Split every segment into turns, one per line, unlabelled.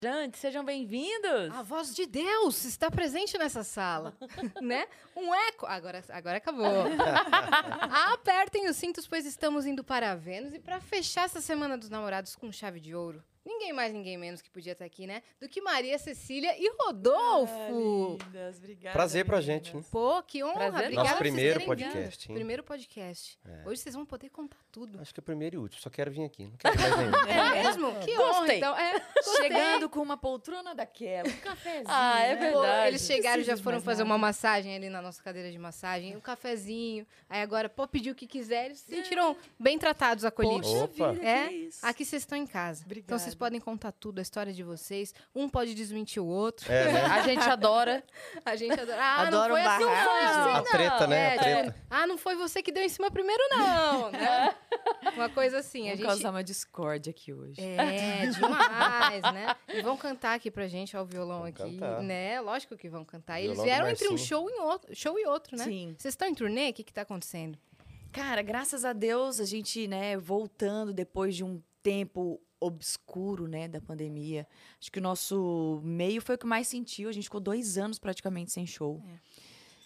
Gente, sejam bem-vindos!
Ah,
A voz de Deus está presente nessa sala, né? Um eco. Agora, agora acabou. Apertem os cintos, pois estamos indo para a Vênus e para fechar essa semana dos namorados com chave de ouro. Ninguém mais, ninguém menos que podia estar aqui, né? Do que Maria Cecília e Rodolfo.
ah,
lindas, obrigada.
Prazer pra gente, né?
Pô, que honra.
Prazer.
Obrigada por
Nosso
vocês
primeiro
terem
podcast,
vindo.
hein? É.
Primeiro podcast. Hoje vocês vão poder contar tudo.
Acho que é o primeiro e último. Só quero vir aqui. Não quero mais nenhum.
É mesmo? Que honra,
Gostei.
então. É, gostei.
Chegando com uma poltrona daquela, um cafezinho.
Ah, é
né?
verdade. eles
Não
chegaram, já
preciso de
foram
mais
fazer
nada.
uma massagem ali na nossa cadeira de massagem, um cafezinho. Aí agora, pô, pedir o que quiser, eles se sentiram bem tratados, acolhidos.
Poxa
Opa.
vida,
É,
que isso.
Aqui vocês estão em casa. Então vocês
Obrigada.
podem contar tudo, a história de vocês. Um pode desmentir o outro.
É, né?
A gente adora.
A gente adora. Ah,
Adoro
não
um
foi assim, não foi
barragem.
assim,
A
não.
treta, né?
É,
A treta.
tipo, ah, não foi você que deu em cima primeiro, não. né? Uma coisa assim. A
Vamos
gente
causar uma discórdia aqui hoje.
É, demais, né? E vão cantar aqui pra gente, ó, o violão
Vão
aqui,
cantar.
né? Lógico que vão cantar. E Eles
Violão do
vieram entre um
Marcinho.
show, em outro, show e outro, né?
Sim.
Vocês estão em turnê? O que que tá acontecendo?
Cara, graças a Deus, a gente, né, voltando depois de um tempo obscuro, né, da pandemia. Acho que o nosso meio foi o que mais sentiu. A gente ficou dois anos praticamente sem show.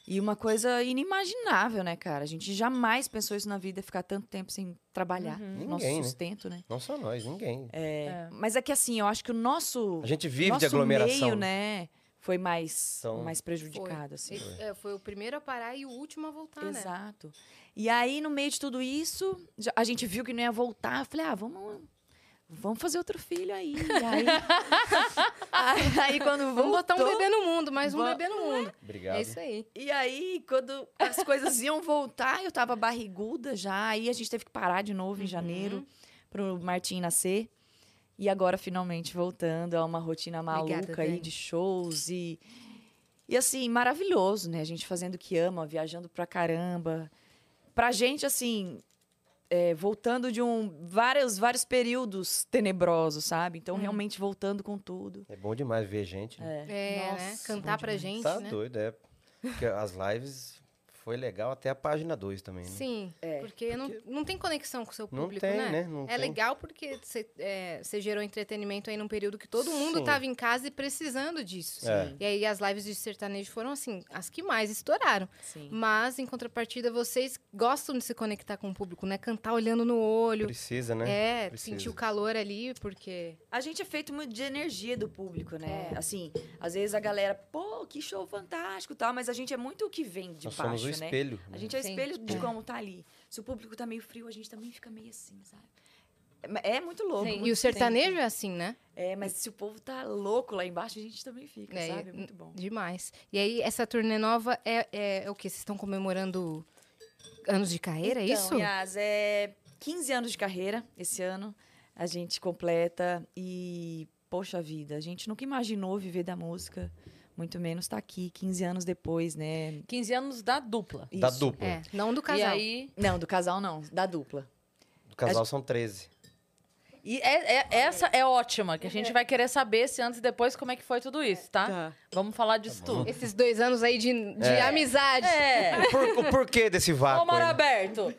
E uma coisa inimaginável, né, cara? A gente jamais pensou isso na vida, ficar tanto tempo sem trabalhar.
Uhum.
Nosso
Ninguém, né?
sustento, né?
Não só nós, ninguém.
Mas é que assim, eu acho que o nosso,
A gente vive de
nosso
aglomeração.
meio, né, foi mais,
Então-
mais prejudicado, assim.
Esse, é, foi o primeiro a parar e o último a voltar, né?
Exato. E aí, no meio de tudo isso, já- a gente viu que não ia voltar. Eu falei, ah, vamos, vamos fazer outro filho aí. E aí, aí, aí quando voltou,
Vamos botar um bebê no mundo, mais um
Va-
bebê no mundo.
Obrigado.
É isso aí.
E aí, quando as coisas iam voltar, eu tava barriguda já. Aí a gente teve que parar de novo
Uhum.
em janeiro pro Martim nascer. E agora, finalmente, voltando a uma rotina maluca
Obrigada, Dani.
aí de shows e. E assim, maravilhoso, né? A gente fazendo o que ama, viajando pra caramba. Pra gente, assim, é, voltando de um vários, vários períodos tenebrosos, sabe? Então, realmente voltando com tudo.
É bom demais ver gente. Né?
Uhum. É, né?
Nossa,
Cantar
bom
pra gente,
tá
né?
doido, é. Porque as lives foi legal até a página 2 também, né?
Sim,
É,
porque, Não, não tem conexão com o seu
Não
público,
tem,
né?
né? Não
É
tem.
legal porque você é, você gerou entretenimento aí num período que todo mundo
Sim.
tava em casa e precisando disso.
É.
E aí as lives de sertanejo foram assim, as que mais estouraram.
Sim.
Mas, em contrapartida, vocês gostam de se conectar com o público, né? Cantar olhando no olho.
Precisa, né?
É,
Precisa.
sentir o calor ali, porque.
A gente é feito muito de energia do público, né?
É.
Assim, às vezes a galera, pô, que show fantástico e tal, mas a gente é muito o que vem de
Nós
baixo,
somos o
né?
espelho.
A
né?
gente é o
Sim.
espelho de como tá ali. Se o público tá meio frio, a gente também fica meio assim, sabe? É é muito louco.
Sim.
muito
E o
tempo.
sertanejo é assim, né?
É, mas se o povo tá louco lá embaixo, a gente também fica,
É,
sabe? É
e-
muito bom.
Demais. E aí, essa turnê nova é, é, o quê? Vocês estão comemorando anos de carreira, é isso?
Então, Yas, é 15 anos de carreira esse ano. A gente completa e, poxa vida, a gente nunca imaginou viver da música. Muito menos tá aqui, 15 anos depois, né?
15 anos da dupla.
Da
Isso.
dupla.
É, não do
E
casal.
aí,
Não, do casal não, da dupla.
Do casal são 13.
e é- é- essa é ótima, que a gente vai querer saber se antes e depois como é que foi tudo isso, tá? Vamos falar disso tudo.
Esses dois anos aí de, de
É.
amizade.
É.
O por- o porquê desse
Ô,
vácuo?
Mar
aí, né?
Aberto.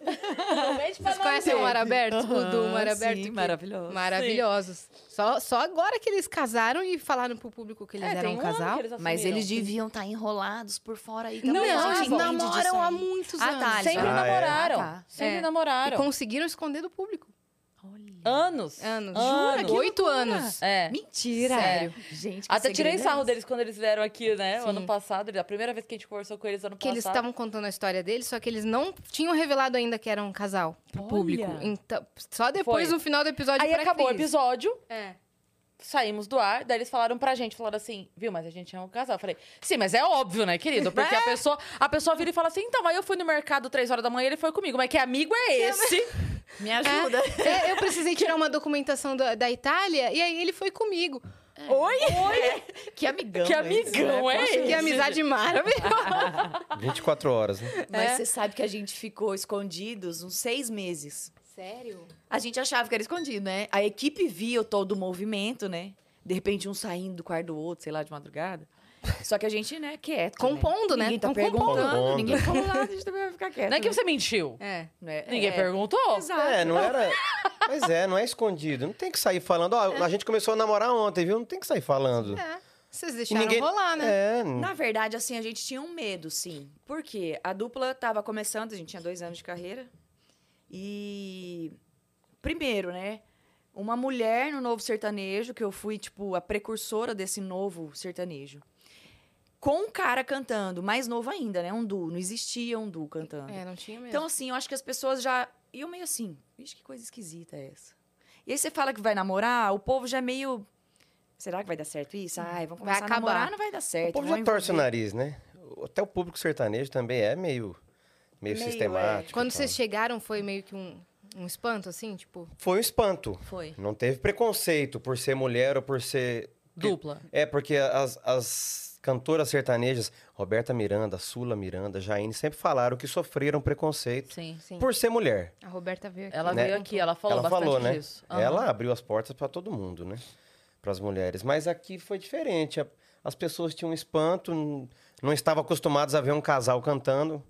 Vocês conhecem o Mar Aberto? o do Mar Aberto?
Sim,
que-
maravilhoso.
Maravilhosos. Só, só agora que eles casaram e falaram pro público que eles
É,
eram
tem
um
ano
casal.
que eles
Mas
assumiram.
eles deviam estar enrolados por fora aí também.
é Não,
a gente é um
eles
entende disso
namoram há
aí.
muitos
Ah,
anos.
tá, eles
Sempre
Ah, é?
namoraram.
Ah, tá.
Sempre
É. E
namoraram.
conseguiram esconder do público.
Anos.
Anos.
Anos.
Jura? Oito anos.
É.
Mentira.
Sério.
Gente, que
Até tirei
segredo é
sarro
esse?
deles quando eles vieram aqui, né?
Sim.
Ano passado. A primeira vez que a gente conversou com eles ano
Que eles
passado.
estavam contando a história deles, só que eles não tinham revelado ainda que eram um casal pro
Olha.
público. Então, só depois,
Foi.
no final do episódio,
Aí
pra
acabou o
Cris.
episódio,
É.
saímos do ar, daí eles falaram pra gente, falaram assim, viu, mas a gente é um casal. Eu falei, sim, mas é óbvio, né, querido? Porque a pessoa, a pessoa vira e fala assim, então, aí eu fui no mercado três horas da manhã e ele foi comigo, mas que amigo é esse?
Me ajuda.
É, eu precisei tirar uma documentação da, da Itália e aí ele foi comigo. Oi?
É. Que amigão.
que
é esse,
amigão
né?
é esse?
Que amizade maravilhosa.
24 horas, né?
né?
Mas você sabe que a gente ficou escondidos uns seis meses.
Sério?
A gente achava que era escondido, né? A equipe via todo o movimento, né? De repente, um saindo do quarto do outro, sei lá, de madrugada. Só que a gente, né, quieto.
Compondo, né?
Ninguém tá
Com-
perguntando,
compondo.
ninguém falou nada, Né? a gente também vai ficar quieto.
Não é que você mentiu.
É.
né?
Ninguém
É,
perguntou.
Exato.
É, não era. Mas é, não é escondido. Não tem que sair falando. Ó, a gente começou a namorar ontem, viu? Não tem que sair falando.
É. Vocês deixaram
Ninguém-
rolar, né?
É,
Na verdade, assim, a gente tinha um medo, sim. Porque a dupla tava começando, a gente tinha dois anos de carreira. E. Primeiro, né? Uma mulher no novo sertanejo, que eu fui, tipo, a precursora desse novo sertanejo. Com um cara cantando, mais novo ainda, né? Um duo. Não existia um duo cantando.
É, não tinha mesmo.
Então, assim, eu acho que as pessoas já. E eu meio assim, vixe, que coisa esquisita é essa. E aí você fala que vai namorar, o povo já é meio. Será que vai dar certo isso? Ai, vamos
Vai
começar a namorar,
acabar.
não vai dar certo.
O povo
vão
já torce o
envolver.
nariz, né? Até o público sertanejo também é meio,
Meio,
meio, sistemático.
Quando
e tal.
vocês chegaram, foi meio que um, um espanto, assim, tipo...
Foi um espanto.
Foi.
Não teve preconceito por ser mulher ou por ser.
Dupla.
É, porque as, as cantoras sertanejas, Roberta Miranda, Sula Miranda, Jaine, sempre falaram que sofreram preconceito
Sim.
Sim.
por ser mulher.
A Roberta veio aqui.
Ela
Né?
veio aqui, ela falou
Ela
bastante
falou, né?
disso. Aham.
Ela abriu as portas pra todo mundo, né? Para as mulheres. Mas aqui foi diferente. A- As pessoas tinham espanto, n- não estavam acostumadas a ver um casal cantando.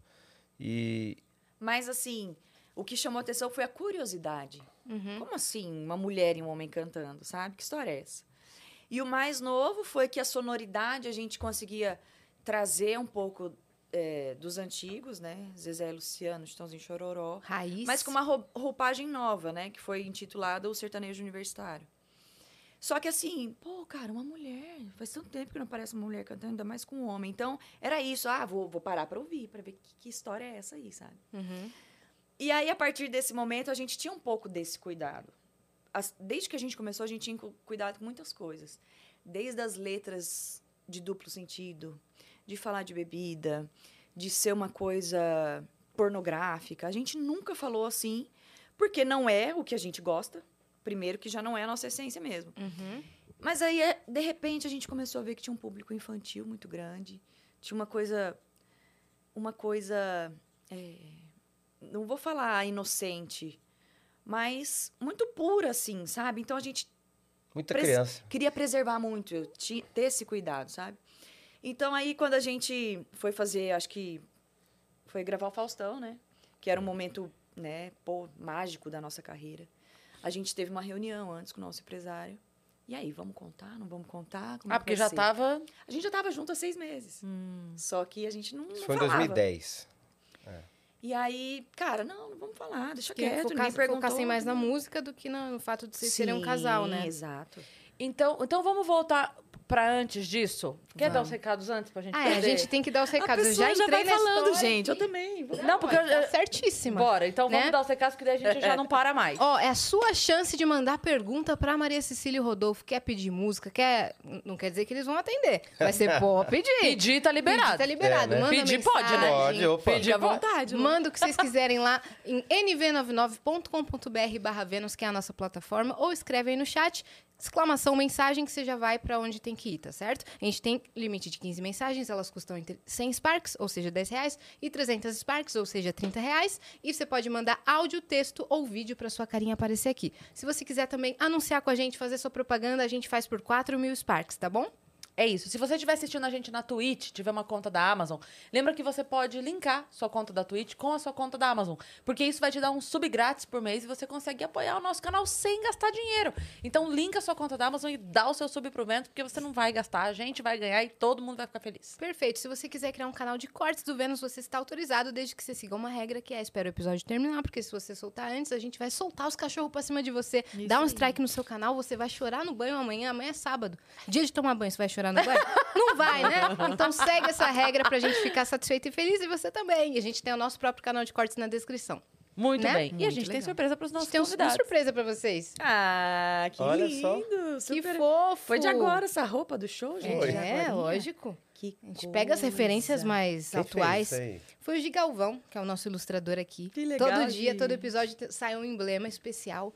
E,
Mas, assim, o que chamou atenção foi a curiosidade.
Uhum.
Como assim uma mulher e um homem cantando, sabe? Que história é essa? E o mais novo foi que a sonoridade a gente conseguia trazer um pouco eh, dos antigos, né? Zezé Luciano, Chitãozinho Chororó.
Raiz.
Mas com uma rou- roupagem nova, né? Que foi intitulada O Sertanejo Universitário. Só que assim, pô, cara, uma mulher. Faz tanto tempo que não aparece uma mulher cantando, ainda mais com um homem. Então, era isso. Ah, vou, vou parar pra ouvir, pra ver que, que história é essa aí, sabe?
Uhum.
E aí, a partir desse momento, a gente tinha um pouco desse cuidado. As- desde que a gente começou, a gente tinha cu- cuidado com muitas coisas. Desde as letras de duplo sentido, de falar de bebida, de ser uma coisa pornográfica. A gente nunca falou assim, porque não é o que a gente gosta. Primeiro, que já não é a nossa essência mesmo.
Uhum.
Mas aí, é- de repente, a gente começou a ver que tinha um público infantil muito grande. Tinha uma coisa. Uma coisa. é, não vou falar inocente, mas muito pura, assim, sabe? Então a gente
Muita
Pres-
criança.
queria preservar muito, eu ti- ter esse cuidado, sabe? Então aí quando a gente foi fazer, acho que foi gravar o Faustão, né? Que era um momento, né, pô, mágico da nossa carreira. A gente teve uma reunião antes com o nosso empresário. E aí, vamos contar? Não vamos contar? Como
Ah,
é que
porque
vai
já Hum.
ser?
tava.
A gente já tava junto há seis meses. Só que a gente não, não
Isso foi em
falava.
2010.
E aí, cara, não, não vamos falar, deixa
Que
quieto,
foca-
é, ninguém perguntou. né?
focassem mais na música do que na- no fato de vocês serem um casal, né?
exato.
Então, então vamos voltar pra antes disso. Quer dar
Vamos.
os recados antes pra gente
Ah, é, a
poder-
gente tem que dar os
A
recados. Eu
pessoa
já
já
entrei
vai
na
falando,
história
gente, eu
aqui.
também. vou-
Não, porque eu-
Tá
eu-
certíssima.
Bora, então
Né?
vamos dar os recados que daí a gente já não para mais.
Ó, é a sua chance de mandar pergunta pra Maria Cecília e Rodolfo. Quer pedir música? Quer... Não quer dizer que eles vão atender. Vai ser pô, pedir.
Pedir tá liberado.
Pedir tá liberado.
É, né?
Manda
Pedir
mensagem.
pode, né?
Pode, opa.
Pedir à vontade.
vontade.
Manda o que vocês quiserem lá em nv99.com.br barra Vênus, que é a nossa plataforma, ou escreve aí no chat, exclamação, mensagem, que você já vai pra onde tem que ir, tá certo? A gente tem limite de 15 mensagens, elas custam entre 100 Sparks, ou seja, 10 reais, e 300 Sparks, ou seja, 30 reais, e você pode mandar áudio, texto ou vídeo pra sua carinha aparecer aqui. Se você quiser também anunciar com a gente, fazer sua propaganda, a gente faz por 4 mil Sparks, tá bom?
É isso. Se você estiver assistindo a gente na Twitch, tiver uma conta da Amazon, lembra que você pode linkar sua conta da Twitch com a sua conta da Amazon. Porque isso vai te dar um sub grátis por mês e você consegue apoiar o nosso canal sem gastar dinheiro. Então linka a sua conta da Amazon e dá o seu sub pro vento, porque você não vai gastar, a gente vai ganhar e todo mundo vai ficar feliz.
Perfeito. Se você quiser criar um canal de cortes do Vênus, você está autorizado, desde que você siga uma regra que é espera o episódio terminar, porque se você soltar antes, a gente vai soltar os cachorros pra cima de você, dar um strike no seu canal, você vai chorar no banho amanhã, amanhã é sábado. Dia de tomar banho, você vai chorar no banho? Não vai, né? Então segue essa regra pra gente ficar satisfeito e feliz e você também. E a gente tem o nosso próprio canal de cortes na descrição.
Muito
Né?
bem. e a
Muito
gente tem
legal.
surpresa pros
A
nossos
gente tem um- uma
convidados.
surpresa pra vocês.
Ah, que
Olha só.
lindo. super-
Que fofo!
Foi de agora essa roupa do show, gente?
Foi.
de
É,
agorinha?
lógico.
Que
A gente pega as referências mais
Quem fez
atuais.
isso aí?
Foi o Gi Galvão, que é o nosso ilustrador aqui.
Que legal,
todo dia,
Gi.
todo episódio te- sai um emblema especial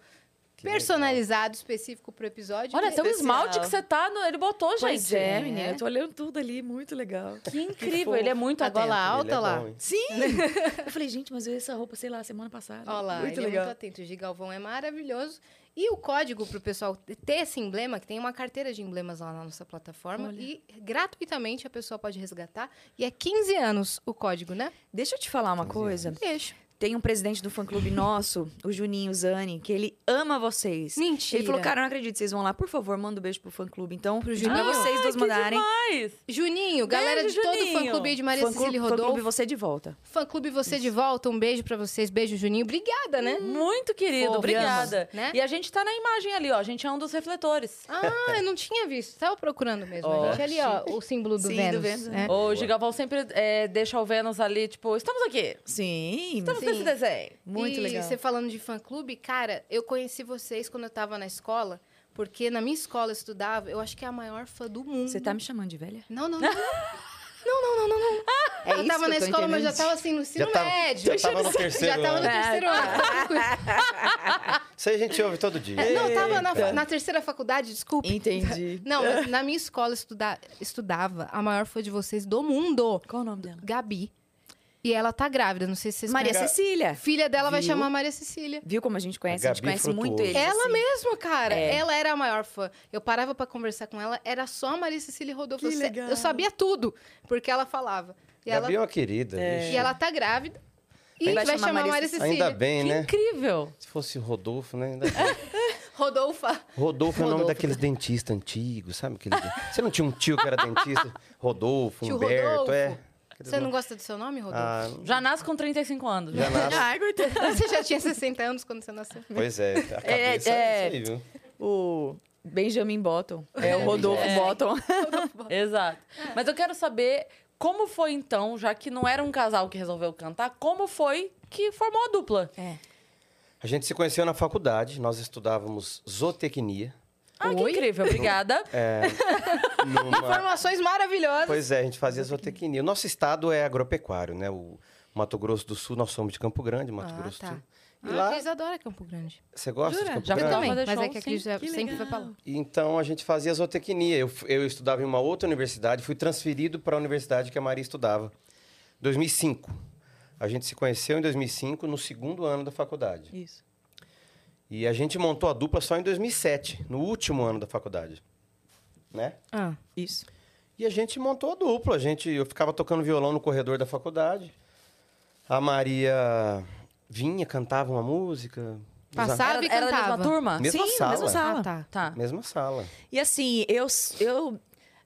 Que
personalizado específico pro episódio.
Olha,
que-
tem um esmalte que você tá. No... Ele botou,
Pois
gente.
é,
É.
menina. Eu tô olhando tudo ali, muito legal.
Que incrível. ele é muito
a gola
atento.
legal. Ele
alta
é
lá.
bom, hein?
Sim! eu falei, gente, mas eu ia essa roupa, sei lá, semana passada.
Olha lá,
muito
ele é
legal.
muito atento. O Gigalvão é maravilhoso. E o código pro pessoal ter esse emblema, que tem uma carteira de emblemas lá na nossa plataforma.
Olha.
E gratuitamente a pessoa pode resgatar. E é 15 anos o código, né?
Deixa eu te falar uma coisa.
Deixa.
Tem um presidente do fã-clube nosso, o Juninho Zani, que ele ama vocês.
Mentira.
Ele falou, cara, eu não acredito, vocês vão lá, por favor, manda um beijo pro fã-clube. Então, pro
Juninho.
Juninho, pra vocês dois mandarem.
Mas,
Juninho, galera
Beijo,
de todo o
Juninho.
fã-clube aí de Maria
Fã-clube,
Cecília
fã-clube,
Rodolfo.
você de volta.
Fã-clube Você de Volta. Um beijo pra vocês. Beijo, Juninho. Obrigada, né?
muito querido.
Fofo,
Obrigada.
né?
E a gente tá na imagem ali, ó. A gente é um dos refletores.
Ah, eu não tinha visto. Tava procurando mesmo.
Ó,
gente. Ali, ó, o símbolo do
Sim, do
Vênus.
Vênus,
né?
O Gigaval sempre é, deixa o Vênus ali, tipo, estamos aqui.
Sim.
Estamos
Sim.
nesse desenho.
Uhum.
Muito
e
legal.
você falando de fã-clube, cara, eu conheci vocês quando eu tava na escola, porque na minha escola eu estudava, eu acho que é a maior fã do mundo.
Você tá me chamando de velha?
Não, não, não. não. Não, não, não, não, não.
É
eu
isso
tava
que
na
eu tô
escola, mas eu já
entendendo.
tava assim no ensino
Já tava-
médio.
já tava no terceiro
Já tava no
ano.
terceiro ano.
Isso aí a gente ouve todo dia.
É, não, tava na, na terceira faculdade, desculpa.
Entendi.
Não, mas na minha escola eu estuda, estudava a maior fã de vocês do mundo,
Qual o nome dela?
Gabi. E ela tá grávida, não sei se vocês
Maria
conhecem.
Cecília.
Filha dela vai
Viu?
chamar Maria Cecília.
Viu como a gente conhece?
A
a gente
Gabi
conhece
Frutuoso.
muito ele.
Ela
assim.
mesmo, cara.
É.
Ela era a maior fã. Eu parava pra conversar com ela, era só a Maria Cecília Rodolfo.
Que
Eu se-
legal.
Eu sabia tudo, porque ela falava. E,
Gabi é
ela,
uma querida. vixe.
e ela tá grávida. E vai,
Ainda
chamar Maria, Cecília.
Ainda bem,
Que
né?
incrível.
Se fosse Rodolfo, né? Ainda bem.
Rodolfa.
Rodolfo é o nome
Rodolfo.
daqueles dentistas antigos, sabe? Aqueles... de- Você não tinha um tio que era dentista? Rodolfo,
Tio
Humberto,
Rodolfo.
é. Aqueles
Você não
nomes-
gosta do seu nome, Rodolfo?
Ah,
Já nasce com 35 anos.
já nasce.
Ai, coitada.
Você já tinha 60 anos quando você nasceu.
Pois é, a cabeça é,
é.
isso aí, viu?
O Benjamin Bottom. É, o Rodolfo
É.
Bottom.
Exato.
É.
Mas eu quero saber como foi então, já que não era um casal que resolveu cantar, como foi que formou a dupla?
É.
A gente se conheceu na faculdade, nós estudávamos zootecnia.
Ah, que
Oi?
incrível. Obrigada.
É, numa...
Informações maravilhosas.
Pois é, a gente fazia zootecnia. O nosso estado é agropecuário, né? O Mato Grosso do Sul, nós somos de Campo Grande, Mato
Ah,
Grosso do
tá.
Sul. E
Ah,
lá,
a Cris adora Campo Grande.
você gosta
Jura?
de Campo
Já
eu
fui
Grande?
pra
também,
fazer
mas é
show,
que a
sim.
Cris já-
um Que
sempre foi pra lá.
legal.
E Então a gente fazia zootecnia. Eu, f- eu estudava em uma outra universidade, fui transferido para a universidade que a Maria estudava. 2005. A gente se conheceu em 2005, no segundo ano da faculdade.
Isso.
E a gente montou a dupla só em 2007, no último ano da faculdade. Né?
Ah,
Isso.
E a gente montou a dupla. A gente, eu ficava tocando violão no corredor da faculdade. A Maria vinha, cantava uma música.
Passava? Sabe,
era, era é da
cantava.
mesma turma?
Mesma
Sim,
sala.
mesma sala.
ah, tá.
Tá.
Mesma sala.
E assim, eu, eu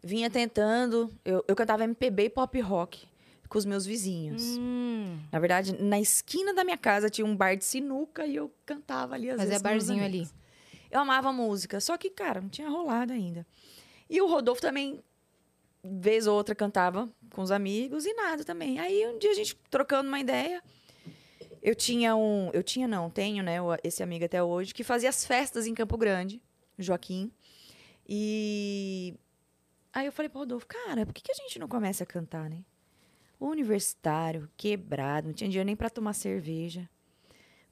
vinha tentando. Eu, eu cantava MPB e pop rock com os meus vizinhos.
Hum,
Na verdade, na esquina da minha casa tinha um bar de sinuca e eu cantava ali às
mas é
vezes. com meus
barzinho ali.
amigos. Eu amava música, só que, cara, não tinha rolado ainda. E o Rodolfo também, vez ou outra, cantava com os amigos e nada também. Aí um dia a gente trocando uma ideia. Eu tinha um. Eu tinha, não, tenho, né? o- Esse amigo até hoje, que fazia as festas em Campo Grande, Joaquim. E. Aí eu falei pro Rodolfo, cara, por que, que a gente não começa a cantar, né? Universitário, quebrado, não tinha dinheiro nem pra tomar cerveja.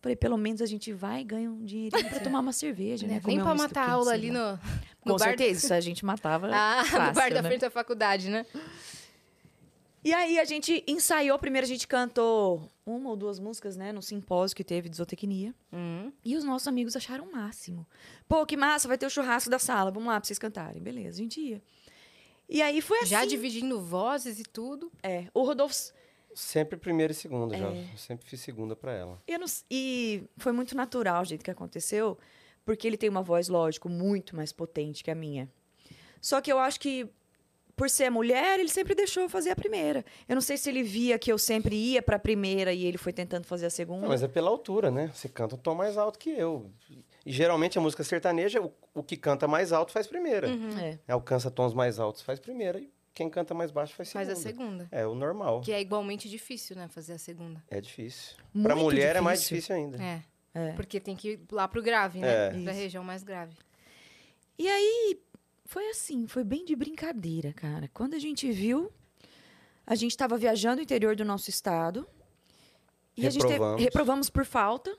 Falei, pelo menos a gente vai e ganha um dinheirinho pra tomar uma cerveja, né?
É, Nem
Comer
pra
um
matar a
estuquinho,
aula
sei
ali
lá.
no,
Com
no bar
certeza, isso a gente matava.
Ah, no
fácil,
bar da
né?
frente da faculdade, né?
E aí a gente ensaiou, primeiro a gente cantou uma ou duas músicas, né, no simpósio que teve de zootecnia. E os nossos amigos acharam o máximo. Pô, que massa, vai ter o churrasco da sala, vamos lá pra vocês cantarem. Beleza, a gente ia. E aí
É
foi assim.
Já dividindo vozes e tudo.
É, o Rodolfo.
Sempre primeira e segunda, já. Eu sempre fiz segunda pra ela.
eu não s- e foi muito natural o jeito que aconteceu, porque ele tem uma voz, lógico, muito mais potente que a minha. Só que eu acho que, por ser mulher, ele sempre deixou eu fazer a primeira. Eu não sei se ele via que eu sempre ia pra primeira e ele foi tentando fazer a segunda.
Não, mas é pela altura, né? Você canta um tom mais alto que eu. E geralmente a música sertaneja, o, o que canta mais alto faz primeira.
É.
Alcança tons mais altos, faz primeira. E quem canta mais baixo faz segunda.
Faz a segunda.
É o normal.
Que é igualmente difícil, né? Fazer a segunda.
É difícil. pra
Muito
mulher é mais
difícil.
difícil ainda.
É.
É.
Porque tem que ir lá pro grave, né?
É.
Pra
Isso.
região mais grave.
E aí, foi assim, foi bem de brincadeira, cara. Quando a gente viu, a gente estava viajando o interior do nosso estado. E a gente teve-
Reprovamos.
reprovamos por falta.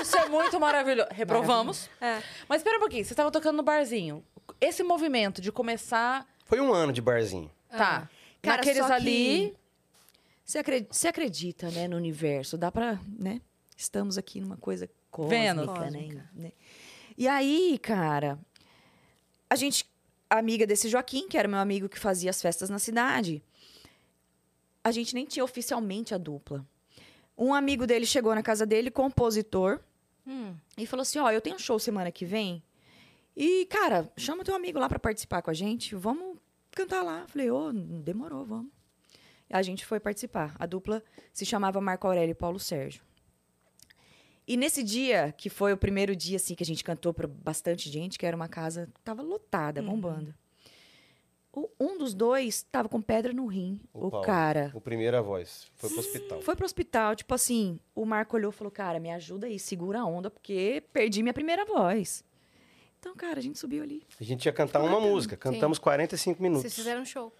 Isso é muito maravilhoso. Reprovamos.
É.
Mas espera um pouquinho, você estava tocando no barzinho. Esse movimento de começar.
Foi um ano de barzinho.
Tá.
Cara,
naqueles
só que-
ali.
Você acredita, você acredita, né, no universo? Dá pra, né? Estamos aqui numa coisa
Vênus.
cósmica, né, né? E aí, cara, a gente, a amiga desse Joaquim, que era meu amigo que fazia as festas na cidade, a gente nem tinha oficialmente a dupla. Um amigo dele chegou na casa dele, compositor,
Hum,
e falou assim: "Ó, eu tenho um show semana que vem. E, cara, chama teu amigo lá pra participar com a gente, vamos cantar lá". Eu Falei: "Ô, demorou, vamos". A gente foi participar. A dupla se chamava Marco Aurélio e Paulo Sérgio. E nesse dia, que foi o primeiro dia assim que a gente cantou para bastante gente, que era uma casa que tava lotada, bombando. O- Um dos dois tava com pedra no rim,
O
o
Paulo.
cara.
O primeiro a voz. Foi pro hospital.
Foi pro hospital, tipo assim, o Marco olhou e falou: Cara, me ajuda aí, segura a onda, porque perdi minha primeira voz. Então, cara, a gente subiu ali.
A gente ia cantar uma música. Cantamos 45 minutos.
Vocês fizeram um show.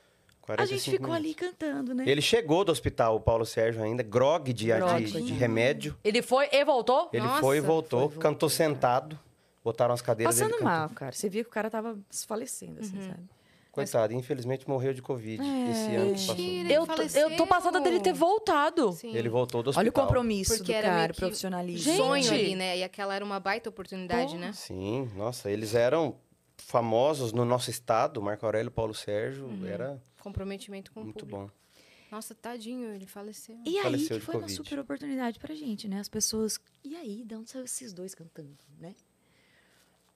A
45
gente ficou
minutos.
ali cantando, né?
Ele chegou do hospital, o Paulo Sérgio ainda, grog de,
Grogue,
de- de
tadinho.
remédio.
Ele foi e voltou.
Ele
Nossa,
foi e
foi
voltou,
e voltou,
cantou
cara.
sentado, botaram as cadeiras dele.
Passando
cantou.
mal, cara. Você via que o cara tava desfalecendo, assim,
Uhum.
sabe?
Coitado, infelizmente morreu de Covid esse ano que passou.
É, Mentira,
Eu tô,
faleceu.
eu tô passada dele ter voltado.
Sim.
Ele voltou do hospital.
Olha o compromisso
Porque
do
era meio
cara, o
que
profissionalismo.
Sonho
Gente!
ali, né? E aquela era uma baita oportunidade, né?
Sim, nossa, eles eram famosos no nosso estado, Marco Aurélio Paulo Sérgio, era
Comprometimento Uhum. com o
muito
público.
bom.
Nossa, tadinho, ele faleceu.
E aí
Faleceu
que
de
foi uma
Covid.
super oportunidade pra gente, né? As pessoas. E aí, de onde saiu esses dois cantando, né?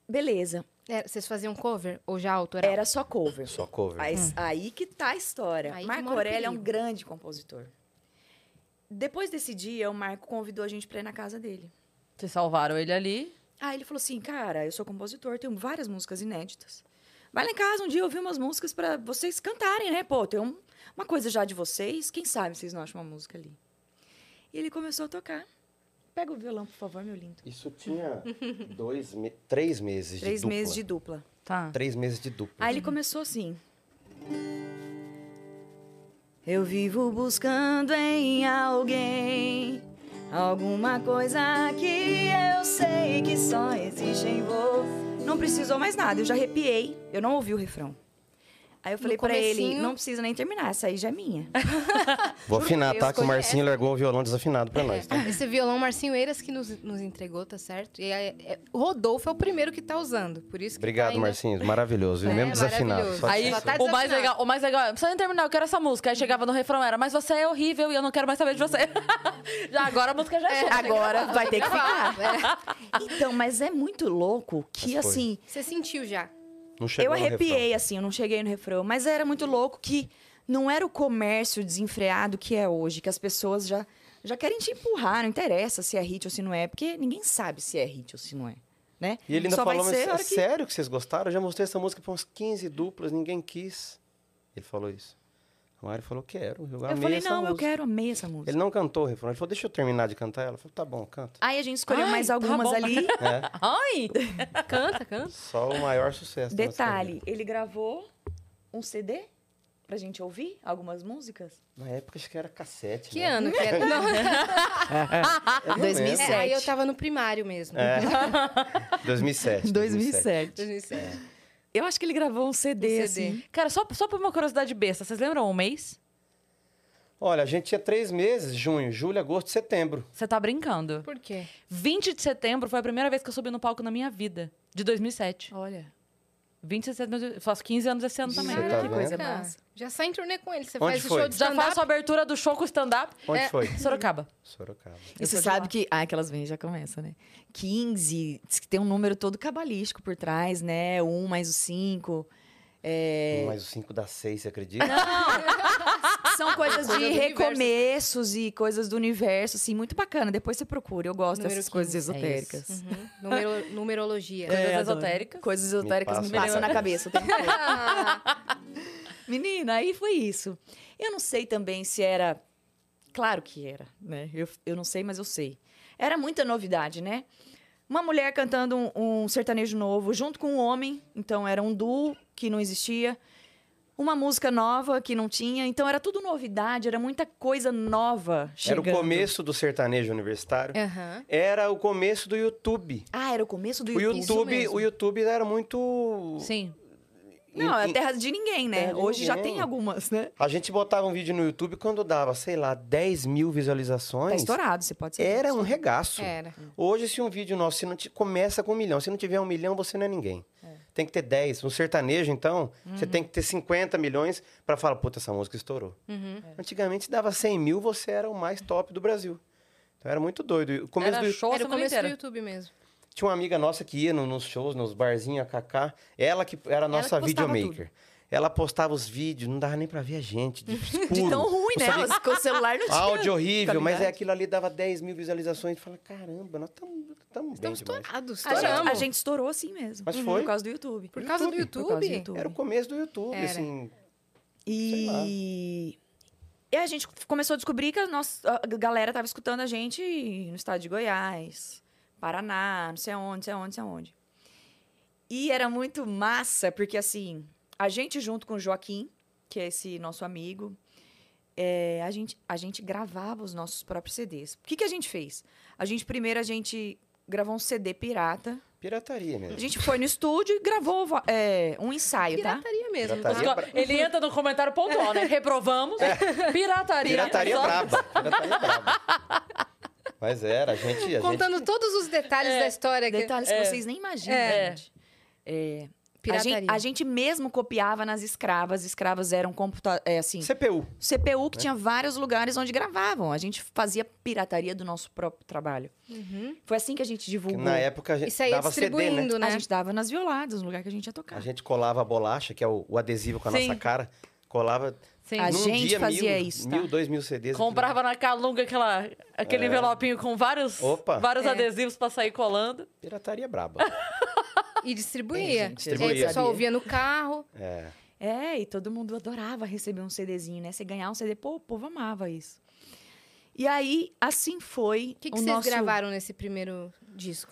Beleza.
É, vocês faziam cover ou já autoral?
Era só cover.
Só cover.
Aí, aí que tá a história.
Aí que
Marco
mora o
Aurélio é um
perigo.
grande compositor. Depois desse dia, o Marco convidou a gente pra ir na casa dele.
Vocês salvaram ele ali.
Aí ele falou assim, cara, eu sou compositor, tenho várias músicas inéditas. Vai lá em casa um dia ouvir umas músicas pra vocês cantarem, né? Pô, tem um- uma coisa já de vocês, quem sabe vocês não acham uma música ali. E ele começou a tocar. Pega o violão, por favor, meu lindo.
Isso tinha dois, me- três meses
Três
de dupla.
meses de dupla.
Tá.
Três meses de dupla.
Aí ele começou assim. Eu vivo buscando em alguém alguma coisa que eu sei que só existe em você. Não precisou mais nada, eu já arrepiei, eu não ouvi o refrão. Aí eu falei pra ele,
comecinho-
não precisa nem terminar, essa aí já é minha.
Vou afinar,
Deus,
tá? Que o Marcinho largou o violão desafinado
É.
pra nós, tá?
Esse violão Marcinho Eiras que nos, nos entregou, tá certo? E aí, é, o Rodolfo é o primeiro que tá usando, por isso que
Obrigado,
tá ainda...
Marcinho. Maravilhoso. viu?
É,
mesmo desafinado.
maravilhoso.
Só
Aí,
que-
Só tá
o mais
desafinado.
legal, o mais legal, é, não precisa nem terminar, eu quero essa música. Aí chegava no refrão, era, mas você é horrível e eu não quero mais saber de você. já agora a música já é, sua.
Agora vai ter que ficar.
É,
Então, mas é muito louco que
Mas foi.
assim,
você sentiu já.
não chegou
eu
no refrão.
arrepiei, assim, eu não cheguei no refrão, mas era muito louco que não era o comércio desenfreado que é hoje, que as pessoas já, já querem te empurrar, não interessa se é hit ou se não é, porque ninguém sabe se é hit ou se não é, né?
E ele ainda
Só
falou,
vai
mas
ser a
é
hora que...
sério que vocês gostaram? Eu já mostrei essa música pra uns 15 duplas, ninguém quis. Ele falou isso. O Mário falou, quero. Eu,
Eu
amei
falei,
essa
não, eu
música."
quero, amei essa música.
Ele não cantou o refrão. Ele falou, deixa eu terminar de cantar ela. Eu falei, tá bom, canta.
Aí a gente escolheu
Ai,
mais
tá
algumas
bom.
ali.
É,
Ai!
Canta, canta.
só o maior sucesso. da nossa
Detalhe,
carreira.
ele gravou um CD pra gente ouvir algumas músicas.
Na época, acho que era cassete,
Que
né?
ano que era? Não,
Eu não lembro.
2007.
é, aí eu tava no primário mesmo.
É. 2007.
2007.
Eu acho que ele gravou um CD,
Um CD.
assim.
Cara, só, só por uma curiosidade besta, vocês lembram um mês?
Olha, a gente tinha três meses, junho, julho, agosto, setembro.
Você tá brincando.
Por quê?
20 de setembro foi a primeira vez que eu subi no palco na minha vida, de 2007.
Olha,
20 de setembro, faço 15 anos esse ano também.
é
Você tá
que
vendo?
coisa
Cara,
massa.
Já sai em turnê com ele. Você
Onde
faz o
foi?
show de
Já
stand-up.
faço a abertura do show com stand-up.
Onde
É.
foi?
Sorocaba.
Sorocaba.
E
Eu
você
sou de lá.
sabe que. Ah, que elas vêm já começa, né? 15, diz que tem um número todo cabalístico por trás, né? Um mais o cinco.
Um
é,
mais o 5 dá 6, você acredita?
São coisas
Coisa
de
do
né?
universo.
recomeços e coisas do universo, assim, muito bacana. Depois você procura, eu gosto
Número
dessas coisas
15, é isso.
esotéricas.
Uhum. Numero- numerologia.
Coisas
É, adoro.
esotéricas.
Coisas esotéricas me,
passa.
passam na cabeça. o tempo todo.
Ah,
Menina, aí foi isso. Eu não sei também se era. Claro que era, né? Eu, eu não sei, mas eu sei. Era muita novidade, né? Uma mulher cantando um, um sertanejo novo junto com um homem, então era um duo que não existia. uma música nova que não tinha. Então era tudo novidade, era muita coisa nova chegando.
Era o começo do sertanejo
É.
universitário.
Aham.
Era o começo do YouTube.
Ah, era o começo do
O
YouTube.
YouTube,
mesmo.
o YouTube era muito.
Sim.
Não,
Em-
é
em-
terra de ninguém, né?
Terra de
Hoje já
ninguém.
tem algumas, né?
A gente botava um vídeo no YouTube quando dava, sei lá, 10 mil
Tá
visualizações.
estourado, você pode ser.
era um regaço.
Era.
Hoje, se um vídeo nosso se não te- começa com um milhão, se não tiver um milhão, você não é ninguém. Tem que ter 10. No sertanejo, então, você tem que ter 50 milhões pra falar, puta, essa música estourou. Antigamente, se dava 100 mil, você era o mais top do Brasil. Então, era muito doido. E O começo
Era
do...
show a
Era o
semana
começo do
inteira.
YouTube mesmo.
Tinha uma amiga nossa que ia no- nos shows, nos barzinhos, a Kaká. Ela que era a nossa
que postava
videomaker. Ela postava os vídeos, não dava nem pra ver a gente. De, escuro.
De tão ruim, né?
Não sabia-
Mas Com o celular não tinha.
Áudio horrível, mas é
qualidade.
aquilo ali dava 10 mil visualizações. Fala, caramba, nós estamos bem
Estamos
demais.
estourados.
A gente,
Estouramos.
a gente estourou assim mesmo.
Mas
Uhum.
foi.
Por causa do YouTube.
Por causa do
Por causa do
YouTube?
YouTube.
Era o começo do YouTube,
Era.
assim.
E... e a gente começou a descobrir que a, nossa, a galera tava escutando a gente no estado de Goiás, Paraná, não sei aonde, não sei aonde, não sei aonde. E era muito massa, porque assim, a gente junto com o Joaquim, que é esse nosso amigo, é, a, gente, a gente gravava os nossos próprios CDs. O que, que a gente fez? A gente primeiro a gente gravou um CD pirata.
Pirataria mesmo.
A gente foi no estúdio e gravou vo- é, um ensaio, tá?
Pirataria mesmo.
Pirataria.
tá?
Ó, Ele entra no comentário pontual, né? Reprovamos. Pirataria.
É. Pirataria
Só-
braba. Pirataria braba. Mas era, a gente. A
Contando todos os detalhes da história. que-
Detalhes que vocês nem imaginam,
É.
gente. É, a,
Pirataria.
gente, a gente mesmo copiava nas escravas. As escravas eram computa é, assim,
gente. CPU.
CPU
É.
que tinha vários lugares onde gravavam. A gente fazia pirataria do nosso próprio trabalho. Foi assim que a gente
Que
divulgou.
na época a gente
Isso aí é
dava CD, né?
distribuindo,
A
Uhum. né?
gente dava nas violadas, no lugar que a gente ia tocar.
A gente colava a bolacha, que é o, o adesivo com a
Sim.
nossa cara. Colava.
Sim.
A
num
gente
dia,
fazia
mil,
isso, tá?
Mil, dois mil CDs.
Comprava na Calunga aquela, aquele envelopinho com vários,
É. Opa.
vários adesivos pra sair colando.
Pirataria braba.
E distribuía.
gente,
E aí,
É, distribuía.
o pessoal ouvia no carro.
É.
É, e todo mundo adorava receber um CDzinho, né? Você ganhar um CD, pô, o povo amava isso. E aí, assim foi.
O que,
o
que vocês
nosso...
gravaram nesse primeiro disco?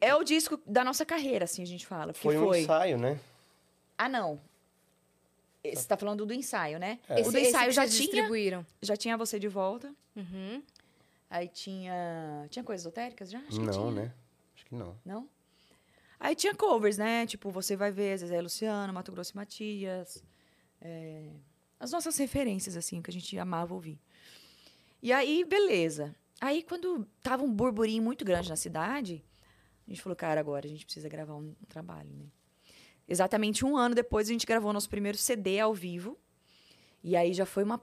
É o disco da nossa carreira, assim a gente fala. Porque
Foi um ensaio, né?
Ah, não. Você tá falando do ensaio, né?
É.
o do ensaio
que
já
vocês
tinha.
distribuíram.
Já tinha você de volta.
Uhum.
Aí tinha. Tinha coisas esotéricas já? Acho que
não,
tinha.
né? Acho que não.
Não? Aí tinha covers, né? Tipo, você vai ver Zezé e Luciano, Mato Grosso e Matias. é, As nossas referências, assim, que a gente amava ouvir. E aí, beleza. Aí, quando tava um burburinho muito grande na cidade, a gente falou, cara, agora a gente precisa gravar um, um trabalho, né? Exatamente um ano depois, a gente gravou nosso primeiro CD ao vivo. E aí já foi uma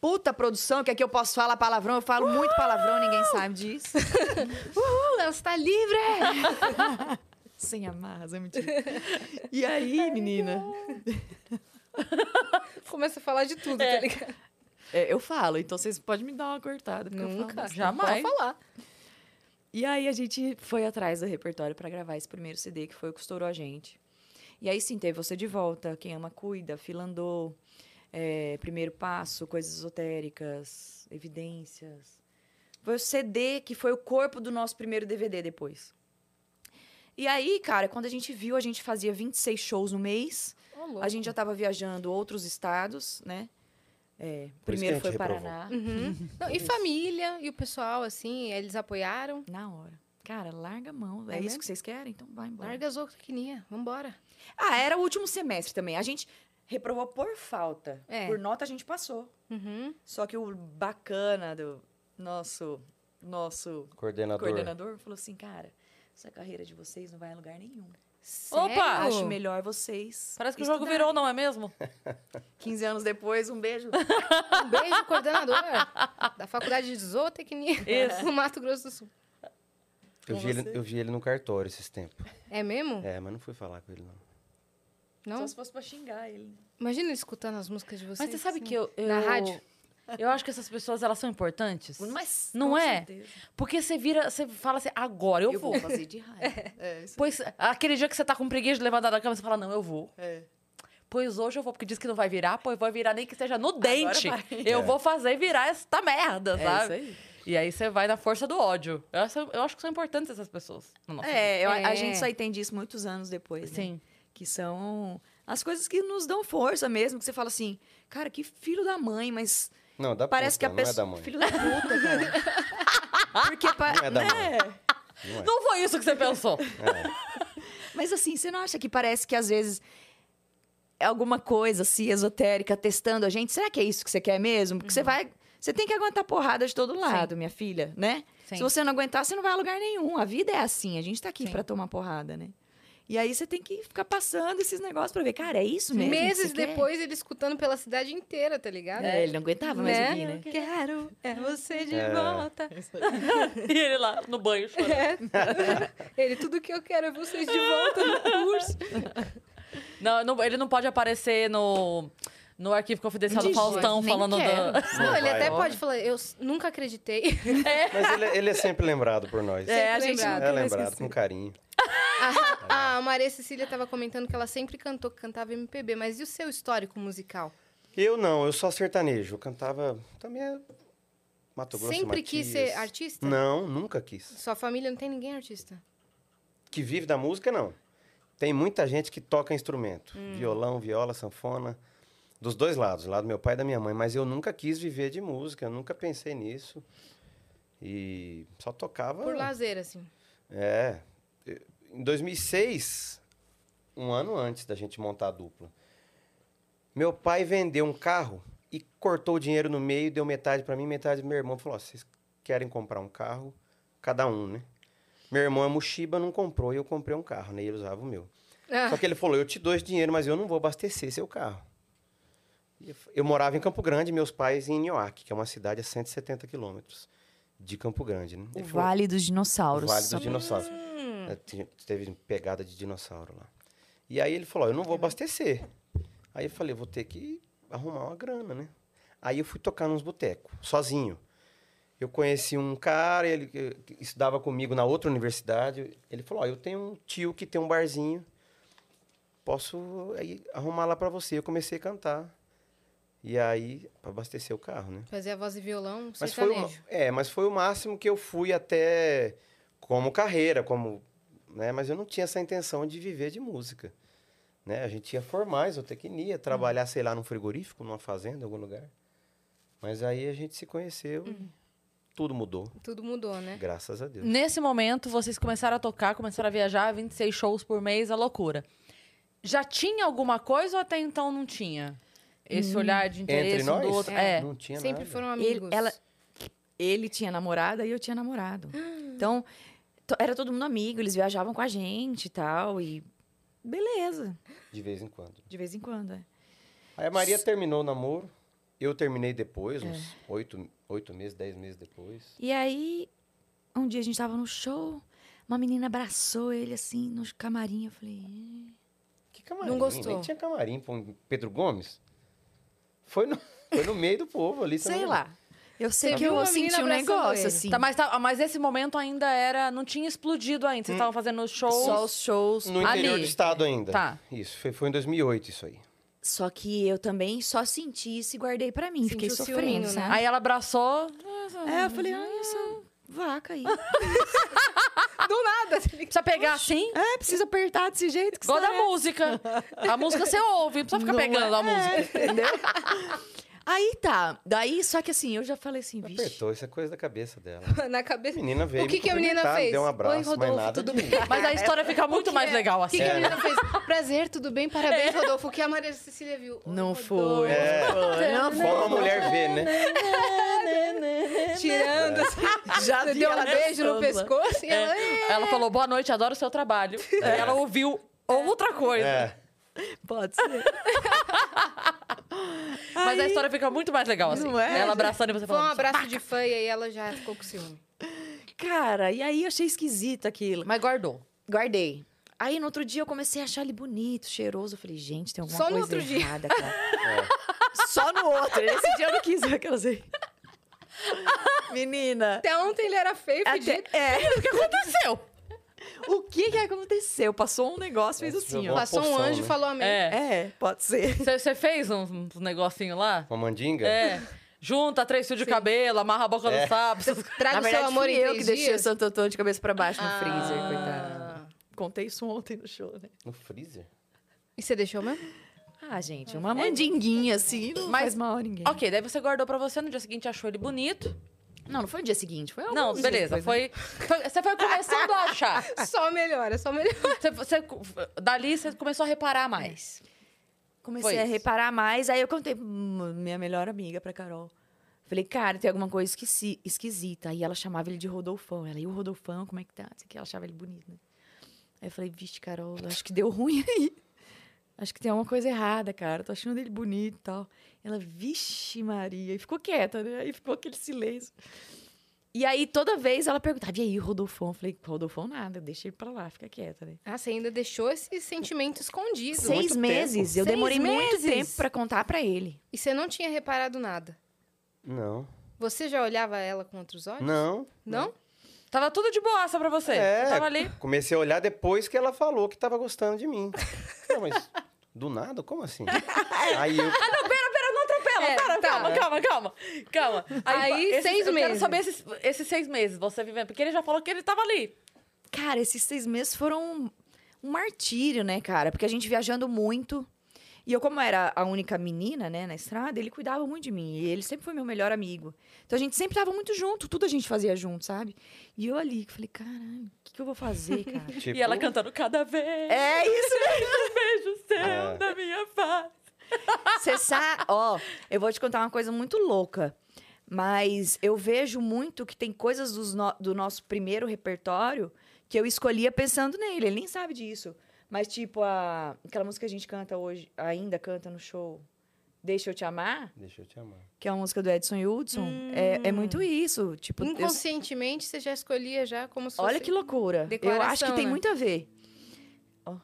puta produção, que aqui eu posso falar palavrão. Eu falo muito palavrão, ninguém sabe disso.
Uh, ela está livre!
Sem amarras, é mentira. E aí, menina?
Começa a falar de tudo, tá ligado?
É, eu falo, então vocês podem me dar uma cortada. porque eu falo
Nunca.
bastante.
Jamais.
Pode falar.
E aí a gente foi atrás do repertório pra gravar esse primeiro CD, que foi o que estourou a gente. E aí sim, teve Você de Volta, Quem Ama Cuida, Filandou, é, Primeiro Passo, Coisas Esotéricas, Evidências. Foi o CD que foi o corpo do nosso primeiro DVD depois. E aí, cara, quando a gente viu, a gente fazia 26 shows no mês. A gente já estava viajando outros estados, né? É,
Por isso
primeiro
que a
foi
gente
o Paraná.
Uhum. Não, e família, e o pessoal, assim, eles apoiaram.
Na hora. Cara, larga a mão. É,
É
isso
mesmo?
que vocês querem? Então vai embora.
Larga a zootecnia, vambora.
Ah, era o último semestre também. A gente reprovou por falta.
É.
Por nota a gente passou.
Uhum.
Só que o bacana do nosso, nosso
Coordenador.
coordenador falou assim, cara, essa carreira de vocês não vai a lugar nenhum.
Sério?
Acho melhor vocês
Parece que o jogo
estudarem."
virou, não é mesmo?
15 anos depois, um beijo.
Um beijo, coordenadora da faculdade de zootecnia
Isso.
no Mato Grosso do Sul.
Eu vi, ele, eu vi ele no cartório esses tempos.
É mesmo?
É, mas não fui falar com ele, não.
Não?
Só se fosse pra xingar ele.
Imagina ele escutando as músicas de vocês.
Mas você sabe
assim.
que eu, eu-
Na rádio.
Eu acho que essas pessoas, elas são importantes.
Mas
Não
com
é?
certeza.
Porque você vira, você fala assim, agora eu, vou.
fazer de raiva. É, isso
Pois, aquele dia que você tá com preguiça de levantar da cama, você fala, não, eu vou.
é.
Pois hoje eu vou, porque diz que não vai virar, pois vai virar nem que seja no dente.
vai. É
Eu
É.
vou fazer virar esta merda, sabe?
isso aí.
E aí você vai na força do ódio. Eu acho, eu acho que são importantes essas pessoas. no nosso
É, eu-
É.
a gente só entende isso muitos anos depois.
Sim.
Né? que são as coisas que nos dão força mesmo, que você fala assim, cara, que filho da mãe, mas
Não, dá
parece que a
puta,
pessoa.
Não é da mãe.
Filho da puta, cara. Porque pa-
Não é da mãe.
né?
Não é.
Não foi isso que você pensou.
Mas assim, você não acha que parece que às vezes é alguma coisa assim, esotérica, testando a gente? Será que é isso que você quer mesmo? Porque você vai. Você tem que aguentar porrada de todo lado, minha filha, né?
Sim.
Se você não aguentar, você não vai a lugar nenhum. A vida é assim, a gente tá aqui
Sim.
pra tomar porrada, né? E aí você tem que ficar passando esses negócios pra ver, cara, é isso mesmo? que
Meses
você quer?
depois, ele escutando pela cidade inteira, tá ligado?
É, ele não aguentava mais
Né?
ouvir, né?
Quero, é você de
É.
volta.
E ele lá no banho chorando.
É. Ele, tudo que eu quero é vocês de volta no curso.
Não, não- ele não pode aparecer no, no arquivo confidencial do
De jeito,
Faustão
nem
falando
quero.
da.
Não, ele
vai.
até pode falar, eu s- nunca acreditei.
Mas ele, ele é sempre lembrado por nós.
É, a
Sempre
gente
lembrado.
nunca
É
vai
lembrado,
esquecer.
com carinho. É.
Ah, A, a Maria Cecília tava comentando que ela sempre cantou, que cantava MPB, mas e o seu histórico musical?
Eu não, eu só sertanejo. Eu cantava também é Mato Grosso e
sempre quis
Matias.
ser artista?
Não, nunca quis.
Sua família não tem ninguém artista?
Que vive da música, não. Tem muita gente que toca instrumento. Violão, viola, sanfona. Dos dois lados, lá do meu pai e da minha mãe. Mas eu nunca quis viver de música, eu nunca pensei nisso. E só tocava...
Por lazer, assim.
É. Eh, Em 2006, um ano antes da gente montar a dupla, meu pai vendeu um carro e cortou o dinheiro no meio, deu metade pra mim, metade pro meu irmão. Falou: "Ó, vocês querem comprar um carro? Cada um, né? Meu irmão é Mushiba, não comprou e eu comprei um carro, né? E ele usava o meu.
Ah,
Só que ele falou: eu te dou esse dinheiro, mas eu não vou abastecer seu carro. E eu fa- Eu morava em Campo Grande, meus pais em Nioaque, que é uma cidade a 170 quilômetros de Campo Grande. Né?
O
Ele falou,
Vale dos Dinossauros.
o Vale
Só-
dos Dinossauros. É, te- Teve pegada de dinossauro lá. E aí ele falou, ó, eu não vou abastecer. Aí eu falei, vou ter que arrumar uma grana, né? Aí eu fui tocar nos botecos, sozinho. Eu conheci um cara, ele eh, que estudava comigo na outra universidade. Ele falou, ó, eu tenho um tio que tem um barzinho. Posso aí, arrumar lá pra você. Eu comecei a cantar. E aí, pra abastecer o carro, né?
Fazer a voz e violão,
Mas foi, o,
sertanejo.
é, mas foi o máximo que eu fui até como carreira, como, né? Mas eu não tinha essa intenção de viver de música, né? A gente ia formar isotecnia, trabalhar, sei lá, num frigorífico, numa fazenda, em algum lugar. Mas aí a gente se conheceu e tudo mudou,
Tudo mudou, né?
graças a Deus.
Nesse momento, vocês começaram a tocar, começaram a viajar, 26 shows por mês, a loucura. Já tinha alguma coisa ou até então não tinha?
Hum.
Esse olhar de interesse
Entre
um do
nós,
outro. É.
não tinha
Sempre
nada.
foram
Ele-
amigos.
ela- Ele tinha namorada e eu tinha namorado. Então, to- era todo mundo amigo, eles viajavam com a gente e tal. E beleza,
De vez em quando.
de vez em quando. É.
Aí a Maria terminou o namoro, eu terminei depois, uns oito, oito meses, dez meses depois.
E aí, um dia a gente tava no show, uma menina abraçou ele assim, no camarim. Eu falei, "Ih".
Que camarim?
gostou.
Nem tinha camarim pra um Pedro Gomes. Foi no, foi no meio do povo ali.
sei
também.
lá. Eu sei
Você
que
viu uma
eu senti
menina
um
abraçando
negócio
ele.
assim.
Tá, mas, tá- mas esse momento ainda era. Não tinha explodido ainda.
Hum.
Vocês estavam fazendo shows.
Só os shows.
No interior
Ali.
do estado ainda.
Tá.
Isso, foi, foi em 2008 isso aí.
Só que eu também só senti isso e guardei pra mim.
Sentiu
Fiquei
o
sofrendo,
ciúminho, né?
sabe?
Aí ela abraçou.
É, eu falei, ai, essa
"Ah."
vaca aí.
Do nada, tá ligado?
Precisa pegar assim.
é, precisa apertar desse jeito que
Igual
você
da música. A música você ouve, não precisa ficar
é Não
pegando
é-
a música.
Entendeu? Aí tá. Daí, só que assim, eu já falei assim, vixe.
Apertou, isso é coisa da cabeça dela.
Na
A
cabeça.
menina veio.
O que
me
que a menina
cumprimentar, me
fez?
Deu um abraço,
Oi, Rodolfo,
mas nada.
tudo
de-
bem?
É.
Mas a história fica muito mais legal
O que,
assim.
que
é.
a menina fez? Prazer, tudo bem? Parabéns, Rodolfo. O que a Maria Cecília viu? Oi,
Não
Rodolfo.
foi.
É.
Não foi.
Como a mulher vê, né? É.
Tirando, assim.
Já
Você
vi
deu um
ela
beijo no
dançando. É.
pescoço e ela... "Ê".
Ela falou, boa noite, adoro o seu trabalho. Aí Ela ouviu outra coisa.
É.
Pode ser.
Mas a história fica muito mais legal assim.
Não é?
Ela abraçando e você
Foi um
falando.
abraço de fã e aí ela já ficou com ciúme.
Cara, e aí eu achei esquisito aquilo.
Mas guardou.
Guardei. Aí no outro dia eu comecei a achar ele bonito, cheiroso. Eu falei, gente, tem um alguma
Só no
coisa
outro dia.
errada, cara.
É.
Só no outro. Nesse dia eu não quis, aquelas aí. Menina.
Até ontem ele era feio,
Até,
fedido.
é. O que aconteceu? O que que aconteceu? Passou um negócio, fez
Nossa,
assim,
jogou
ó.
uma
Passou um
poção,
anjo e
né?
falou amém.
É.
É, pode ser.
Você fez uns, uns negocinhos lá?
Uma mandinga?
É. Junta três fios de cabelo, amarra a boca do
É.
sapo. essas-
Traga
Na
o
verdade,
seu amor
fui
em
eu
três
que deixei o
dias.
Santo Antônio de cabeça pra baixo no freezer,
Ah.
coitado. Contei isso ontem no show, né?
No freezer?
E você deixou mesmo?
Ah, gente, uma mandinguinha assim, não
Mas-
faz mal a ninguém.
Ok, daí você guardou pra você, no dia seguinte achou ele bonito.
Não, não foi o dia seguinte, foi alguns
Não,
dias
beleza,
depois, né?
foi, foi- Você foi começando a achar.
Só melhora, só melhora.
Você, você- dali você começou a reparar mais.
Comecei
foi
a
isso.
reparar mais, aí eu contei pra minha melhor amiga, pra Carol. Falei, cara, tem alguma coisa esquisi- esquisita. Aí ela chamava ele de Rodolfão. Ela, e o Rodolfão, como é que tá? Não sei o quê, Ela achava ele bonito, né? Aí eu falei, vixe, Carol, acho que deu ruim aí. Acho que tem alguma coisa errada, cara. Tô achando ele bonito e tal. Ela, vixe, Maria. E ficou quieta, né? Aí ficou aquele silêncio. E aí, toda vez ela perguntava, e aí, Rodolfão? Eu falei, Rodolfão nada, deixa ele pra lá, fica quieta, né?
Ah, você ainda deixou esse sentimento escondido.
Seis
tempo.
meses. Eu
Seis
demorei muito
meses?
tempo pra contar pra ele.
E você não tinha reparado nada.
Não.
Você já olhava ela com outros olhos?
Não.
Não?
Tava tudo de boaça pra você.
É.
Você tava ali.
Comecei a olhar depois que ela falou que tava gostando de mim. Não, mas do nada? Como assim? Aí eu
Calma,
É,
cara,
tá.
calma, calma, calma. Calma.
Aí,
esses-
seis
Eu quero
meses.
saber esses, esses seis meses você vivendo. Porque ele já falou que ele tava ali.
Cara, esses seis meses foram um martírio, né, cara? Porque a gente viajando muito. E eu, como era a única menina, né, na estrada, ele cuidava muito de mim. E ele sempre foi meu melhor amigo. Então a gente sempre tava muito junto, tudo a gente fazia junto, sabe? E eu ali, que falei, caralho, o que, que eu vou fazer, cara?
Tipo,
E ela cantando cada vez.
é isso, né?
Um beijo seu
É.
da minha face.
Você sabe. Ó, eu vou te contar uma coisa muito louca. Mas eu vejo muito que tem coisas dos no- do nosso primeiro repertório que eu escolhia pensando nele. Ele nem sabe disso. Mas, tipo, a... aquela música que a gente canta hoje, ainda canta no show, Deixa Eu Te Amar,
Deixa eu te amar.
que é uma música do Edson Hudson, é, é
Hum.
muito isso.
Um
Tipo, eu-
Inconscientemente, você já escolhia já como se
Olha
fosse-
que loucura. Eu acho que
Declaração,
tem
né?
muito a ver. Ó.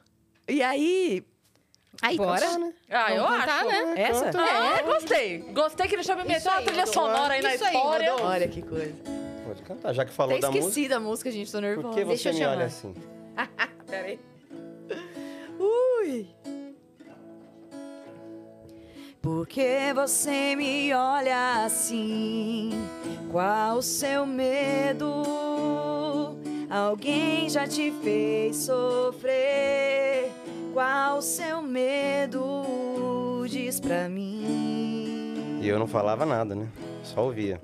E aí... aí
Bora?
Ah, eu
Vamos cantar,
acho.
né?
Essa?
Canta.
Ah, gostei. Gostei que ele já me meteu uma
aí,
trilha
Rodolfo.
é?
sonora aí na
Isso aí,
história.
Rodolfo.
Olha que coisa.
Pode cantar, já que falou
Até
da música.
esqueci da música, gente, tô
Por que
nervosa.
você
Deixa eu
me
chamar.
olha assim?
Peraí. Ui! Por que você me olha assim? Qual o seu medo? Alguém já te fez sofrer? Qual o seu medo? Diz pra mim.
E eu não falava nada, né? Só ouvia.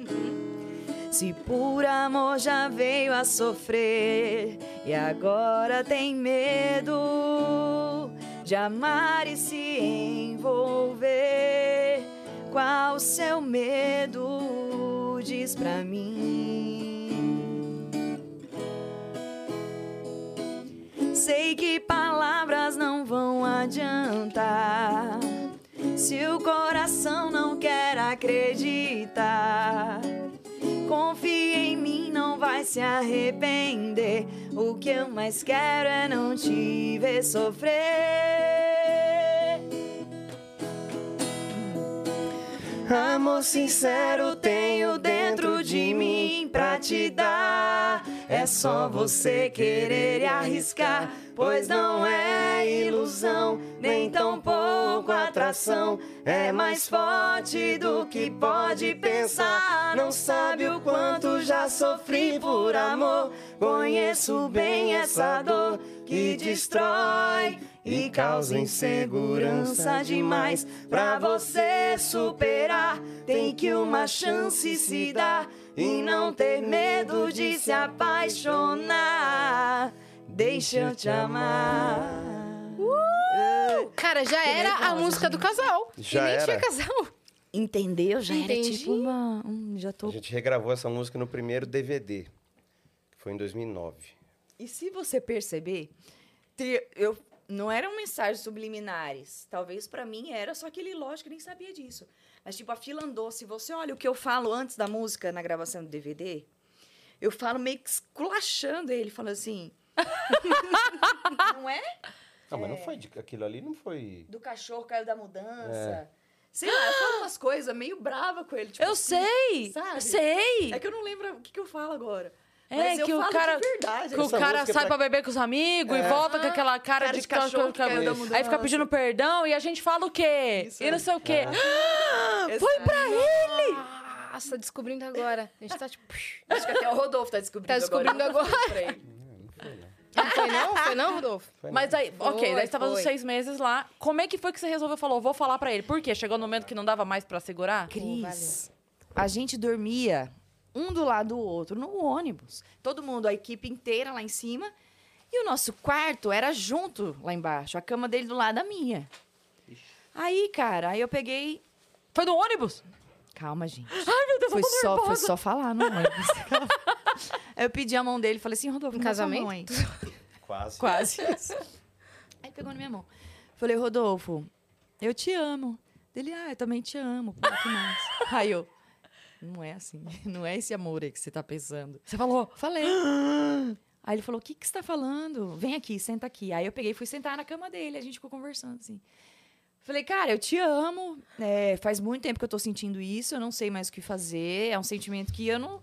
Se por amor já veio a sofrer e agora tem medo de amar e se envolver, qual o seu medo? Diz pra mim. Sei que palavras não vão adiantar. Se o coração não quer acreditar, Confia em mim, não vai se arrepender. O que eu mais quero é não te ver sofrer. Amor sincero tenho dentro de mim pra te dar. É só você querer e arriscar, pois não é ilusão, nem tão pouco atração. É mais forte do que pode pensar. Não sabe o quanto já sofri por amor. Conheço bem essa dor que destrói e causa insegurança demais. Pra você superar, tem que uma chance se dar e não ter medo de se apaixonar. Deixa eu te amar.
Cara, já era a
nervosa,
música do casal.
Já
e nem
era.
tinha casal.
Entendeu? Já
Entendi.
era tipo uma. hum, já
A
tô.
gente regravou essa música no primeiro DVD, que foi em 2009.
E se você perceber, te- eu não eram mensagens subliminares. Talvez pra mim era, só que ele, lógico, nem sabia disso. Mas, tipo, a fila andou. Se você olha o que eu falo antes da música na gravação do DVD, eu falo meio que esculachando ele, falando assim. não é?
Não, mas não foi de- aquilo ali, não foi.
Do cachorro caiu da mudança. Sei lá, eu falo umas coisas meio brava com ele. Tipo,
Eu
assim.
sei!
sabe?
Sei!
É que eu não lembro o que, que eu falo agora.
É,
Mas eu
que o
falo
cara-
de verdade. É.
Que o
Essa
cara
música é
sai
pra-
pra beber com os amigos e volta com
Ah,
aquela cara,
cara
de, tá
de cachorro que caiu
da
Aí fica
mudança.
pedindo perdão e a gente fala o quê?
Isso
e não
aí. É,
sei o quê.
Foi pra
Nossa, descobrindo agora. A gente tá tipo...
Acho que até o Rodolfo tá descobrindo
Tá descobrindo
agora.
agora.
Pra ele.
Não foi não? Foi não, Rodolfo?
Foi
Mas aí, ok,
Foi,
daí você tava nos
foi.
seis meses lá. Como é que foi que você resolveu? Falou, vou falar pra ele. Por quê? Chegou no momento que não dava mais pra segurar?
Cris, a gente dormia um do lado do outro no ônibus. Todo mundo, a equipe inteira lá em cima. E o nosso quarto era junto lá embaixo. A cama dele do lado da minha. Aí, cara, aí eu peguei.
Foi no ônibus?
Calma, gente.
Ai, meu Deus,
Foi
eu tô
só, foi
nervosa.
só falar no ônibus. aí eu pedi a mão dele e falei assim, Rodolfo,
Em
me dá sua
casamento?
mão aí.
Quase.
Quase. Aí pegou na minha mão. Falei, Rodolfo, eu te amo. Ele, ah, eu também te amo. Pô, que mais? Aí eu, não é assim. Não é esse amor aí que você tá pensando.
Você falou,
Falei. Aí ele falou, o que, que você tá falando? Vem aqui, senta aqui. Aí eu peguei e fui sentar na cama dele. A gente ficou conversando, assim. Falei, cara, eu te amo. É, faz muito tempo que eu tô sentindo isso. Eu não sei mais o que fazer. É um sentimento que eu não...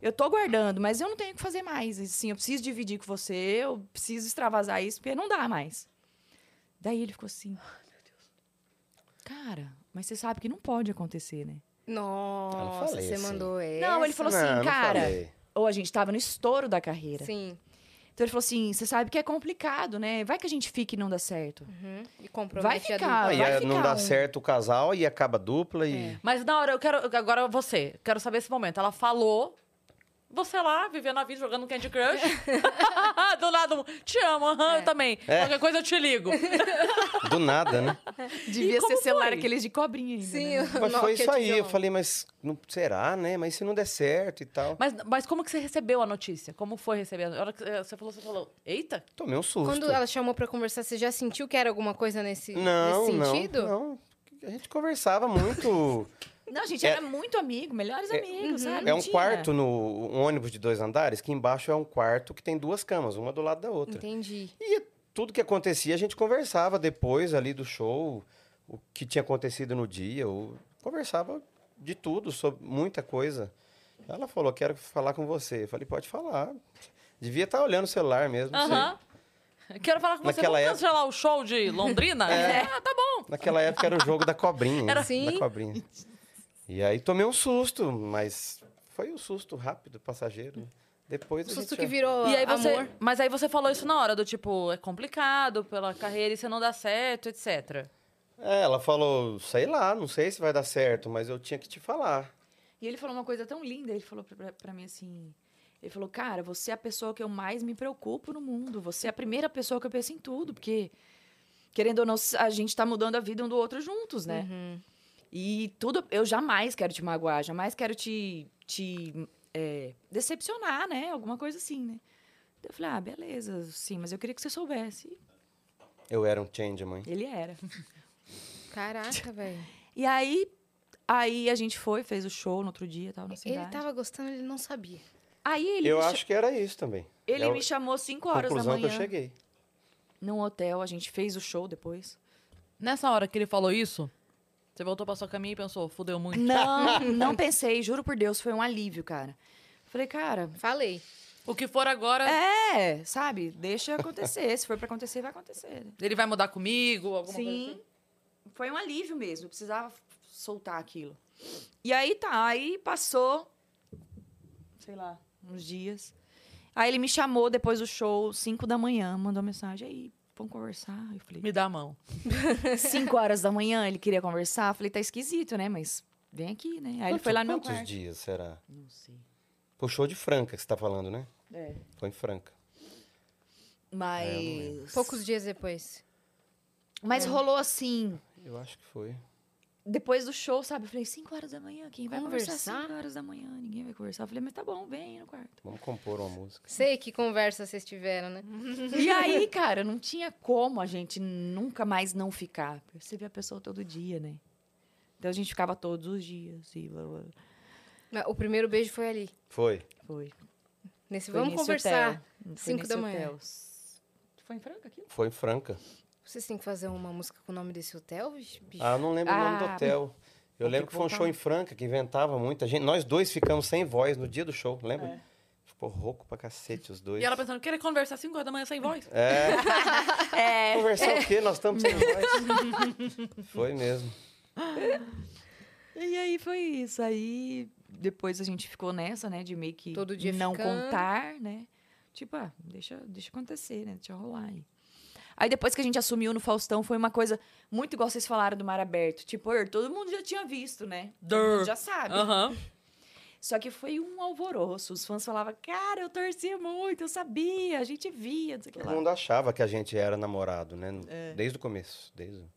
Eu tô guardando, mas eu não tenho o que fazer mais. Assim, eu preciso dividir com você. Eu preciso extravasar isso, porque não dá mais. Daí ele ficou assim... Cara, mas você sabe que não pode acontecer, né?
não
Nossa,
falei
você
assim.
mandou essa.
Não, ele falou assim,
Não, não
cara...
falei.
Ou a gente tava no estouro da carreira.
Sim.
Então ele falou assim: você sabe que é complicado, né? Vai que a gente fica e não dá certo.
Uhum. E comprometida.
ficar.
Aí
vai
eh, não
ficar
dá
um-
certo o casal e acaba a dupla e.
Mas na hora, eu quero. Agora é você, eu quero saber esse momento. Ela falou. Você lá, vivendo a vida, jogando Candy Crush. Do lado, te amo, aham, eu também.
É.
Qualquer coisa eu te ligo.
É.
Do nada, né?
Devia
como
ser celular
foi?
aqueles de cobrinha ainda.
Sim,
né?
Mas
o
foi isso
Nokia
aí. Eu
tijolão.
falei, mas não, será, né? Mas se não der certo e tal.
Mas, mas como que você recebeu a notícia? Como foi receber? A a hora que eh, você falou, você falou, eita,
Tomei um susto.
Quando ela chamou pra conversar, você já sentiu que era alguma coisa nesse,
não,
nesse
não,
sentido?
Não, A gente conversava muito.
Não, gente,
É-
era muito amigo, melhores amigos, sabe?
é
Não
um
tinha.
quarto no um ônibus de dois andares, que embaixo é um quarto que tem duas camas, uma do lado da outra.
Entendi.
E tudo que acontecia, a gente conversava depois ali do show, o que tinha acontecido no dia, o- conversava de tudo, sobre muita coisa. Ela falou, quero falar com você. Eu falei, pode falar. Devia estar olhando o celular mesmo. assim. não sei.
aham. Quero falar com você.
Naquela
Vamos
época-
cancelar o show de Londrina?
É.
Ah, tá bom.
Naquela época era o jogo da cobrinha. né?
Era assim?
Da cobrinha. E aí tomei um susto, mas foi um susto rápido, passageiro. Depois a
Um Susto
gente
que
já-
virou
E aí você,
amor.
mas aí você falou isso na hora, do tipo, é complicado pela carreira e você não dá certo, etc.
É, ela falou, sei lá, não sei se vai dar certo, mas eu tinha que te falar.
E ele falou uma coisa tão linda, ele falou pra- pra, pra mim assim. Ele falou, cara, você é a pessoa que eu mais me preocupo no mundo. Você é a primeira pessoa que eu penso em tudo, porque, querendo ou não, a gente tá mudando a vida um do outro juntos, né? E tudo. Eu jamais quero te magoar, jamais quero te, te é, decepcionar, né? Alguma coisa assim, né? Eu falei, ah, beleza, sim, mas eu queria que você soubesse.
Eu era um change, mãe.
Ele era.
Caraca, velho.
E aí, aí a gente foi, fez o show no outro dia, tal, na cidade.
Ele tava gostando, ele não sabia.
Aí ele,
eu
me, cha-
acho que era isso também.
ele
é o-
me chamou 5 horas da
conclusão que eu
manhã
cheguei.
num hotel, a gente fez o show depois.
Nessa hora que ele falou isso, você voltou pra sua caminha e pensou, fudeu
Hum.
muito.
Não, não pensei, juro por Deus, foi um alívio, cara. Falei, cara,
Falei.
O que for agora,
é, sabe, deixa acontecer, se for pra acontecer, vai acontecer.
ele vai mudar comigo, alguma coisa
Sim. Foi um alívio mesmo. Eu precisava soltar aquilo. E aí tá, aí passou, sei lá, uns dias. Aí ele me chamou depois do show, 5 da manhã, mandou mensagem. Aí, vamos conversar. Eu
assim.
falei,
Me dá a mão.
5 horas da manhã ele queria conversar. Eu falei, tá esquisito, né? Mas vem aqui, né? Aí ele foi lá no meu
Quantos
quarto.
dias será?
Não sei.
Puxou de Franca que você tá falando, né?
É.
Foi em Franca. É,
Mas.
Poucos dias depois.
Mas rolou assim.
Eu acho que foi.
Depois do show, sabe? Eu falei, 5 horas da manhã, quem vai
Conversar?
conversar? 5 horas da manhã, ninguém vai conversar. Eu falei, mas tá bom, vem aí no quarto.
Vamos compor uma música.
Sei que conversa vocês tiveram, né?
E aí, cara, não tinha como a gente nunca mais não ficar. Você vê a pessoa todo dia, né? Então a gente ficava todos os dias. E blá, blá, blá.
Mas O primeiro beijo foi ali.
Foi.
foi.
Nesse
Foi
vamos
nesse
conversar.
hotel. Foi
cinco
nesse
da manhã.
hotel. Foi em Franca aquilo?
Foi em Franca.
Vocês têm que fazer uma música com o nome desse hotel, bicho?
Ah, eu não lembro o nome do
Ah.
hotel. Eu
Vou ter
lembro
que
que foi um
voltar
show
lá.
em Franca que inventava muita gente. Nós dois ficamos sem voz no dia do show, lembra?
É.
Ficou rouco pra cacete os dois.
E ela pensando, queria conversar 5 horas da manhã
Uhum.
sem voz.
É.
É.
Conversar o quê? Nós estamos sem voz. foi mesmo.
E aí foi isso. Aí depois a gente ficou nessa, né? De meio que
Todo dia
não
ficando.
contar, né? Tipo, ah, deixa, deixa acontecer, né? Deixa rolar aí. Aí depois que a gente assumiu no Faustão, foi uma coisa muito igual vocês falaram do Mar Aberto. Tipo, "Er, todo mundo já tinha visto, né? Todo
Dur.
mundo já sabe.
Aham.
Só que foi um alvoroço. Os fãs falavam, cara, eu torcia muito, eu sabia, a gente via, não sei o que
Todo
lá.
mundo achava que a gente era namorado, né?
É.
Desde o começo. Desde... o-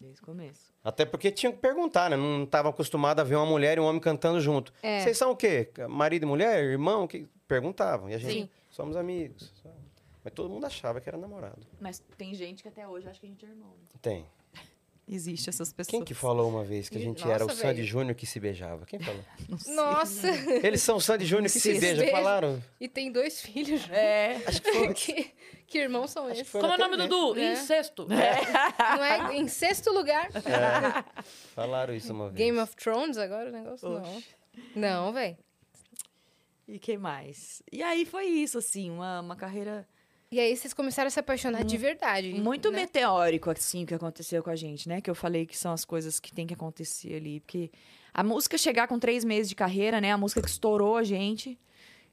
Desde o começo.
Até porque tinha que perguntar, né? Não estava acostumado a ver uma mulher e um homem cantando junto.
É.
Vocês são o quê? Marido e mulher? Irmão? Que... Perguntavam. E a gente,
Sim.
somos amigos. sabe? Mas todo mundo achava que era namorado.
Mas tem gente que até hoje acha que a gente é irmão. né?
Tem.
Existe essas pessoas.
Quem que falou uma vez que a
Ih,
gente
nossa,
era o Sandy
velho.
Júnior que se beijava? Quem falou?
Nossa!
Eles são o Sandy Júnior que se
Se
beijam,
beijam.
falaram?
E tem dois filhos.
É.
né?
Acho que foi.
que, que irmãos são
Acho que
esses?
foi
Como é o
na
nome do
TV.
Du?
É.
Incesto.
Não é em sexto lugar?
É. Falaram isso uma vez.
Game of Thrones agora o negócio?
Oxe.
Não. Não, velho.
E que mais? E aí foi isso, assim, uma, uma carreira
E aí vocês começaram a se apaixonar de verdade.
muito
né?
meteórico, assim, que aconteceu com a gente, né? Que eu falei que são as coisas que tem que acontecer ali. Porque a música chegar com três meses de carreira, né? A música que estourou a gente.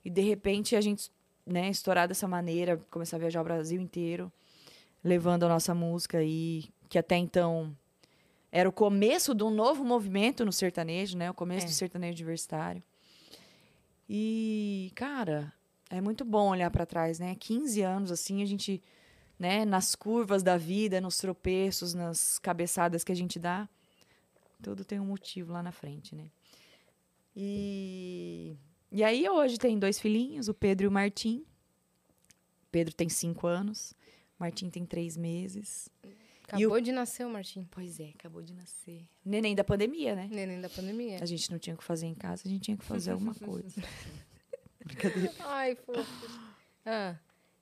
E de repente a gente, né, estourar dessa maneira, começar a viajar o Brasil inteiro, levando a nossa música aí, que até então era o começo de um novo movimento no sertanejo, né? O começo
É.
do sertanejo universitário. E, cara, é muito bom olhar pra trás, né? 15 anos assim, a gente, né, nas curvas da vida, nos tropeços, nas cabeçadas que a gente dá, tudo tem um motivo lá na frente, né? E e aí hoje tem dois filhinhos, o Pedro e o Martim. Pedro tem cinco anos, Martim tem três meses.
Acabou de nascer o Martim.
Pois é, acabou de nascer. Neném da pandemia, né?
Neném da pandemia.
A gente não tinha o que fazer em casa, a gente tinha que fazer alguma coisa.
Ai, fofo. Ah,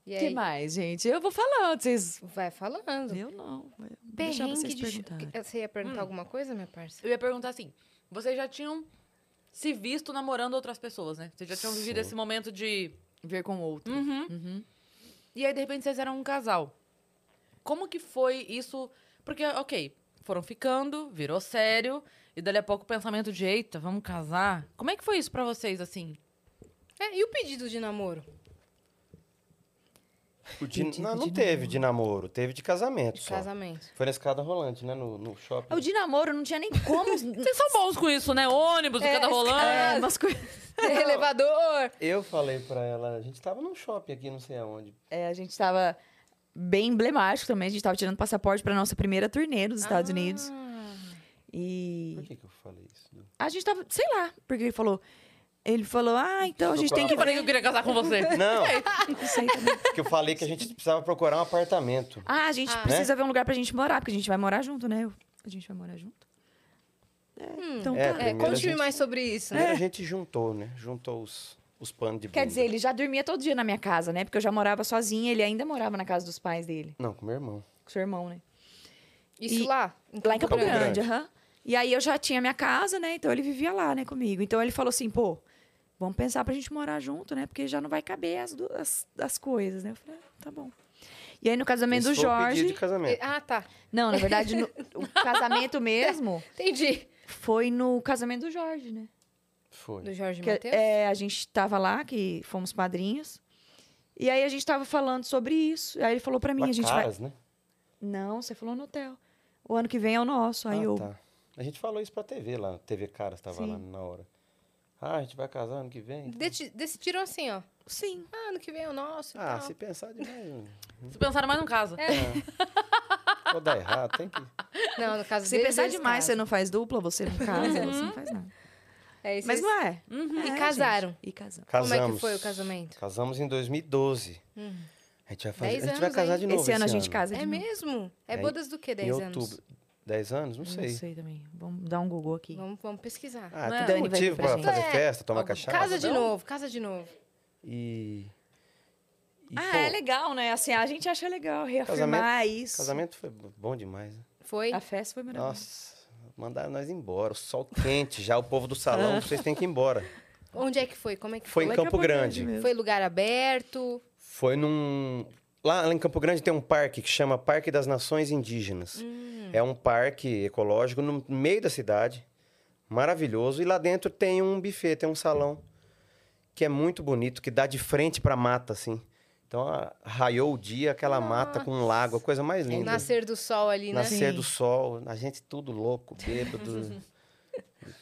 e
O que Hum.
aí?
mais, gente? Eu vou falando, vocês.
Vai falando.
Eu não. eu vou deixar vocês
cho-
perguntarem.
Você ia
Hum.
perguntar alguma coisa, minha parça?
Eu ia perguntar assim: vocês já tinham se visto namorando outras pessoas, né? Vocês já tinham vivido
Sim.
esse momento de.
Ver com outro. Uhum.
E aí, de repente, vocês eram um casal. Como que foi isso? Porque, ok, foram ficando, virou sério, e dali a pouco o pensamento de, eita, vamos casar. Como é que foi isso pra vocês, assim?
É, e o pedido de namoro?
O de-
Pedido
Não, não
de
teve de namoro, teve de casamento só.
Casamento.
Foi na escada rolante, né? No, no
É
shopping.
O de namoro não tinha nem como.
Vocês são bons com isso, né? Ônibus,
É,
cada rolando.
é, umas coisas.
Elevador!
Eu falei pra ela, a gente tava num shopping aqui, não sei aonde.
É, a gente tava bem emblemático também. A gente tava tirando passaporte pra nossa primeira turnê nos Estados Unidos.
Por
E
que, que eu falei isso? Du?
a gente tava, sei lá, porque ele falou. Ele falou, ah, então a gente tem que.
Eu falei que eu queria casar com você.
Não,
Não sei também.
que eu falei que a gente precisava procurar um apartamento.
Ah, a gente
Ah.
É?
precisa ver um lugar pra gente morar, porque a gente vai morar junto, né? A gente vai morar junto. É, então tá.
É,
É, Primeiro a
conte-me
gente-
mais sobre isso, né?
É.
Primeiro a gente juntou, né? Juntou os, os panos de bunda.
Quer dizer, ele já dormia todo dia na minha casa, né? Porque eu já morava sozinha, ele ainda morava na casa dos pais dele,
Não, com meu irmão.
com seu irmão, né?
Isso
E-
lá?
Lá em Campo
Campo
Grande,
Grande.
aham. E aí eu já tinha minha casa, né? Então ele vivia lá, né, comigo. Então ele falou assim, pô, vamos pensar pra gente morar junto, né? Porque já não vai caber as, du- as, as coisas, né? Eu falei, ah, tá bom. E aí no casamento
Esse
do
foi o pedido
Jorge. É,
de casamento.
Ah, tá.
Não, na verdade, no- o casamento mesmo
Entendi.
foi no casamento do Jorge, né?
Foi.
Do Jorge
Que,
Matheus?
é, a gente tava lá, que fomos padrinhos. E aí a gente tava falando sobre isso. Aí ele falou pra mim,
Lá
a gente vai.
caras, né?
Não, você falou no hotel. O ano que vem é o nosso. Aí
ah,
eu.
tá. A gente falou isso pra TV lá. TV Caras tava lá na hora. Ah, a gente vai casar ano que vem?
Deci- Decidiram assim, ó.
Sim.
Ah, ano que vem é o nosso e
Ah,
tal.
se pensar demais,
Se pensaram mais num caso.
pode dar errado. Tem que...
Não, no caso
Se
deles, tá.
pensar
eles
É demais, você
casam.
não faz dupla, você não casa, você não faz nada.
É, isso
Uhum. Mas não é.
E
É,
casaram?
gente. E casamos.
Como
Casamos.
é que foi o casamento? Hum.
Casamos em 2012. A gente vai, fazer...
Dez
a gente vai
anos,
casar
hein?
de novo
esse
esse
ano a gente casa de
É
novo.
mesmo? É
Dez-
bodas do quê?
Em
10 anos?
outubro. 10 anos? Não sei.
Não sei também. Vamos dar um Google aqui.
Vamos, vamos pesquisar.
Ah,
Não é?
tem
Dani vai vir
motivo
pra
pra
gente.
fazer
É.
festa, tomar
Algum-
cachaça.
Casa de
não?
novo, casa de novo.
E. e,
ah,
pô,
é legal, né? Assim, a gente acha legal reafirmar isso.
Casamento foi bom demais. Né?
Foi?
A festa foi maravilhosa.
Nossa, mandaram nós embora. O sol quente já, o povo do
Ah.
salão, vocês têm que ir embora.
Onde é que foi? Como é que foi?
Foi em
Lá em
Campo
Campo Grande
Grande.
mesmo.
Foi lugar aberto?
Foi num. Lá lá em Campo Grande tem um parque que chama Parque das Nações Indígenas. É um parque ecológico no meio da cidade, maravilhoso. E lá dentro tem um buffet, tem um salão que é muito bonito, que dá de frente pra mata, assim. Então, a- raiou o dia, aquela mata com um lago, a coisa mais
O
linda.
nascer do sol ali, né?
Nascer do sol, a gente tudo louco, bêbado.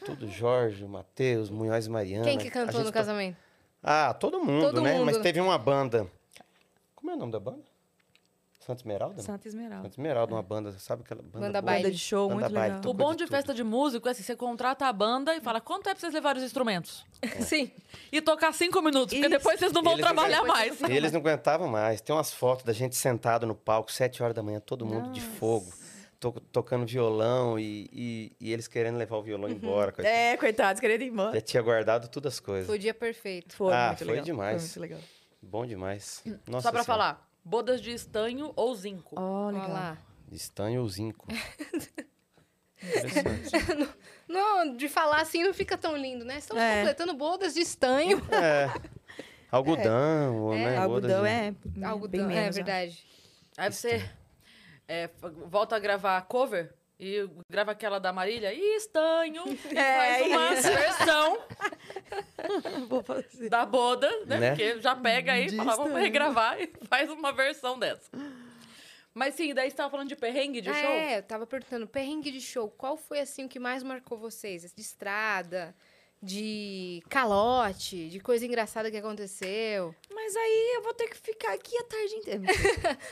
tudo Jorge, Matheus, Munhoz e Mariana.
Quem que
A
cantou
gente
no
tá-
casamento?
Ah, todo mundo,
Todo
né?
mundo.
Mas teve uma banda. Como é o nome da banda? Santa Esmeralda? Santa,
Santa Esmeralda.
Esmeralda, uma banda, sabe aquela banda?
Banda
boa?
baile.
Banda de show,
Banda
muito
baile,
legal.
O
tocou
bom
de
de
tudo.
festa de músico é assim, você contrata a banda e fala, quanto é pra vocês levarem os instrumentos?
É,
Sim.
E tocar cinco minutos, porque
Isso.
depois vocês não vão
Eles-
trabalhar
depois-
mais.
E eles não aguentavam mais. Tem umas fotos da gente sentado no palco, sete horas da manhã, todo mundo de fogo, to- tocando violão e, e- e eles querendo levar o violão embora. coitado.
É, coitados, querendo ir embora.
Já tinha guardado todas as coisas.
Foi o dia perfeito.
Foi
Ah,
muito
foi
legal.
demais.
Foi muito legal.
Bom demais. Nossa
Só pra
Senhora.
falar, bodas de estanho ou zinco.
Ó,
Olha
legal.
lá.
Estanho ou zinco. Interessante.
Não, de falar assim não fica tão lindo, né? Estamos
É.
completando bodas de estanho.
É. Algodão, ou, né?
Algodão
bodas de-
é bem
Algodão, é
menos, ó.
verdade.
Aí você é, f- volta a gravar a cover e grava aquela da Marília e estanho. E
É,
faz uma
isso.
versão
Vou assim. fazer.
da boda, né?
Né?
Porque já pega aí e
De
fala, vamos
estanho.
regravar e faz uma versão dessa. Mas sim, daí você tava falando de perrengue de
Ah,
show?
É, eu tava perguntando, perrengue de show, qual foi assim o que mais marcou vocês? De estrada, de calote, de coisa engraçada que aconteceu.
Mas aí eu vou ter que ficar aqui a tarde inteira.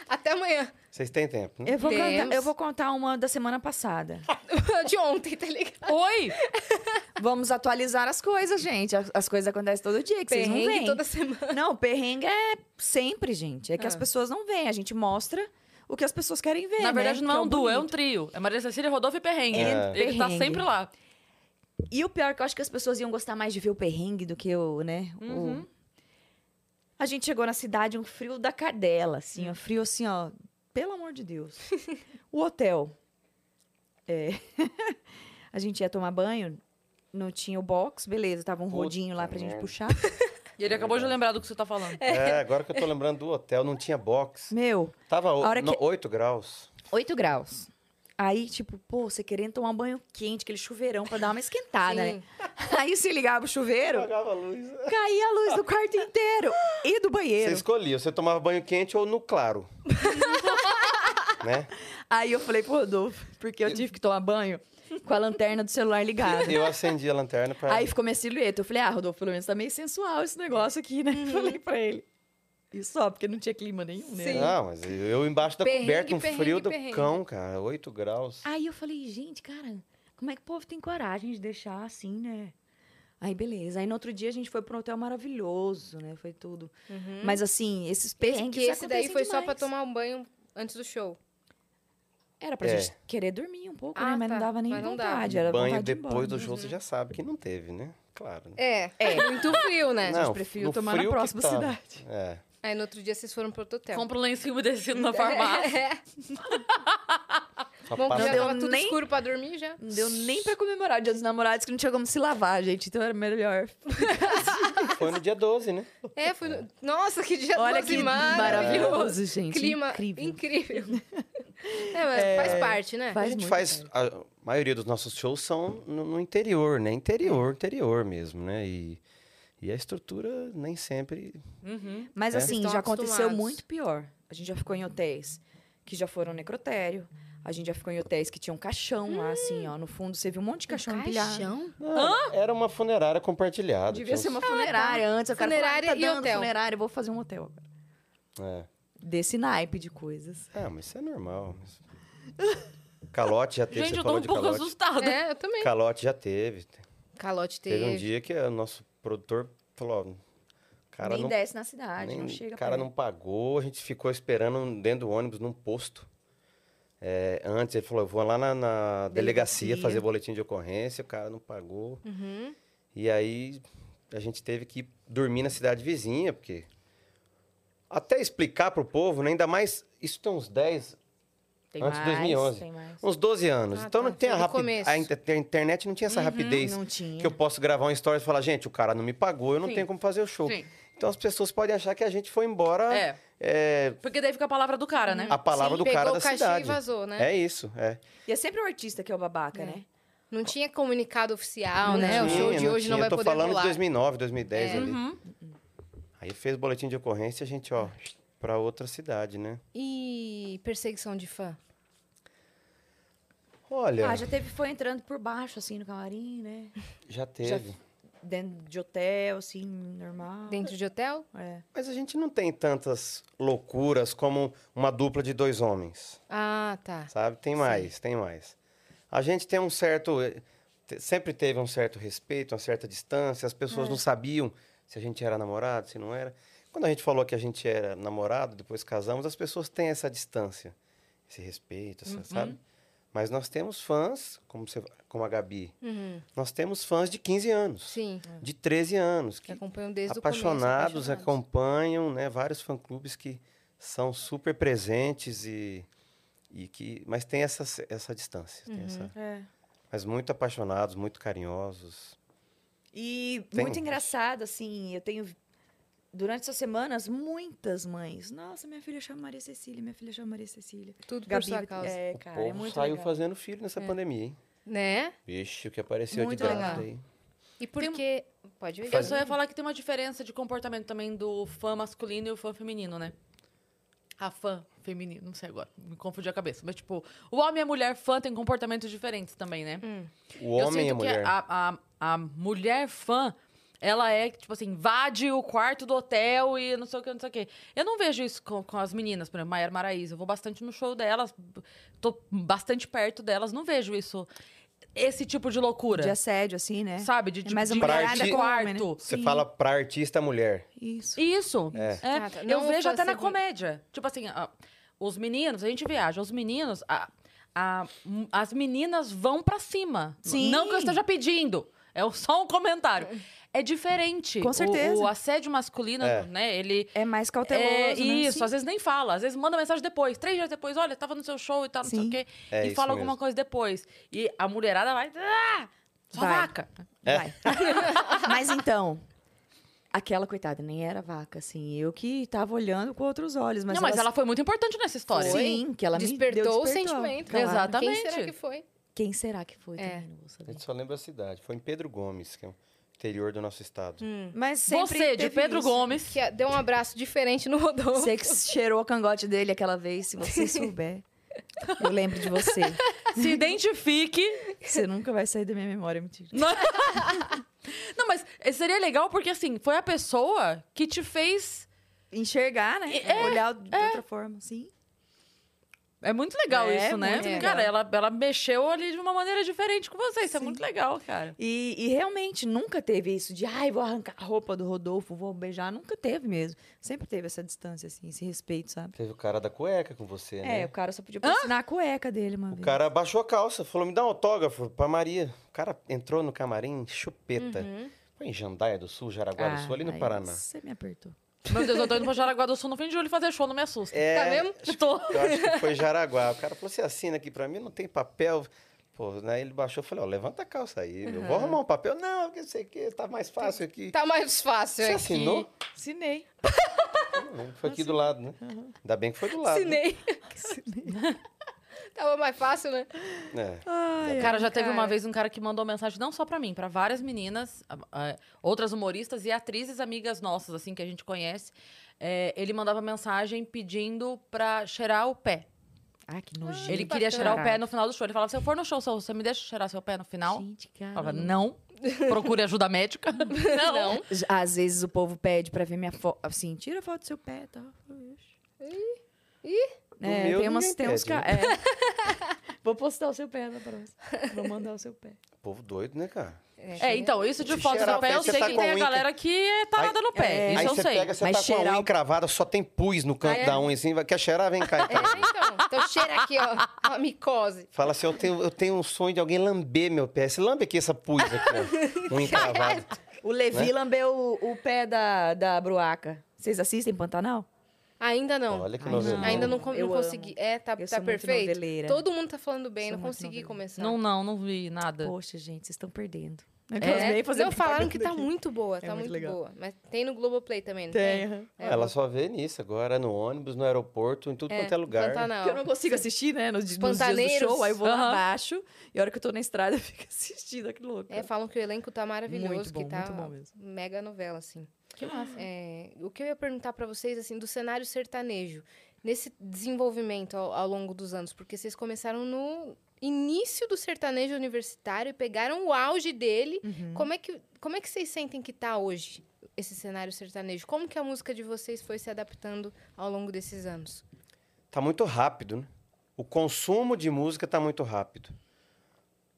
Até amanhã.
Vocês têm tempo, né?
Eu vou,
Deus.
contar, eu vou contar uma da semana passada.
de ontem, tá ligado?
Oi!
Vamos atualizar as coisas, gente. As, as coisas acontecem todo dia, que vocês não
Perrengue
veem.
toda semana.
Não, perrengue é sempre, gente. É que
Ah.
as pessoas não veem. A gente mostra o que as pessoas querem ver.
Na verdade,
né?
não
Que
é
o
um duo, é um
bonito.
trio. É Maria Cecília, Rodolfo e Perrengue.
É.
Ele tá
Perrengue.
sempre lá.
E o pior é que eu acho que as pessoas iam gostar mais de ver o perrengue do que o, né? o-
Uhum.
A gente chegou na cidade, um frio da cadela, assim, ó, frio assim, ó. Pelo amor de Deus. o hotel. É. a gente ia tomar banho, não tinha o box, beleza, tava um
Puta
rodinho lá pra gente
merda.
puxar.
E ele acabou de lembrar do que você tá falando.
É, agora que eu tô lembrando do hotel, não tinha box.
Meu,
Tava
A hora que-
8 graus.
8 graus. Aí, tipo, pô, você querendo tomar um banho quente, aquele chuveirão pra dar uma esquentada,
Sim.
né? Aí se ligava o chuveiro,
Pagava a luz.
caía a luz do quarto inteiro e do
Você
banheiro.
escolhia, você tomava banho quente ou no claro. né?
Aí eu falei pro Rodolfo, porque eu tive que tomar banho com a lanterna do celular ligada.
Eu acendi a lanterna pra.
Aí ficou minha silhueta. Eu falei, ah, Rodolfo, pelo menos tá meio sensual esse negócio aqui, né? Falei pra ele. E só, porque não tinha clima nenhum, né?
Não, mas eu embaixo da
Perrengue,
coberta, um
perrengue,
frio do
perrengue.
cão, cara. 8 graus.
Aí eu falei, gente, cara, como é que o povo tem coragem de deixar assim, né? Aí beleza. Aí no outro dia a gente foi pra um hotel maravilhoso, né? Foi tudo. Mas assim, esses perrengues
Uhum. que esse daí
acontecem
foi só pra
demais.
tomar um banho antes do show.
Era pra
É.
gente querer dormir um pouco,
Ah,
né? Mas não
tá.
dava nem
Mas não dava.
vontade. Era
banho
vontade de ir
depois do
embora. né?
jogo, você já sabe que não teve, né? Claro. Né?
É, é. muito frio, né?
Não. gente
no
preferiu tomar na
frio que
próxima
tava.
cidade.
É.
Aí no outro dia vocês foram pro outro hotel.
Compra um lencinho umedecido na farmácia.
Só
Bom
Não
que já
passa-
tava
deu
tudo
nem-
escuro pra dormir já.
Não deu nem pra comemorar o Dia dos Namorados, que não tinha como se lavar, gente. Então era melhor.
Foi no dia 12, né?
É, foi no... Nossa, que dia
Olha
doze
que maravilhoso, gente.
Clima
incrível.
incrível. é, mas faz parte, né?
Faz
a gente
muito
faz. A maioria dos nossos shows são no, no interior, né? Interior, interior mesmo, né? E, e a estrutura nem sempre.
Mas
Uhum.
É.
assim,
Estão
já aconteceu
acostumados.
muito pior. A gente já ficou em hotéis que já foram necrotério. A gente já ficou em hotéis que tinha um caixão lá, assim, ó. No fundo, você viu um monte de caixão empilhado.
Caixão?
Não, Era uma funerária compartilhada.
Devia ser
tinha
uma funerária antes. O cara falou, ah,
Funerária
tá
e
dando
hotel.
funerária, eu vou fazer um hotel agora.
uns- É.
Desse naipe de coisas.
Ah, mas isso é normal. mas- Calote já teve,
Gente,
você
eu tô
falou
um
de
pouco
calote.
assustada.
É, eu também.
Calote já teve.
Calote teve.
Teve um dia que o nosso produtor falou, ó, o cara
nem
não,
desce na cidade,
nem-
não chega
o cara
perto.
não pagou, a gente ficou esperando dentro do ônibus num posto. É, antes ele falou, eu vou lá na, na delegacia,
Delegacia.
fazer boletim de ocorrência, o cara não pagou.
Uhum.
E aí a gente teve que dormir na cidade vizinha, porque até explicar pro povo, né, ainda mais isso tem uns 10,
Tem
antes de
mais,
2011.
Tem mais.
uns 12 anos.
Ah,
então
tá,
não tem a
foi do
rapidez,
começo.
a, inter- a internet não tinha
Uhum,
essa rapidez
Não tinha.
que eu posso gravar um story e falar, gente, o cara não me pagou, eu não
Sim.
tenho como fazer o show.
Sim.
Então as pessoas podem achar que a gente foi embora
É.
é,
Porque daí fica a palavra do cara,
Uhum.
né?
a palavra
Sim,
do cara
pegou
da
o cachê
cidade.
e vazou, né?
É isso, é.
E é sempre o artista que é o babaca,
É.
né?
Não tinha comunicado oficial,
Não
né? o show
tinha,
de hoje não vai
tinha. Tô
poder
falando
rolar.
de 2009, 2010 ali.
Uhum.
Aí fez boletim de ocorrência, a gente, ó, pra outra cidade, né?
E perseguição de fã?
Olha,
Ah,
já,
já teve foi entrando por baixo, assim, no camarim, né?
teve.
Dentro de hotel, assim, normal.
Dentro de hotel?
É.
Mas a gente não tem tantas loucuras como uma dupla de dois homens,
Ah, tá.
sabe? Tem mais, tem mais. A gente tem um certo... eh, te- Sempre teve um certo respeito, uma certa distância. As pessoas não sabiam se a gente era namorado, se não era. Quando a gente falou que a gente era namorado, depois casamos, as pessoas têm essa distância, esse respeito, essa- sabe? Mas nós temos fãs, como, você, como a Gabi,
Uhum,
nós temos fãs de 15 anos,
Sim.
de 13 anos,
Que
que
acompanham desde
apaixonados,
o começo.
acompanham, né? Vários fã-clubes que são super presentes e, e que... Mas tem essa, essa distância, tem essa-
É.
mas muito apaixonados, muito carinhosos.
E
Tem um-
muito
uns.
engraçado, assim, eu tenho. Durante essas semanas, muitas mães. Nossa, minha filha chama Maria Cecília, minha filha chama Maria Cecília.
Tudo por
Gabi,
sua causa.
é,
o
cara, é
povo
muito
saiu
legal. É.
fazendo filho nessa pandemia, hein?
Né?
Vixe, o que apareceu
Muito
de grávida
legal.
aí.
E porque... Pode ver.
Eu só
um
ia falar que tem uma diferença de comportamento também do fã masculino e o fã feminino, né? A fã feminino, não sei agora, me confundi a cabeça. Mas, tipo, o homem e a mulher fã têm comportamentos diferentes também, né?
Hum. O homem e a
eu sinto
mulher.
que a, a, a mulher fã, ela é, tipo assim, invade o quarto do hotel e não sei o que, não sei o que. Eu não vejo isso com, com as meninas, por exemplo, Maiara Maraíza. Eu vou bastante no show delas, b- tô bastante perto delas, não vejo isso, esse tipo de loucura.
De assédio, assim, né?
Sabe? De,
É
de,
mais a
de
mulherada
invade
com
quarto.
homem, né?
Você
Sim.
fala pra artista mulher.
Isso.
Isso.
É.
É,
Ah, tá.
Eu
Não
vejo
fã
até na
segura-
comédia. Tipo assim, a- os meninos, a gente viaja, os meninos, a- a- m- as meninas vão pra cima.
Sim.
Não que eu esteja pedindo. É só um comentário. É diferente.
Com
O-
certeza.
O, assédio masculino,
É.
né? Ele.
É mais cauteloso, né?
é isso,
Sim.
às vezes nem fala, às vezes manda mensagem depois, três dias depois, olha, tava no seu show e tal, não sei
Sim.
o quê,
É
e
isso
fala alguma
mesmo.
coisa depois. E a mulherada vai, ah, só
Vai.
vaca.
É.
Vai. Mas então, aquela coitada nem era vaca, assim. Eu que tava olhando com outros olhos. Mas
não, mas ela foi muito importante nessa história.
Sim, que ela me
Despertou
deu-
o sentimento.
claro.
Exato.
Quem
Exatamente.
será que foi?
Quem será que foi?
É.
Também não vou
A
saber.
gente só lembra a cidade. Foi em Pedro Gomes, que é o interior do nosso estado.
Hum. Mas sempre
Você, de
teve
Pedro
isso.
Gomes.
Que deu um abraço diferente no Rodolfo.
Você que cheirou o cangote dele aquela vez, se você souber. Eu lembro de você.
Se identifique
Você nunca vai sair da minha memória, é mentira.
Não, Não, mas seria legal porque, assim, foi a pessoa que te fez.
Enxergar, né? Olhar de outra forma, sim.
É muito legal
É,
isso, né?
muito legal.
Cara, ela, ela mexeu ali de uma maneira diferente com você. Isso é
Sim.
muito legal, cara.
E, e realmente nunca teve isso de, ai, vou arrancar a roupa do Rodolfo, vou beijar. Nunca teve mesmo. Sempre teve essa distância, assim, esse respeito, sabe?
Teve o cara da cueca com você,
É,
né?
o cara só podia assinar a cueca dele uma
O
vez.
cara baixou a calça, falou, me dá um autógrafo pra Maria. O cara entrou no camarim, chupeta.
Uhum.
Foi em Jandaia do Sul, Jaraguá do Sul, ali no
Uhum. Ah, aí
Paraná.
Você me apertou.
Meu Deus, eu tô indo pra Jaraguá do Sul no fim de julho fazer show, não me assusta.
É,
Tá mesmo?
Tô.
Eu acho que foi Jaraguá. O cara falou, você assina aqui pra mim? Não tem papel. Pô, né? Ele baixou, eu falei, ó, levanta a calça aí, meu.
Uhum.
Vou arrumar um papel. Não, porque não sei o que, tá mais fácil aqui.
Tá mais fácil
Você
aqui.
assinou?
Assinei.
Não, Foi aqui do lado, né?
Uhum.
Ainda bem que foi do lado. né?
Assinei. Tava mais fácil, né?
É.
Ah,
Cara, já teve
cara.
uma vez um cara que mandou mensagem não só pra mim, pra várias meninas, a- a- outras humoristas e atrizes amigas nossas, assim, que a gente conhece. É, ele mandava mensagem pedindo pra cheirar o pé.
Ah, que nojento.
Ele queria
bacana.
cheirar o pé no final do show. Ele falava: se eu for no show, você me deixa cheirar seu pé no final?
Gente,
Eu
cara.
falava, não. Procure ajuda médica. Não.
Já- Às vezes o povo pede pra ver minha foto. Assim, tira a foto do seu pé tá?" e tal.
Ih.
É,
meu
tem umas,
ninguém
tem uns
pede, né?
ca- é. Vou postar o seu pé na próxima. Vou mandar o seu pé.
Povo doido, né, cara?
É, então, isso de
Se
foto
cheirar
do
o pé,
pé, eu
você
sei
tá
que
com
tem a
um
galera que é tarada no pé.
é.
Isso
Aí
eu
você
sei.
pega, você
Mas
tá com a
cheirar
unha
o-
encravada, só tem pus no canto
Ah, é?
da unha, assim, vai- quer cheirar? Vem cá,
É,
então.
então. Então cheira aqui, ó. Uma micose.
Fala assim, eu tenho, eu tenho um sonho de alguém lamber meu pé. Você lambe aqui essa pus aqui, ó. Um Unha encravada.
O
Né?
Levi lambeu o, o pé da, da bruaca. Vocês assistem Pantanal?
Ainda não.
Olha que
Ai, não.
novelinha.
Ainda não, com-
Eu
não
amo.
consegui. É, tá,
Eu
tá
sou muito
perfeito.
noveleira.
Todo mundo tá falando bem,
Sou
não
muito
consegui
noveleira.
começar.
Não, não, não vi nada.
Poxa, gente, vocês estão perdendo. Aquelas
É,
meio fazendo
não, falaram que tá
propaganda É
muito boa, tá
muito
muito,
legal.
boa. Mas tem no Globoplay também, não
aqui. Tem.
tem?
aham.
É,
Ela
o
só vê nisso agora, no ônibus, no aeroporto, em tudo quanto é lugar.
Porque eu
Pantanal.
não consigo assistir, né? Nos, di- nos dias do
Pantaneiros.
show, aí eu vou lá
Aham.
abaixo. E a hora que eu tô na estrada, eu fico assistindo. Que louco.
É, falam que o elenco tá maravilhoso,
Muito bom,
que tá
muito bom mesmo.
mega novela, assim.
Que massa.
É, o que eu ia perguntar pra vocês, assim, do cenário sertanejo, nesse desenvolvimento ao, ao longo dos anos, porque vocês começaram no início do sertanejo universitário e pegaram o auge dele.
Uhum.
Como, é que, como é que vocês sentem que tá hoje esse cenário sertanejo? Como que a música de vocês foi se adaptando ao longo desses anos?
Tá muito rápido, né? O consumo de música tá muito rápido.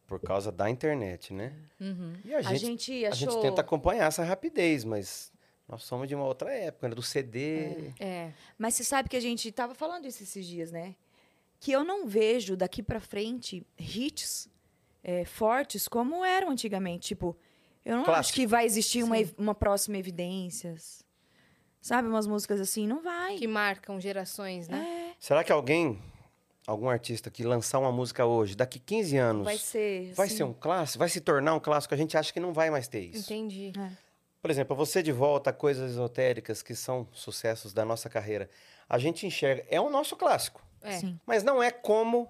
Por causa da internet, né?
Uhum.
E a
A
gente,
gente
a gente
achou...
tenta acompanhar essa rapidez, mas nós somos de uma outra época, né? do CD.
É,
Mas você sabe que a gente tava falando isso esses dias, né? Que eu não vejo daqui pra frente hits é, fortes como eram antigamente. Tipo, eu não acho
Clássico.
que vai existir uma, ev- uma próxima Evidências. Sabe, umas músicas assim, não vai.
que marcam gerações, né?
É,
Será que alguém, algum artista que lançar uma música hoje, daqui 15 anos,
Vai ser.
vai
assim,
ser um clássico? Vai se tornar um clássico? A gente acha que não vai mais ter isso.
Entendi.
Por exemplo, você de volta a coisas esotéricas que são sucessos da nossa carreira. A gente enxerga, é o nosso clássico.
É.
Sim.
Mas não é como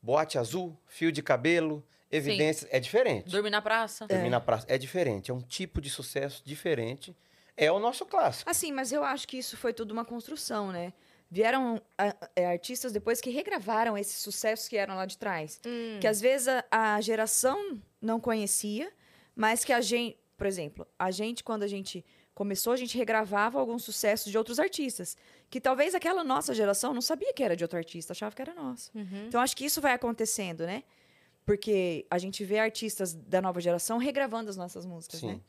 boate azul, fio de cabelo, evidências. É diferente.
Dormir na praça.
Dormir na praça. É diferente. É um tipo de sucesso diferente. É o nosso clássico.
Assim, mas eu acho que isso foi tudo uma construção, né? Vieram a- é, artistas depois que regravaram esses sucessos que eram lá de trás.
Hum,
Que às vezes a, a geração não conhecia, mas que a gente. Por exemplo, a gente, quando a gente começou, a gente regravava alguns sucessos de outros artistas. Que talvez aquela nossa geração não sabia que era de outro artista, achava que era nosso.
uhum.
Então acho que isso vai acontecendo, né? Porque a gente vê artistas da nova geração regravando as nossas músicas, né?
Sim.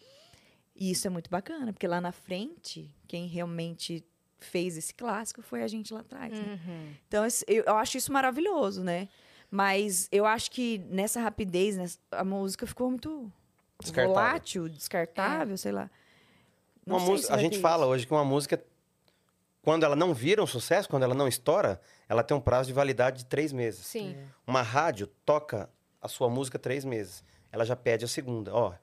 E isso é muito bacana, porque lá na frente, quem realmente fez esse clássico foi a gente lá atrás.
Hum.
né?
Uhum.
Então, esse- eu, eu acho isso maravilhoso, né? Mas eu acho que nessa rapidez, nessa- a música ficou muito
Descartável.
volátil,
É.
descartável, sei lá. Não
Uma
sei
música-
se
a
vai
gente
ter
fala
isso.
hoje que uma música, quando ela não vira um sucesso, quando ela não estoura, ela tem um prazo de validade de três
é,
meses.
Sim.
Uma rádio toca a sua música três meses. Ela já pede a segunda. Ó,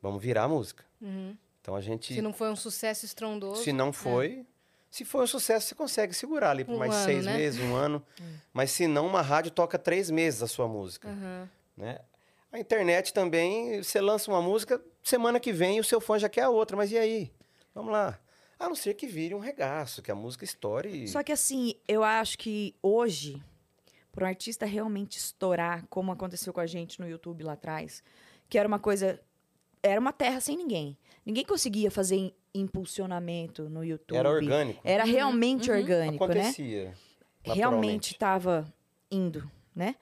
vamos virar a música.
Uhum.
Então a gente.
Se não foi um sucesso estrondoso.
Se não foi. Se foi um sucesso, você consegue segurar ali por
Um
mais
ano,
seis
né?
meses, um ano. Mas se não, uma rádio toca três meses a sua música.
Aham.
né? A internet também, você lança uma música, semana que vem o seu fã já quer a outra, mas e aí? Vamos lá. A não ser que vire um regaço, que a música estoure.
Só que assim, eu acho que hoje, para um artista realmente estourar, como aconteceu com a gente no YouTube lá atrás, que era uma coisa. Era uma terra sem ninguém. Ninguém conseguia fazer im- impulsionamento no YouTube.
Era orgânico.
Era realmente
uhum.
orgânico, né?
Acontecia.
realmente
naturalmente.
estava indo, né?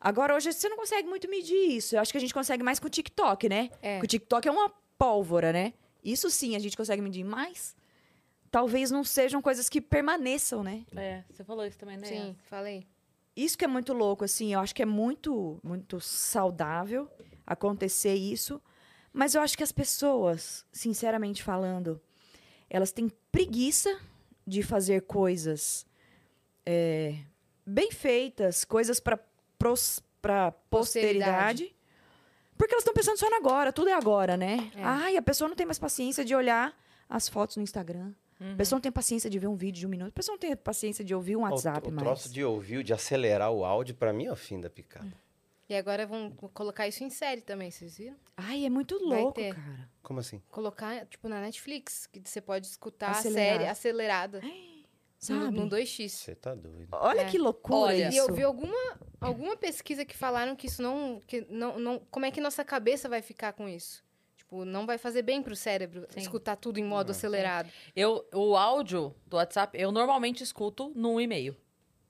Agora, hoje, você não consegue muito medir isso. Eu acho que a gente consegue mais com o TikTok, né?
É.
Porque O TikTok é uma pólvora, né? Isso sim, a gente consegue medir, mas talvez não sejam coisas que permaneçam, né?
É, você falou isso também, né?
Sim, falei.
Isso que é muito louco, assim. Eu acho que é muito, muito saudável acontecer isso. Mas eu acho que as pessoas, sinceramente falando, elas têm preguiça de fazer coisas é, bem feitas, coisas para posteridade,
Posteridade.
porque elas estão pensando só no agora, tudo é agora, né?
É.
Ai, a pessoa não tem mais paciência de olhar as fotos no Instagram. A pessoa não tem paciência de ver um vídeo de um minuto. A pessoa não tem paciência de ouvir um
O-
WhatsApp
o,
mais.
troço de ouvir, de acelerar o áudio, pra mim é o fim da picada.
Hum.
E agora vão colocar isso em série também, vocês viram?
Ai, é muito
Vai
louco,
ter.
cara.
Como assim?
Colocar, tipo, na Netflix, que você pode escutar
Acelerar.
a série acelerada no,
Sabe?
no 2x.
Você tá doido.
Olha
É.
que loucura
Olha,
isso.
E eu vi alguma, alguma pesquisa que falaram que isso não, que não, não. Como é que nossa cabeça vai ficar com isso? Tipo, não vai fazer bem pro cérebro
Sim.
escutar tudo em modo acelerado.
Eu, o áudio do WhatsApp, eu normalmente escuto num e-mail.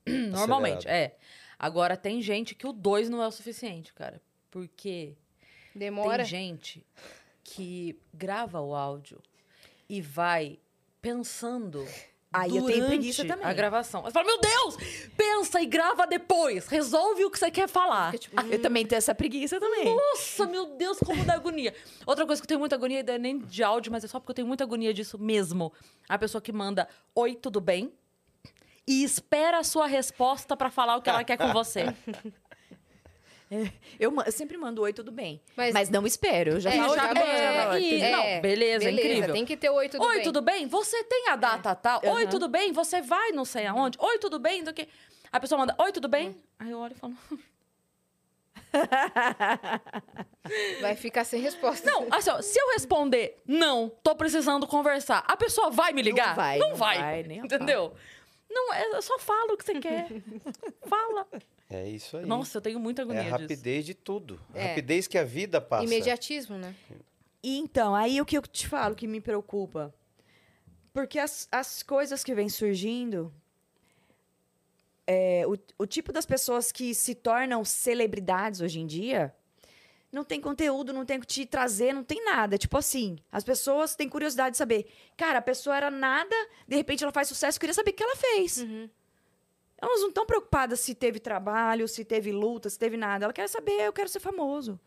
Hum,
Tá
normalmente, é. Agora, tem gente que o dois não é o suficiente, cara. Porque
Demora.
tem gente que grava o áudio e vai pensando.
Aí eu tenho
durante
preguiça também.
A gravação. Você fala, meu Deus! Pensa e grava depois. Resolve o que você quer falar.
Fica, tipo, hum,
Eu também tenho essa preguiça também.
Nossa, meu Deus, como dá agonia. Outra coisa que eu tenho muita agonia, não é nem de áudio, mas é só porque eu tenho muita agonia disso mesmo. A pessoa que manda oi, tudo bem?
Ah.
E espera a sua resposta pra falar o que ela quer com você.
Eu, ma- eu sempre mando oi, tudo bem.
Mas-
Mas, não espero. Eu já
É,
falo
já
tudo
manda,
bem, já
é,
falo, tudo
isso.
bem.
É,
Não, beleza, incrível.
Tem que ter oi, tudo
Oi,
bem.
tudo bem? Você tem a data tal? Oi,
É. Aham.
tudo bem? Você vai não sei aonde? Oi, tudo bem? Do que... A pessoa manda, oi, tudo bem?
É.
Aí eu olho e falo,
Vai ficar sem resposta.
não, assim, ó, se eu responder, não, tô precisando conversar, a pessoa vai me ligar?
Não vai, não
vai.
vai, nem a
entendeu? Não, é- eu só falo o que você quer. Fala.
É isso aí.
Nossa, eu tenho
é
muita
a
agonia disso.
rapidez de tudo. A
É.
rapidez que a vida passa.
Imediatismo, né?
E então, aí o que eu te falo que me preocupa? Porque as, as coisas que vêm surgindo, é, o, o tipo das pessoas que se tornam celebridades hoje em dia, não tem conteúdo, não tem o que te trazer, não tem nada. Tipo assim, as pessoas têm curiosidade de saber. Cara, a pessoa era nada, de repente ela faz sucesso, eu queria saber o que ela fez.
Hum.
Elas não estão preocupadas se teve trabalho, se teve luta, se teve nada. Ela quer saber, eu quero ser famoso.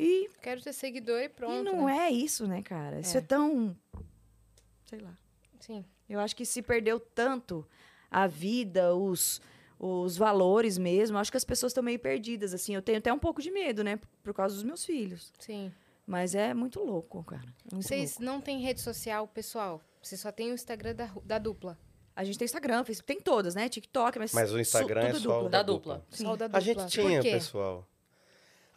E
Quero ter seguidor e pronto.
e não
né?
é isso, né, cara? Isso é. tão. Sei lá.
Sim.
Eu acho que se perdeu tanto a vida, os, os valores mesmo. Eu acho que as pessoas estão meio perdidas, assim. Eu tenho até um pouco de medo, né? Por causa dos meus filhos.
Sim.
Mas é muito louco, cara. É muito
Vocês
louco.
não têm rede social pessoal. Você só tem o Instagram da, ru- da dupla.
A gente tem Instagram, Facebook, tem todas, né? TikTok, mas.
Mas o
su-
Instagram é
tudo
só o
dupla.
Da dupla.
Só o da dupla.
A gente tinha,
Por quê?
pessoal.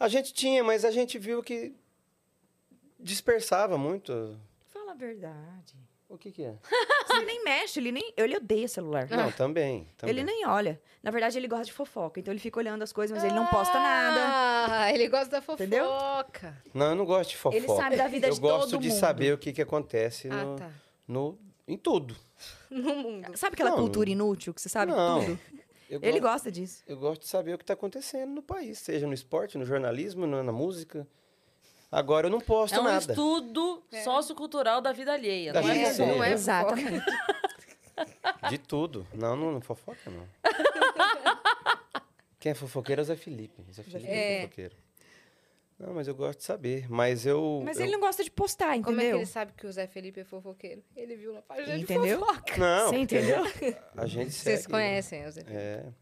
A gente tinha, mas a gente viu que dispersava muito.
Fala a verdade.
O que que é?
Você nem mexe, ele nem. Ele odeia celular.
Não, também. também.
Ele nem é. olha. Na verdade, ele gosta de fofoca. Então ele fica olhando as coisas, mas ele não posta nada.
Ah, ele gosta da fofoca.
Entendeu?
Não, eu não gosto de fofoca.
Ele sabe da vida
eu
de
gosto
todo
de
mundo.
saber o que, que acontece
Ah,
no,
tá.
no- em tudo.
No mundo.
Sabe aquela
Não.
cultura inútil que você sabe
Não.
tudo?
Eu
Ele
gosto,
gosta disso.
eu gosto de saber o que está acontecendo no país, seja no esporte, no jornalismo, na, na música. Agora eu não posto
É um
nada.
estudo
É.
sociocultural da vida alheia.
Da
não é
gente
fofoca.
ser.
não é
Exatamente.
fofoca.
De tudo. Não, não, não fofoca, não. Quem é fofoqueiro é o Zé Felipe. Zé Felipe é,
É.
fofoqueiro. Não, mas eu gosto de saber. Mas eu.
Mas
eu-
ele não gosta de postar,
Como é que
entendeu?
ele sabe que o Zé Felipe é fofoqueiro? Ele viu na página de
Entendeu?
fofoca.
Não.
Você entendeu?
A gente segue.
Vocês conhecem o Zé Felipe?
né?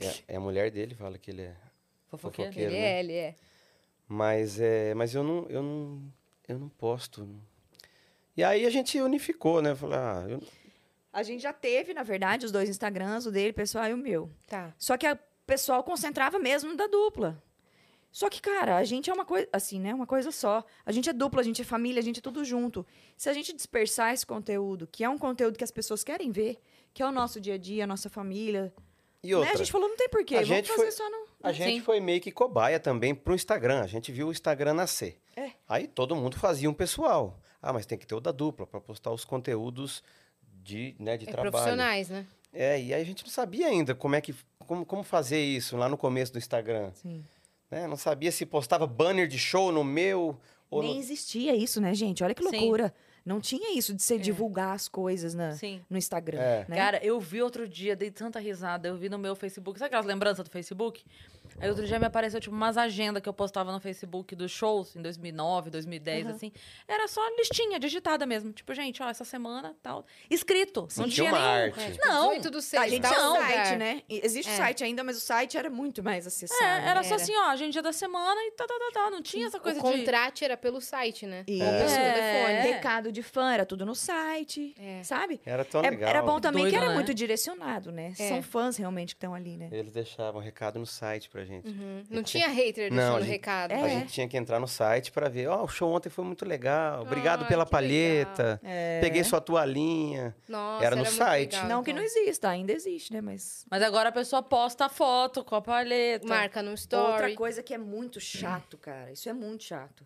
É. É, é a mulher dele fala que ele é.
Fofoqueiro.
Fofoqueiro.
Ele
né?
é, ele é.
Mas é, mas eu não, eu não, eu não posto. E aí a gente unificou, né? Falar, ah, eu-
A gente já teve, na verdade, os dois Instagrams, o dele, pessoal, e o meu.
Tá.
Só que a- o pessoal concentrava mesmo da dupla. Só que, cara, a gente é uma coisa, assim, né? Uma coisa só. A gente é dupla, a gente é família, a gente é tudo junto. Se a gente dispersar esse conteúdo, que é um conteúdo que as pessoas querem ver, que é o nosso dia a dia, a nossa família,
e
né?
outra.
A gente falou, não tem porquê,
A
vamos
gente
fazer
foi-
só no...
A gente
Sim.
foi meio que cobaia também pro Instagram. A gente viu o Instagram nascer.
É.
Aí todo mundo fazia um pessoal. Ah, mas tem que ter o da dupla para postar os conteúdos de, né, de
É
trabalho.
profissionais, né?
É, e aí a gente não sabia ainda como é que como, como fazer isso lá no começo do Instagram,
Sim.
né? Não sabia se postava banner de show no meu ou
Nem
no...
existia isso, né, gente? Olha que
Sim.
loucura. Não tinha isso de
É.
você divulgar as coisas na,
Sim.
no Instagram,
É.
né?
Cara, eu vi outro dia, dei tanta risada, eu vi no meu Facebook, sabe aquelas lembranças do Facebook? Aí outro dia me apareceu, tipo, umas agendas que eu postava no Facebook dos shows em 2009, 2010, assim. Era só listinha, digitada mesmo. Tipo, gente, ó, essa semana, tal. Escrito.
Não
não
tinha
tinha
uma
nenhum.
arte.
Não.
18 do 6,
a gente
tal
tinha um
tá lugar.
site, né? E- Existe
É.
site ainda, mas o site era muito mais acessado.
É, era só
Era.
assim, ó, agenda da semana e tá, tá, tá, tá. Não tinha essa coisa
o
de...
contrato era pelo site, né?
E
É.
pelo telefone,
É.
recado de fã, era tudo no site,
É.
sabe?
Era tão
É-
legal.
era bom também
Doido,
que era
né?
muito direcionado, né?
É.
São fãs realmente que estão ali, né?
Eles deixavam um recado no site pra gente.
Uhum. Não tinha hater
É Não,
deixando
a gente-
recado.
É.
A gente tinha que entrar no site pra ver. Ó, o show ontem foi muito legal. Obrigado
Ah,
Ai,
pela
que
palheta.
É.
Peguei sua toalhinha.
Nossa,
Era no
muito
site.
legal,
Não que não
então.
exista, ainda existe, né? Mas
Mas agora a pessoa posta a foto com a palheta.
Marca no
Outra
story.
coisa que é muito chato, cara. Isso é muito chato.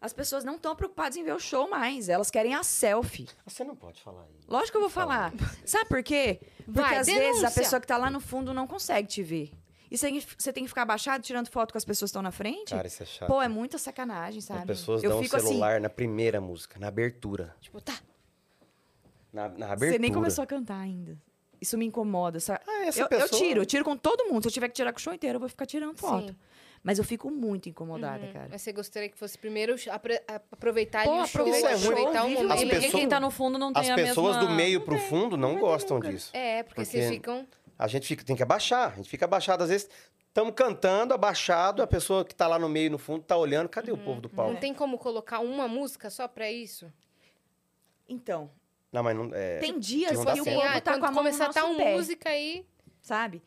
As pessoas não estão preocupadas em ver o show mais. Elas querem a selfie.
Você não pode falar isso.
Lógico que eu vou falar. Sabe por quê? Porque
Vai,
às vezes
denúncia.
a pessoa que tá lá no fundo não consegue te ver. E você você tem que ficar abaixado tirando foto com as pessoas que estão na frente?
Cara, isso é chato.
Pô, é muita sacanagem, sabe?
As pessoas
eu
dão o
fico
celular na primeira música, na abertura.
assim, tipo, tá.
Na, na abertura.
Você nem começou a cantar ainda. Isso me incomoda, sabe?
Ah, essa
eu, eu
pessoa...
tiro, eu tiro com todo mundo. Se eu tiver que tirar com o show inteiro, eu vou ficar tirando foto.
Sim.
Mas eu fico muito incomodada,
Uhum.
cara.
Mas você gostaria que fosse primeiro o- apre- a- aproveitar
Pô, é
ali o show, então,
aproveita
o show,
aproveitar o
vive o
momento.
As
E ninguém-
pessoas-
quem tá no fundo não tem
As
a
pessoas
mesma...
do meio pro fundo não, gostam disso.
É, porque,
Porque-
vocês ficam...
A gente fica, tem que abaixar. A gente fica abaixado. Às vezes, Estamos cantando, abaixado, a pessoa que tá lá no meio, no fundo, tá olhando. Cadê
Uhum,
o povo do palco?
Não tem como colocar uma música só pra isso?
Então,
Não, mas não. É...
tem dias
não
que
dá
o
certo.
povo tá
Tipo assim, ah, quando
com a mão no
começar a
nosso
tal
pé,
música aí...
sabe?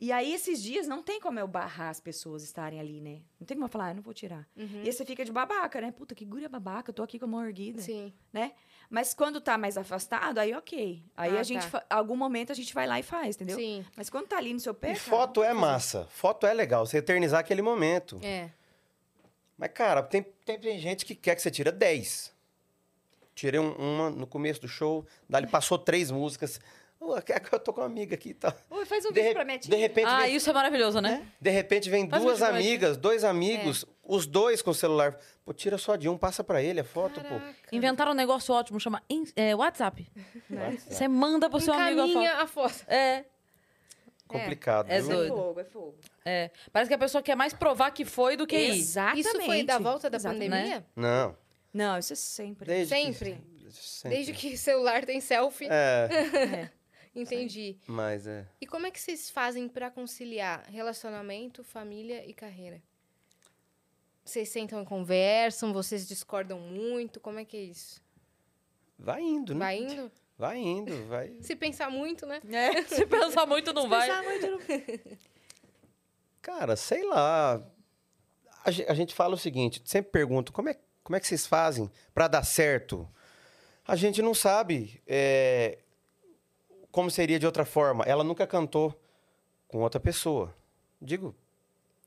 E aí, esses dias, não tem como eu barrar as pessoas estarem ali, né? Não tem como eu falar, ah, eu não vou tirar.
Uhum.
E aí você fica de babaca, né? Puta, que guria babaca, eu tô aqui com a mão erguida.
Sim.
né? Mas quando tá mais afastado, aí ok. Aí
Ah,
a gente,
tá.
fa- algum momento a gente vai lá e faz, entendeu?
Sim.
Mas quando tá ali no seu pé.
E
cara,
foto é massa. Foto é legal. Você eternizar aquele momento.
É.
Mas, cara, tem, tem, tem gente que quer que você tira 10. Tirei um- uma no começo do show, dali passou três músicas. Ô, eu tô com uma amiga aqui e tá. tal.
Ui, faz um
De,
vídeo
re-
pra minha tia.
de repente
Ah,
vem,
isso é maravilhoso, né?
de repente vem
Faz
duas
vídeo pra minha
amigas, dois amigos, os dois com o celular. Pô, tira só de um, passa pra ele a foto, pô.
Caraca.
Inventaram um negócio ótimo, chama in- é, WhatsApp.
Né?
Vai,
Você manda
Um
pro seu amigo a foto.
Encaminha a foto.
É,
Complicado,
É
viu?
doido.
É fogo, é fogo.
é. Parece que a pessoa quer mais provar que foi do que ir.
Exatamente. né?
Isso foi da volta da
Exatamente.
pandemia? Ah,
Não.
Não, isso é sempre.
Desde
Sempre.
Que, sempre.
Desde que celular tem selfie.
É,
Entendi.
mas é.
E como é que vocês fazem pra conciliar relacionamento, família e carreira? Vocês sentam e conversam, vocês discordam muito, como é que é isso?
Vai indo, né?
Vai indo?
Vai indo, vai.
Se pensar muito, né?
É.
Se pensar muito, não vai.
Pensar muito no-
Cara, sei lá. A ge- a gente fala o seguinte, sempre pergunto, como é, como é que vocês fazem pra dar certo? A gente não sabe é, como seria de outra forma. Ela nunca cantou com outra pessoa. Digo,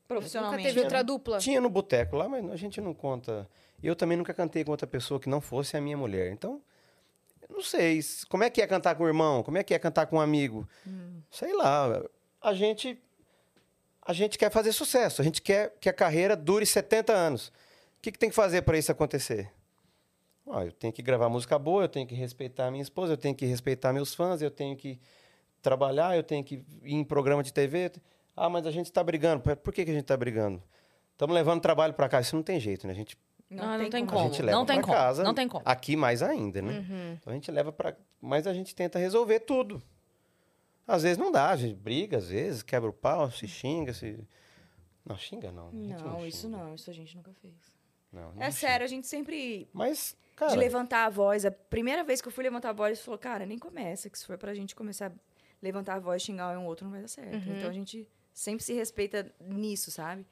Nunca
Profissionalmente.
teve
né?
outra dupla?
tinha no boteco lá, mas a gente não conta. Eu também nunca cantei com outra pessoa que não fosse a minha mulher. Então, eu não sei. s- Como é que é cantar com o irmão? Como é que é cantar com um amigo? Sei lá. A gente a gente quer fazer sucesso. A gente quer que a carreira dure 70 anos. O que, que tem que fazer para isso acontecer? Ah, eu tenho que gravar música boa, eu tenho que respeitar a minha esposa, eu tenho que respeitar meus fãs, eu tenho que trabalhar, eu tenho que ir em programa de TV. Ah, mas a gente está brigando. Por- Por que, que a gente está brigando? Estamos levando trabalho para casa. Isso não tem jeito, né? A gente,
Ah, Não, não tem
a
Como?
gente leva
Não tem
para
como,
casa.
não tem como.
Aqui mais ainda, né?
Uhum.
Então a gente leva para... Mas a gente tenta resolver tudo. Às vezes não dá. A gente briga, às vezes quebra o pau, se xinga, se... Não, xinga não. A gente
Não, isso
xinga.
não. Isso a gente nunca fez.
Não, não
É
xinga.
sério, a gente sempre.
Mas, cara...
De levantar a voz. A primeira vez que eu fui levantar a voz, ele falou, cara, nem começa, que se for pra gente começar a levantar a voz, xingar um outro, não vai dar certo.
Uhum.
Então a gente sempre se respeita nisso, sabe?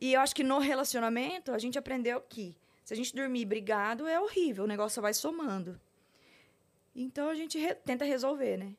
E eu acho que no relacionamento a gente aprendeu que se a gente dormir brigado é horrível, o negócio só vai somando. Então a gente re- tenta resolver, né?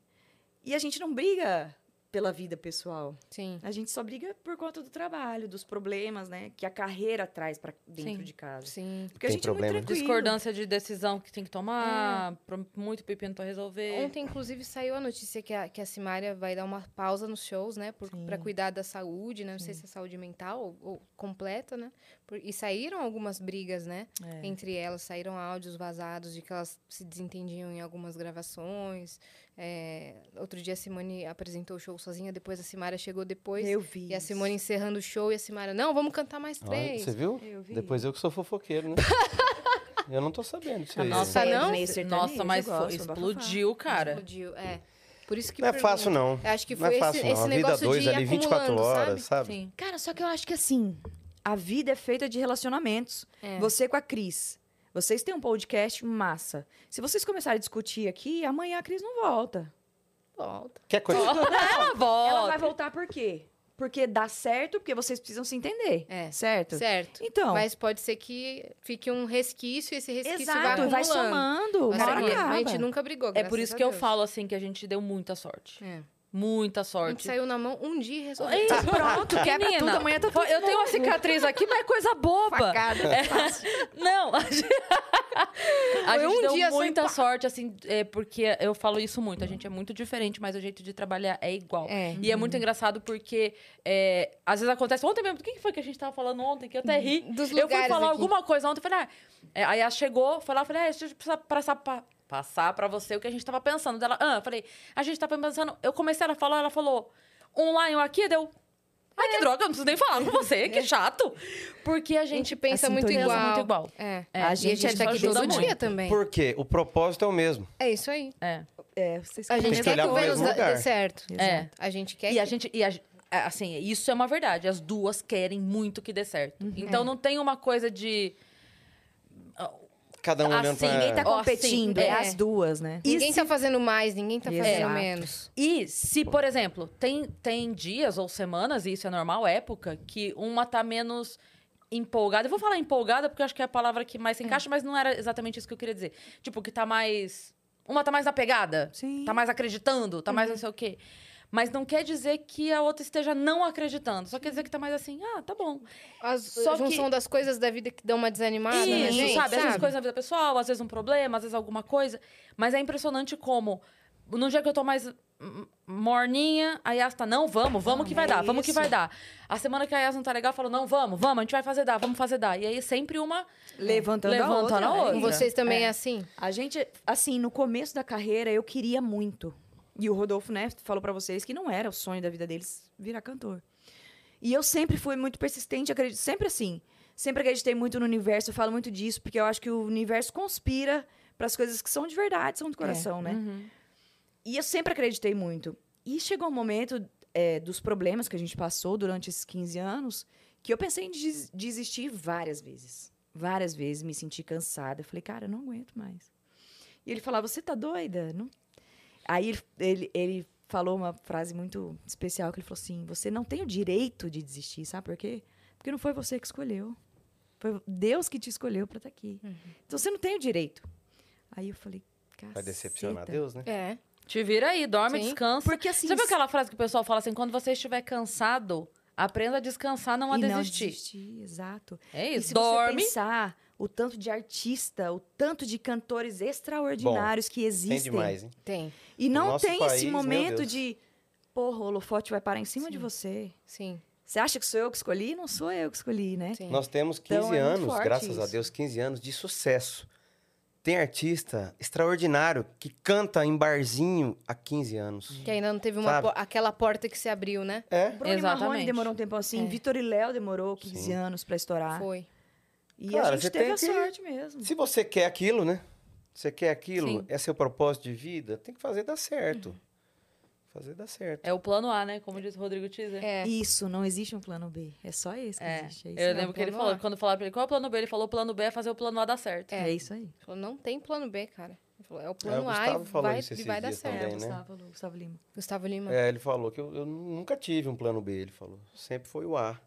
E a gente não briga pela vida pessoal.
Sim.
A gente só briga por conta do trabalho, dos problemas, né? Que a carreira traz pra dentro
Sim.
de casa.
Sim.
Porque
Tem
a gente é muito
problema.
tranquilo. É.
Discordância de decisão que tem que tomar, pro- muito pepino pra resolver.
Ontem, inclusive, saiu a notícia que a, que a Simária vai dar uma pausa nos shows, né? Por, pra cuidar da saúde, né? Não sei se é saúde mental ou, ou completa, né? Por- e saíram algumas brigas, né?
É.
Entre elas, saíram áudios vazados de que elas se desentendiam em algumas gravações. É, outro dia a Simone apresentou o show sozinha, depois a Simária chegou depois.
Eu vi.
E a Simone encerrando o show e a Simária, não, vamos cantar mais
Olha,
três.
Você viu?
Eu vi.
Depois eu que sou fofoqueiro, né? eu não tô sabendo disso aí.
nossa Nossa, não?
Nossa, mas
é Eu gosto,
foi-
eu gosto
explodiu, cara.
Explodiu, é. Por isso que
não é
pergunto.
fácil, não.
Eu Acho que
Não
foi
é fácil,
esse,
não.
esse
A vida a
negócio
dois
de ir
ali, 24
acumulando,
horas,
sabe?
sabe?
Sim.
Cara, só que eu acho que assim, a vida é feita de relacionamentos.
É.
Você com a Cris. Vocês têm um podcast massa. Se vocês começarem a discutir aqui, amanhã a Cris não volta.
Volta.
Quer coisa?
Ela
Ela vai
volta.
voltar por quê? Porque dá certo, porque vocês precisam se entender.
É.
Certo?
Certo.
Então,
Mas pode ser que fique um resquício e esse resquício
exato, vai,
vai acumulando.
somando.
Mas
Uma hora
aí a gente
acaba.
nunca brigou,
É
graças
por isso
a
que eu
Deus.
falo, assim, que a gente deu muita sorte.
É.
Muita
A gente
sorte.
saiu na mão um dia e resolveu.
Ei, pronto,
Tá quebra tudo, amanhã tá tudo
Eu tenho uma cicatriz aqui, mas é coisa boba. É, Não, a gente, a
Foi
gente
um
deu
dia só e
muita
pá.
sorte, assim, é, porque eu falo isso muito. A gente é muito diferente, mas o jeito de trabalhar é igual.
É.
E é muito engraçado porque é, às vezes acontece. Ontem mesmo, do que que foi que a gente tava falando ontem? Que eu até ri.
Uhum. Dos
eu fui
lugares
falar
aqui.
alguma coisa ontem, falei, ah, é, aí ela chegou, foi lá, falei, ah, deixa eu passar, passar, pra- passar pra você o que a gente tava pensando. Dela, ah, eu falei, a gente tava pensando. Eu comecei a falar, ela falou, online aqui, deu. Ai,
É.
que droga, eu não preciso nem falar com você, que chato. Porque a
A gente
gente
pensa
a
muito
sintonia
igual.
pensa muito igual.
É.
A
É, e
E a
gente
gente tá aqui
ajuda
todo dia
muito.
também.
Por quê? O propósito é o mesmo.
É isso aí.
É.
É, vocês
A gente quer
que
que
olhar
o
pro
Vênus
mesmo
dê
lugar.
certo.
É.
A gente quer
E a
que-
gente. E a, é, assim, isso é uma verdade. As duas querem muito que dê certo. Então não tem uma coisa de.
Cada um olhando
Assim,
pra...
Ninguém tá
Ó,
competindo,
assim,
é
é.
as duas, né?
Ninguém tá fazendo mais, ninguém tá fazendo
Exato.
menos.
E se, por exemplo, tem, tem dias ou semanas, e isso é normal, época, que uma tá menos empolgada. Eu vou falar empolgada porque eu acho que é a palavra que mais se encaixa, mas não era exatamente isso que eu queria dizer. Tipo, que tá mais. Uma tá mais na pegada,
Sim.
tá mais acreditando, tá
Uhum.
mais não sei o quê. Mas não quer dizer que a outra esteja não acreditando. Só quer dizer que tá mais assim, ah, tá bom.
As,
Só
a junção das coisas da vida que dão uma
Ah,
desanimada, né,
Isso,
gente?
sabe? Às vezes coisa na vida pessoal, às vezes um problema, às vezes alguma coisa. Mas é impressionante como, no dia que eu tô mais hum, morninha, a Yas tá, não, vamos, vamos que vai dar, vamos que vai dar. A semana que a Yas não tá legal, falou, não, vamos, vamos, a gente vai fazer dar, vamos fazer dar. E aí sempre uma...
Levantando,
Levantando
a outra.
a
né?
outra.
Com vocês também é, assim?
A gente, assim, no começo da carreira, eu queria muito. E o Rodolfo, né, falou pra vocês que não era o sonho da vida deles virar cantor. E eu sempre fui muito persistente, acredito, sempre assim. Sempre acreditei muito no universo, eu falo muito disso, porque eu acho que o universo conspira para as coisas que são de verdade, são do coração, né?
Uhum.
E eu sempre acreditei muito. E chegou um momento é, dos problemas que a gente passou durante esses 15 anos que eu pensei em des- desistir várias vezes. Várias vezes me senti cansada. Eu falei, cara, eu não aguento mais. E ele falava, você tá doida? Não... Aí ele, ele, ele falou uma frase muito especial que ele falou assim: você não tem o direito de desistir, sabe por quê? Porque não foi você que escolheu. Foi Deus que te escolheu para estar aqui.
Uhum.
Então você não tem o direito. Aí eu falei, cara.
Vai decepcionar Deus, né?
É.
Te vira aí, dorme,
Sim.
descansa.
Porque assim.
Você viu aquela frase que o pessoal fala assim, quando você estiver cansado, aprenda a descansar, não a
e não
desistir.
desistir, exato.
É
E
isso,
se
dorme.
você pensar o tanto de artista, o tanto de cantores extraordinários que existem.
Tem demais, hein?
Tem,
E não
nosso
tem
país,
esse
meu
momento
Deus.
de, porra, o holofote vai parar em cima de você.
sim.
Você acha que sou eu que escolhi? Não sou eu que escolhi, né?
Sim.
Nós temos 15
Então, é muito
anos,
forte
graças a
isso.
Deus, 15 anos de sucesso. Tem artista extraordinário que canta em barzinho há 15 anos.
Que ainda não teve uma
Sabe?
po- aquela porta que se abriu, né?
É?
Bruno
Exatamente.
Marrone demorou um tempo assim,
É.
Vitor e Léo demorou 15
Sim.
anos pra
Tá.
estourar.
Foi.
E
Cara,
a
você
gente teve
tem
a
que-
sorte mesmo.
Se você quer aquilo, né? Você quer aquilo,
Sim.
é seu propósito de vida, tem que fazer dar certo. Fazer dar certo.
É o plano A, né? Como diz o Rodrigo Teaser.
É.
Isso, não existe um plano B. É só esse que existe. É isso,
Eu
aí.
lembro que ele
plano
falou,
A.
quando falaram pra ele qual é o plano B, ele falou o plano B é fazer o plano A dar certo.
É isso aí.
Falou, não tem plano B, cara. Ele falou, é o plano A e
Gustavo falou
vai, e
isso esses
vai dar
dias
certo.
Também, né?
Gustavo, Gustavo Lima.
Gustavo Lima.
É, ele falou que eu, eu nunca tive um plano B, ele falou. Sempre foi o A.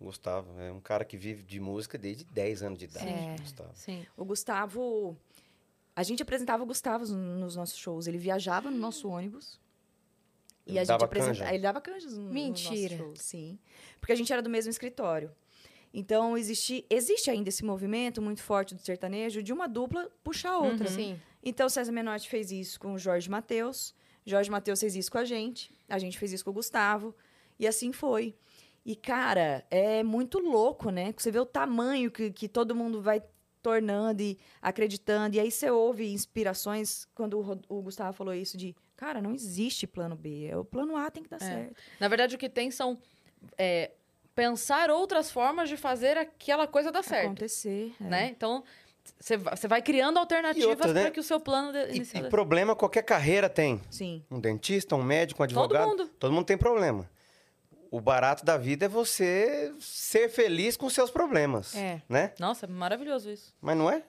Gustavo é um cara que vive de música desde 10 anos de idade,
Sim.
Gustavo.
Sim.
O Gustavo. A gente apresentava o Gustavo no- nos nossos shows. Ele viajava no nosso ônibus. E
Ele
a gente
dava
apresentava.
canja?
Ele dava canjas no,
Mentira.
nos nossos shows, sim. Porque a gente era do mesmo escritório. Então, existe, existe ainda esse movimento muito forte do sertanejo de uma dupla puxar a
Uhum.
outra.
Sim.
Então, César Menotti fez isso com o Jorge Matheus. Jorge Matheus fez isso com a gente. A gente fez isso com o Gustavo. E assim foi. E, cara, é muito louco, né? Você vê o tamanho que, que todo mundo vai tornando e acreditando. E aí você ouve inspirações quando o, Rod- o Gustavo falou isso de... Cara, não existe plano B. É O plano A tem que dar certo.
Na verdade, o que tem são é, pensar outras formas de fazer aquela coisa dar certo,
Acontecer. é.
né? Então, você vai você vai criando alternativas
outra, né?
para que o seu plano de-
E,
inicial...
e problema qualquer carreira tem.
Sim.
Um dentista, um médico, um
Todo
advogado.
mundo.
Todo mundo tem problema. O barato da vida é você ser feliz com seus problemas,
É.
né?
Nossa, é maravilhoso isso.
Mas não é?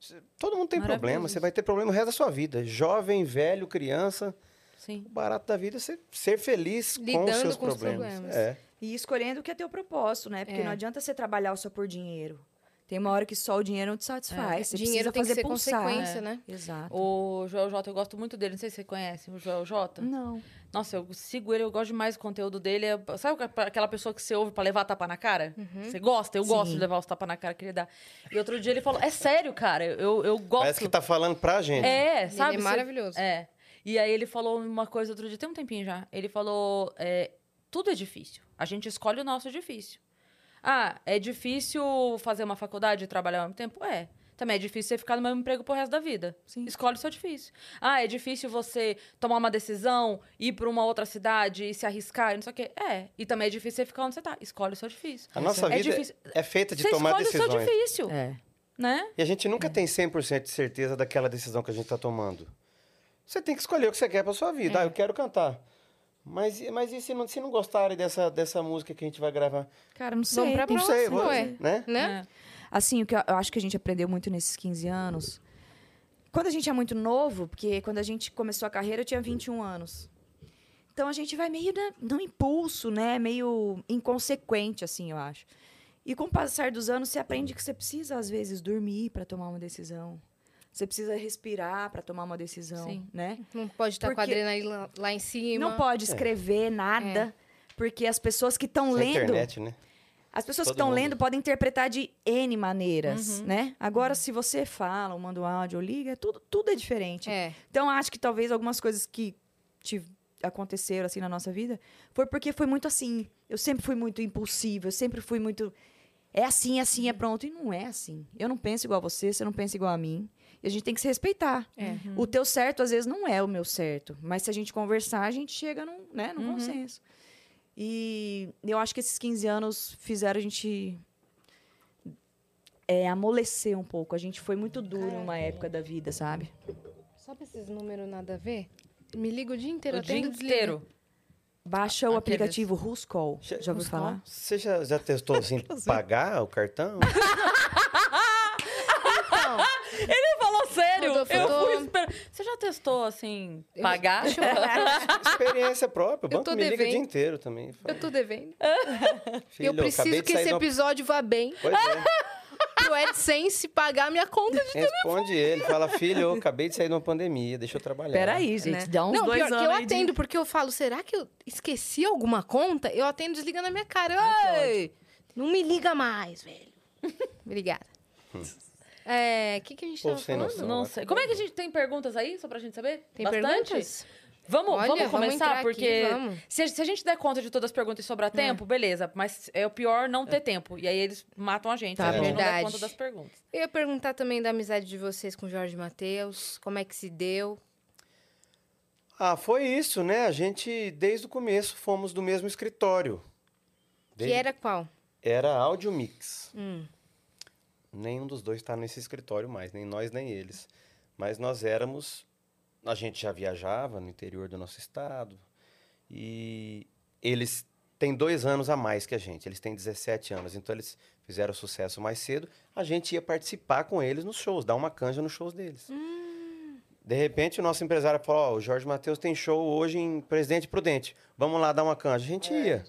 Cê- Todo mundo tem problema,
Maravilhoso.
você vai ter problema o resto da sua vida. Jovem, velho, criança,
Sim.
o barato da vida é você ser feliz com
Lidando
os seus
com os
problemas.
problemas.
É.
E escolhendo o que é teu propósito, né? Porque
É.
não adianta você trabalhar só por dinheiro. Tem uma hora que só o dinheiro não te satisfaz. Você
É. Dinheiro
precisa
tem
fazer
que ser
pulsar.
consequência, né?
Exato.
O Joel Jota, eu gosto muito dele. Não sei se você conhece o Joel Jota.
Não.
Nossa, eu sigo ele, eu gosto demais do conteúdo dele. É- Sabe aqua- aquela pessoa que você ouve pra levar tapa na cara? Você gosta? Eu gosto
Sim.
de levar os tapa na cara que ele dá. E outro dia ele falou, é sério, cara, eu, eu gosto.
Parece que tá falando pra gente.
É,
Ele
sabe?
é
você-
maravilhoso.
É. E aí ele falou uma coisa outro dia, tem um tempinho já. Ele falou: é, tudo é difícil. A gente escolhe o nosso difícil. Ah, é difícil fazer uma faculdade e trabalhar ao mesmo tempo? É. Também é difícil você ficar no mesmo emprego pro resto da vida.
Sim.
Escolhe o seu difícil. Ah, é difícil você tomar uma decisão, ir pra uma outra cidade e se arriscar e não sei o quê. É. E também é difícil você ficar onde você tá. Escolhe o seu difícil.
A nossa
É
vida
difícil.
é feita de
você
tomar
escolhe o seu
decisões.
difícil,
É.
né?
E a gente
É.
nunca tem 100% de certeza tá
É.
daquela decisão que a gente está tomando. Você tem que escolher o que você quer para sua vida. Ah, eu quero cantar. Mas, mas e se não, se não gostarem dessa, dessa música que a gente vai gravar?
Cara, não
Vamos
sei.
pra
um
não
próxima,
sei, vou,
ué.
né?
Né?
É. Assim, o que eu eu acho que a gente aprendeu muito nesses 15 anos. Quando a gente é muito novo, porque quando a gente começou a carreira eu tinha 21 anos. Então a gente vai meio né, num impulso, né? Meio inconsequente, assim, eu acho. E com o passar dos anos, você aprende que você precisa, às vezes, dormir para tomar uma decisão. Você precisa respirar para tomar uma decisão,
Sim.
né?
É.
Não pode estar com a
Porque-
adrenalina lá em cima.
Não
É.
pode escrever nada, porque as pessoas que estão
Sem
lendo...
É. internet, né?
As pessoas
Todo
que estão
mundo. Uhum.
lendo podem interpretar de N maneiras, né? Agora, se você fala, ou manda um áudio, ou liga, tudo, tudo é diferente.
É.
Então, acho que talvez algumas coisas que te aconteceram, assim, na nossa vida, foi porque foi muito assim. Eu sempre fui muito impulsiva, eu sempre fui muito... É assim, é assim, é pronto. E não é assim. Eu não penso igual a você, você não pensa igual a mim. E a gente tem que se respeitar.
É.
O teu certo, às vezes, não é o meu certo. Mas se a gente conversar, a gente chega num, né, num
Uhum.
consenso. E eu acho que esses 15 anos fizeram a gente é, amolecer um pouco. A gente foi muito duro em uma época da vida, sabe?
Sabe esses números nada a ver? Me liga o dia inteiro.
O dia
atendo, desligo.
inteiro.
Baixa o
Aqueles-
aplicativo Ruscall.
Che-
Já ouviu falar?
Você já, já testou, assim, pagar o cartão?
Ele falou sério.
Rodolfo,
eu
tô-
fui esperando. Você já testou, assim,
Eu-
pagar?
Deixa eu,
Experiência própria. O
Eu
banco
tô
me liga o dia
devendo.
inteiro também. Fala,
eu tô devendo.
É. Filho,
eu preciso
acabei
que
de sair
esse
de uma...
episódio vá bem
Pois é.
pro AdSense pagar minha conta de
Responde ele, fala, filho, eu acabei de sair de uma pandemia, deixa eu trabalhar.
Peraí, gente.
né?
Dá uns
Não,
dois
pior
anos
que eu
aí de-
atendo, porque eu falo, será que eu esqueci alguma conta? Eu atendo desligando a minha cara. Ei, não me liga mais, velho. Obrigada. É, o que, que a gente
Hum. Pô,
tava
sem
falando?
noção.
Não sei. Como é que a gente tem perguntas aí, só pra gente saber?
Tem
Bastante?
perguntas?
Vamos,
Olha,
vamos
vamos entrar
começar,
aqui,
porque
vamos. É.
se, a- se a gente der conta de todas as perguntas e sobrar tempo, beleza. Mas é o pior não ter tempo. E aí eles matam a gente.
Tá
se a gente não der
verdade.
conta das perguntas.
Eu ia perguntar também da amizade de vocês com o Jorge Matheus, como é que se deu.
Ah, foi isso, né? A gente, desde o começo, fomos do mesmo escritório.
Que
Desde-
era qual?
Era Audio Mix.
Hum.
Nenhum dos dois está nesse escritório mais, nem nós, nem eles. Mas nós éramos... A gente já viajava no interior do nosso estado. E eles têm dois anos a mais que a gente. Eles têm 17 anos. Então, eles fizeram sucesso mais cedo. A gente ia participar com eles nos shows. Dar uma canja nos shows deles. De repente, o nosso empresário falou, ó, o Jorge Matheus tem show hoje em Presidente Prudente. Vamos lá dar uma canja. É, A gente ia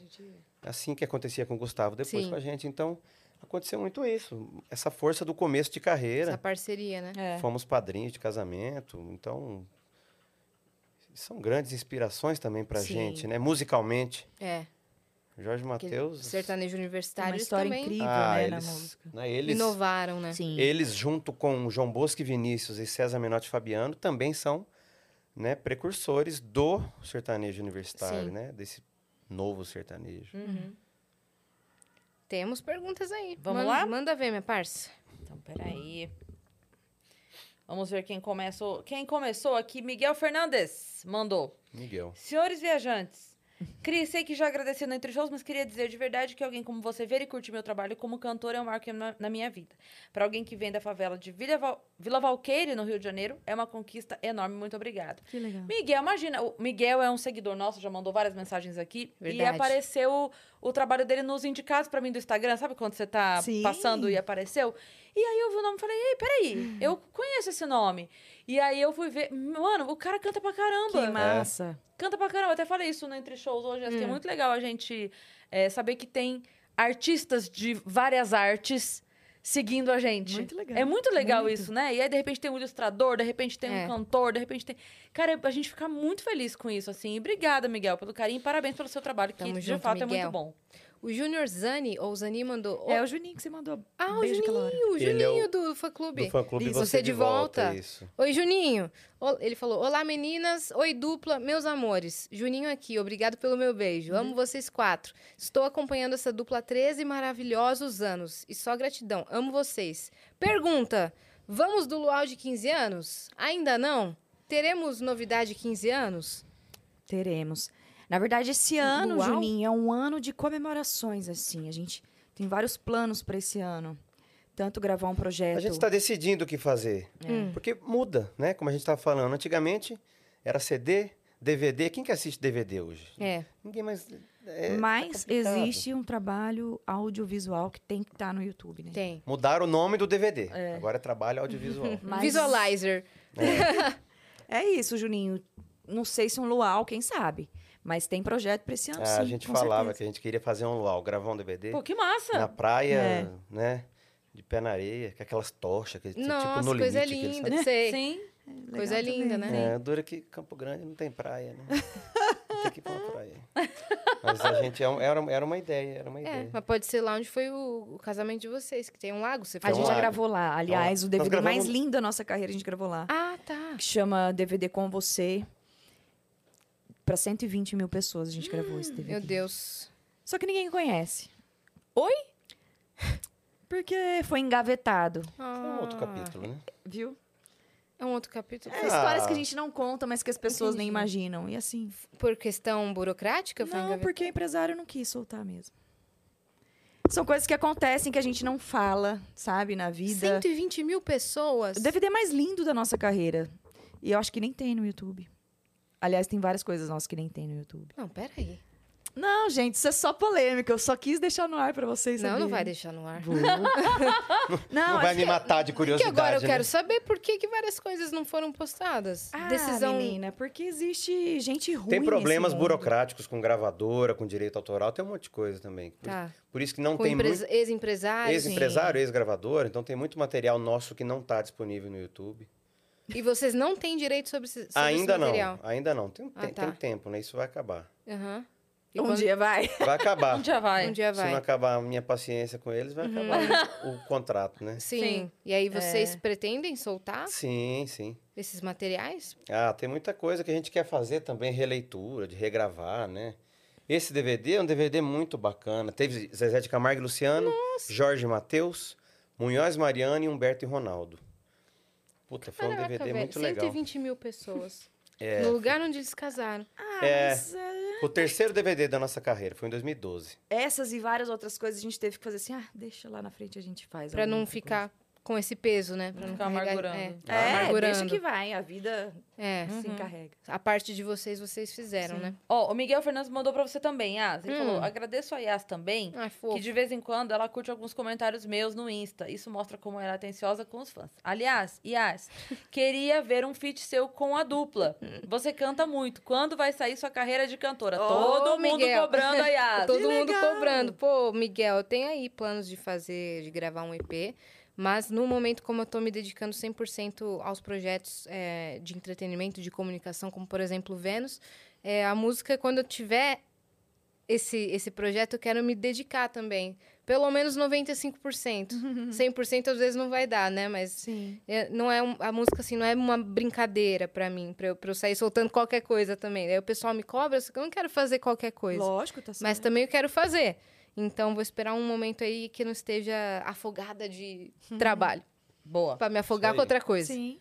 assim que acontecia com o Gustavo depois
Sim.
com a gente. Então, aconteceu muito isso. Essa força do começo de carreira.
Essa parceria, né?
É.
Fomos padrinhos de casamento. Então, são grandes inspirações também pra
Sim.
gente, né? Musicalmente.
É.
Jorge
Aquele
Matheus.
Sertanejo
Tem uma
universitário eles
história
também
incrível,
Ah,
né, na
eles,
música.
né, eles,
inovaram, né?
Sim.
eles, junto com João Bosco e Vinícius e César Menotti e Fabiano, também são né, precursores do sertanejo universitário,
Sim.
né? Desse novo sertanejo.
Temos perguntas aí.
Vamos
Manda-
lá?
Manda ver, minha parça.
Então, peraí. Vamos ver quem começou. Quem começou aqui? Miguel Fernandes mandou.
Miguel.
Senhores viajantes, Cris, sei que já agradecendo entre shows, mas queria dizer de verdade que alguém como você ver e curtir meu trabalho como cantor é um marco na, na minha vida. Para alguém que vem da favela de Vila, Val, Vila Valqueire, no Rio de Janeiro, é uma conquista enorme. Muito obrigado.
Que legal.
Miguel, imagina, o Miguel é um seguidor nosso, já mandou várias mensagens aqui. E
Verdade.
apareceu o, o trabalho dele nos indicados pra mim do Instagram, sabe quando você tá
Sim.
passando e apareceu? E aí eu vi o nome e falei, ei, peraí, eu conheço esse nome. E aí eu fui ver, mano, o cara canta pra caramba.
Que massa.
Canta pra caramba, Eu até falei isso no Entre Shows hoje,
Hum.
assim, é muito legal a gente é, saber que tem artistas de várias artes seguindo a gente.
Muito legal.
É muito legal
Muito.
isso, né? E aí, de repente, tem um ilustrador, de repente tem
É.
um cantor, de repente tem... Cara, a gente fica muito feliz com isso, assim. E obrigada, Miguel, pelo carinho. Parabéns pelo seu trabalho, que
Tamo
de
junto,
fato é
Miguel.
muito bom.
O Júnior Zani, ou Zani, mandou.
É o Juninho que você mandou.
Ah, o
Beijo aquela hora.
Juninho, o
Ele é o-
Juninho do fã clube.
Do fã clube
Diz,
você,
você
de
de volta.
volta isso.
Oi, Juninho. Ol- Ele falou: Olá, meninas. Oi, dupla, meus amores. Juninho aqui, obrigado pelo meu beijo. Amo vocês quatro. Estou acompanhando essa dupla há 13 maravilhosos anos. E só gratidão. Amo vocês. Pergunta: Vamos do luau de 15 anos? Ainda não? Teremos novidade 15 anos?
Teremos. Na verdade, esse ano,
Uau.
Juninho, é um ano de comemorações, assim. A gente tem vários planos para esse ano. Tanto gravar um projeto.
A gente está decidindo o que fazer.
Hum.
Porque muda, né? Como a gente estava falando. Antigamente era CD, DVD, quem que assiste DVD hoje?
É.
Ninguém mais. é,
Mas
complicado.
existe um trabalho audiovisual que tem que estar no YouTube, né?
Tem.
Mudaram o nome do DVD. Agora é trabalho audiovisual.
Mas-
Visualizer.
É isso, Juninho. Não sei se um luau, quem sabe. Mas tem projeto pra esse ano,
Ah, a
sim,
gente
com
falava
certeza.
que a gente queria fazer um luau, gravar um DVD
Pô, que massa!
na praia,
É.
né? De pé na areia, com aquelas tochas, que tipo
Nossa,
no
coisa
limite, aqueles-
linda. Sei.
Sim.
é Legal
Coisa
também.
linda, né?
É, dura que Campo Grande não tem praia, né? tem que ir pra uma praia. Mas a gente é um- era, era uma ideia, era uma
É,
ideia.
mas pode ser lá onde foi o, o casamento de vocês, que tem um lago. Você
A
Então,
gente já
olha,
gravou lá. Aliás, o
nós
DVD mais
gravamos-
lindo da nossa carreira a gente gravou lá.
Ah, tá.
Que chama DVD com você. Pra 120 mil pessoas a gente gravou esse DVD.
Hum, Meu Deus.
Só que ninguém conhece. Oi? Porque foi engavetado,
É um outro capítulo, né?
viu?
Ah. É um outro capítulo.
É histórias
Ah.
que a gente não conta, mas que as pessoas nem imaginam. E assim.
Por questão burocrática, foi
Não,
engavetado?
porque o empresário não quis soltar mesmo. São coisas que acontecem que a gente não fala, sabe, na vida.
120 mil pessoas.
O DVD mais lindo da nossa carreira. E eu acho que nem tem no YouTube. Aliás, tem várias coisas nossas que nem tem no YouTube.
Não, peraí.
Não, gente, isso é só polêmica. Eu só quis deixar no ar pra vocês.
Não, não
saberem.
vai deixar no ar.
Vou.
Ah, Não,
não,
vai
é
me matar de
Porque
curiosidade.
agora eu
né?
quero saber por que, que várias coisas não foram postadas.
ah,
Decisão.
menina, porque existe gente ruim.
Tem
nesse
problemas
mundo.
burocráticos com gravadora, com direito autoral, tem um monte de coisa também. Por,
Tá.
por isso que não
Com
tem
empre-
muito
ex-empresários.
ex-empresário, ex-gravador, então tem muito material nosso que não está disponível no YouTube.
E vocês não têm direito sobre, esse- sobre
ainda
esse material.
não, ainda não. Tem,
Ah,
tem-
tá.
tem tempo, né? Isso vai acabar.
Aham. E
Um
quando-
dia vai.
Vai acabar.
Onde já vai?
Um dia
Se não
vai.
acabar a minha paciência com eles, vai
Uhum.
acabar o contrato, né?
Sim.
Sim. É.
E aí vocês pretendem
Tá.
soltar
Sim, sim.
esses materiais?
Ah, tem muita coisa que a gente quer fazer também, releitura, de regravar, né? Esse DVD é um DVD muito bacana. Teve Zezé de Camargo e Luciano, Jorge Matheus, Munhoz Mariano e Humberto e Ronaldo. Puta, foi um DVD muito legal.
120 mil pessoas. No lugar onde eles casaram.
É.
mas, é,
O terceiro DVD da nossa carreira, foi em 2012.
Essas e várias outras coisas a gente teve que fazer assim, ah, deixa lá na frente a gente faz.
Pra
alguma
não
outra
ficar com esse peso, né? Pra não
Ficar
carregar-
amargurando.
coisa.
Ah,
É,
amargurando.
deixa que vai, a vida
É.
se encarrega.
A parte de vocês, vocês fizeram, né?
Ó, o Miguel Fernandes mandou pra você também, Yas. Ele
Hum.
falou, agradeço a Yas também,
Ai,
que
fofo.
de vez em quando ela curte alguns comentários meus no Insta. Isso mostra como ela é atenciosa com os fãs. Aliás, Yas, queria ver um feat seu com a dupla. Você canta muito. Quando vai sair sua carreira de cantora?
Ô,
Todo mundo
Miguel.
cobrando a Yas.
Todo mundo cobrando. Pô, Miguel, eu tenho aí planos de fazer, de gravar um EP. Mas no momento, como eu tô me dedicando 100% aos projetos é, de entretenimento, de comunicação, como por exemplo o Vênus, é, a música, quando eu tiver esse, esse projeto, eu quero me dedicar também. Pelo menos 95%. 100% às vezes não vai dar, né? Mas
Sim.
é, não é um- a música assim não é uma brincadeira pra mim, pra eu, pra eu sair soltando qualquer coisa também. Aí o pessoal me cobra, só que eu não quero fazer qualquer coisa,
Lógico, tá certo.
mas também eu quero fazer. Então vou esperar um momento aí que eu não esteja afogada de trabalho,
Boa.
Pra me afogar
Isso
com
aí.
outra coisa,
Uhum. Sim.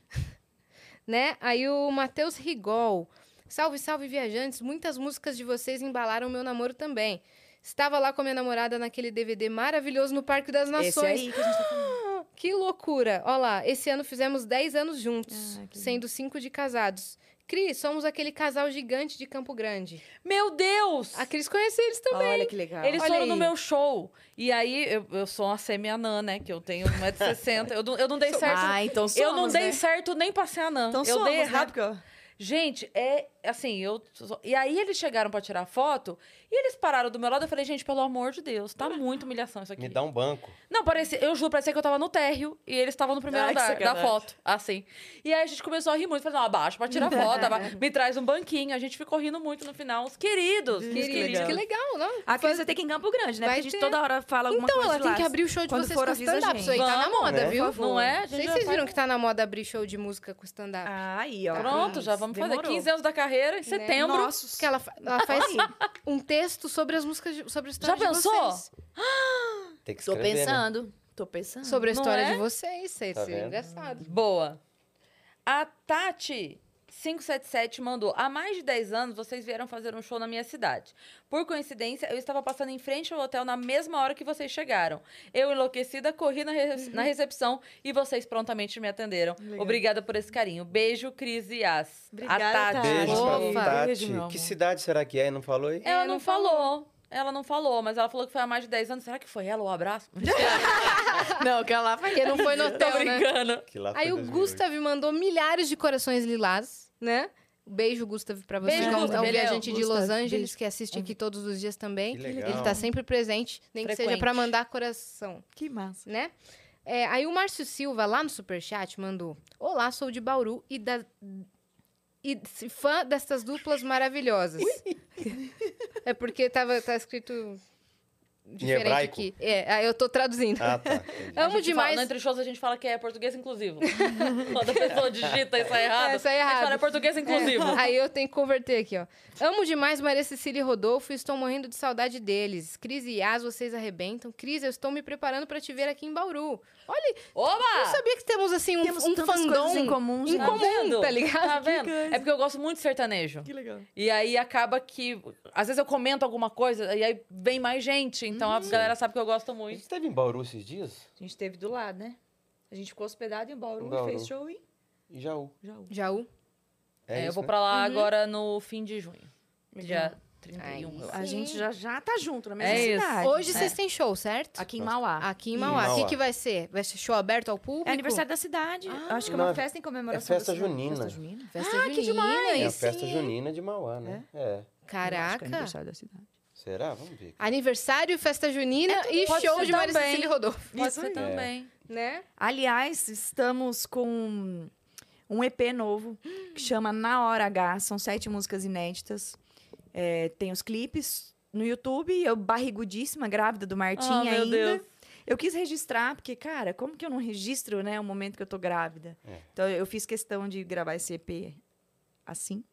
né? Aí o Matheus Rigol, salve, salve viajantes, muitas músicas de vocês embalaram meu namoro também. Estava lá com a minha namorada naquele DVD maravilhoso no Parque das Nações.
Esse aí que a gente tá falando.
Que loucura! Olha lá, esse ano fizemos 10 anos juntos,
Ah, que
sendo 5 de casados. Cris, somos aquele casal gigante de Campo Grande.
Meu Deus!
A Cris conhece eles também.
Olha que
Tá.
legal.
Eles
Olha
foram
aí.
no meu show. E aí, eu, eu sou uma semi-anã, né? Que eu tenho 1,60m. Eu, não- eu não dei certo.
Ah, então somos,
eu não dei
né?
certo nem pra ser anã.
Então
eu
somos,
dei errado.
né? Porque, ó,
Gente, é assim, eu. sou- E aí eles chegaram pra tirar foto e eles pararam do meu lado. Eu falei, gente, pelo amor de Deus, tá muito humilhação isso aqui.
Me dá um banco.
Não, parecia, eu juro, parecia que eu tava no térreo e eles estavam no primeiro
Ai, que
andar da
sacanagem.
foto, assim. E aí a gente começou a rir muito, falei, não, abaixa pra tirar foto, abaixa, me traz um banquinho. A gente ficou rindo muito no final, os queridos. os
Queridos,
queridos.
que legal, não?
A Cris vai ter que ir em Campo Grande, né?
Vai
Porque a gente
ter.
toda hora fala alguma
Então,
coisa
ela
de
tem
lá.
que abrir o show de
Quando
vocês
for,
com
avisa a
stand-up. Isso aí
gente.
tá na
Vamos,
moda,
né?
viu?
Por favor. Não é? A gente
Vocês,
já
vocês
faz-
viram que tá na moda abrir show de música com stand-up?
Ah. Aí, ó.
Pronto, já vamos fazer 15 anos da carreira, em setembro.
Nossos.
Porque ela, fa- ela faz um texto sobre as músicas, de, sobre a história de
pensou?
vocês.
Tem que
Tô
escrever, né?
pensando. Tô pensando.
Sobre a
Ah, Não
história
é?
de vocês, isso
Tá
é
vendo?
engraçado.
Boa. A Tati 577 mandou: Há mais de 10 anos vocês vieram fazer um show na minha cidade. Por coincidência, eu estava passando em frente ao hotel na mesma hora que vocês chegaram. Eu, enlouquecida, corri na, re- na recepção e vocês prontamente me atenderam. Obrigada por esse carinho. Beijo, Cris e As.
Obrigada,
A Tati.
Tati.
Beijo
Opa.
pra
Beijo, meu
Tati.
amor.
Que cidade será que é? Não falou aí?
Ela não falou. Ela não falou, mas ela falou que foi há mais de 10 anos. Será que foi ela o abraço?
Não, que ela vai. não foi no
Tô
hotel, né?
brincando.
Que lá foi
Aí o
2008.
Gustav mandou milhares de corações lilás, né? Beijo, Gustav, pra você.
Beijo,
que é um- é
Gustav, É
um
ele é o
viajante de
Gustav,
Los Angeles
beijo.
que assiste aqui todos os dias também.
Que legal.
Ele tá sempre presente, nem que seja
Frequente.
pra mandar coração.
Que massa.
né? É, aí o Márcio Silva, lá no Superchat, mandou: Olá, sou de Bauru e, da... e se- fã dessas duplas maravilhosas. é porque tava, tá escrito diferente
hebraico?
aqui. É, aí eu tô traduzindo.
Ah, tá. entendi.
A
Amo
gente fala-
demais.
no entre shows a gente fala que é português inclusivo. Quando a pessoa digita e sai
tá.
errado,
É, sai
a gente
errado.
fala é português inclusivo.
É, aí eu tenho que converter aqui, ó. Amo demais Maria Cecília e Rodolfo e estou morrendo de saudade deles. Cris e Yas, vocês arrebentam. Cris, eu estou me preparando para te ver aqui em Bauru. Olha, eu
Oba!
sabia que temos assim um,
Ah. Temos
um
tantas coisas em né?
fandom
comum,
em
gente.
comum, tá ligado?
Tá
Que
vendo?
coisa.
É porque eu gosto muito de sertanejo.
Que legal.
E aí acaba que. Às vezes eu comento alguma coisa e aí vem mais gente. Então
Uhum.
a galera sabe que eu gosto
A
muito.
gente teve em Bauru esses dias?
A gente teve do lado, né? A gente ficou hospedado em Bauru,
Em Bauru.
e fez show em
Em Jaú.
Jaú.
Jaú.
É,
É,
isso,
eu vou
né?
pra lá
Uhum.
agora no fim de junho. Dia
Legal.
É
31.
Ai,
eu acho.
A
Sim.
gente já, já tá junto na mesma
É isso.
cidade.
Hoje
É. Ah,
vocês têm show, certo?
Aqui em Mauá.
Aqui em Mauá. O que,
Mauá.
que vai ser? Vai ser show aberto ao público?
É aniversário da cidade. Eu Acho que é uma
Não, é-
festa em comemoração.
é festa
da cidade.
junina.
Festa junina.
Festa
Ah,
junina,
que demais!
É
aí
a festa
sim.
junina de Mauá, né? É.
Eu acho que
Caraca.
é aniversário da cidade.
Será? Vamos ver.
Ah, Aniversário, festa junina
É,
e
pode
show
ser
de Maria
também.
Cecília e Rodolfo.
Pode
Isso
ser
aí.
também.
Né?
Aliás, estamos com um EP novo que chama Na Hora H. São sete músicas inéditas. É, tem os clipes no YouTube. Eu, barrigudíssima, grávida do Martim
Ah, meu
ainda.
Deus.
Eu quis registrar, porque, cara, como que eu não registro, né, o momento que eu tô grávida?
É.
Então, eu fiz questão de gravar esse EP assim.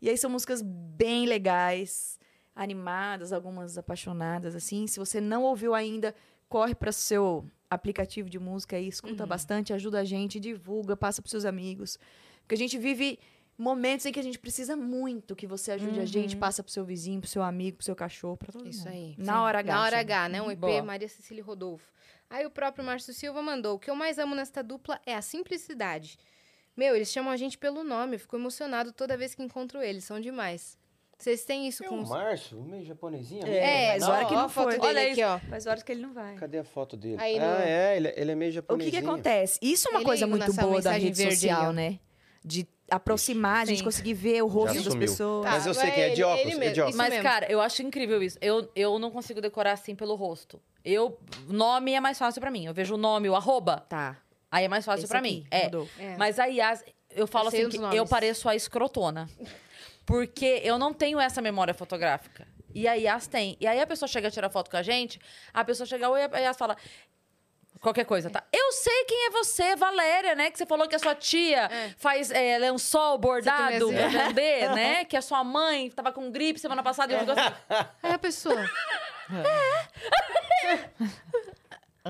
E aí são músicas bem legais, animadas, algumas apaixonadas, assim. Se você não ouviu ainda, corre para seu aplicativo de música e
Uhum.
escuta bastante, ajuda a gente, divulga, passa pros seus amigos. Porque a gente vive momentos em que a gente precisa muito que você ajude
Uhum.
a gente, passa pro seu vizinho, pro seu amigo, pro seu cachorro, pra todo
Isso
mundo.
aí.
Hum. Na hora H.
Na hora
chama.
H, né? Um EP
Boa.
Maria Cecília e Rodolfo. Aí o próprio Márcio Silva mandou: O que eu mais amo nesta dupla é a simplicidade. Meu, eles chamam a gente pelo nome. Eu fico emocionado toda vez que encontro eles. São demais. Vocês têm isso
É
com
o
os.
Márcio, meio japonesinho. meio-
É,
mas hora
ó,
que
ó
não
a foto
foi.
dele
Olha
aqui, ó.
Faz horas que ele não vai.
Cadê a foto dele?
Aí no-
Ah, é, ele, ele é meio
O que,
japonesinho.
que acontece? Isso é uma
Ele
coisa muito
nessa
boa da
mensagem
rede
verde
social,
aí, ó.
né? De aproximar, a gente
Sim.
conseguir ver o rosto das
sumiu.
pessoas.
Tá.
Mas eu sei quem é,
Tá,
de
ele-
óculos,
ele
é
mesmo,
de óculos.
isso
Mas,
mesmo.
cara, eu acho incrível isso. Eu, eu não consigo decorar assim pelo rosto. Eu. Nome é mais fácil pra mim. Eu vejo o nome, o arroba.
Tá.
Aí é mais fácil
Esse
pra
aqui,
mim. É.
Rodolfo.
É.
Mas a Yas, eu falo
Eu sei
assim
os
que
nomes.
eu pareço a escrotona. Porque eu não tenho essa memória fotográfica. E a Yas tem. E aí a pessoa chega a tirar foto com a gente, a pessoa chega oi, a Yas fala. Qualquer coisa, tá? Eu sei quem é você, Valéria, né? Que você falou que a sua tia faz é, lençol bordado
Você tem
pra
essa-
vender, né? Que a sua mãe tava com gripe semana passada e eu
É.
fico assim.
Aí a pessoa.
É.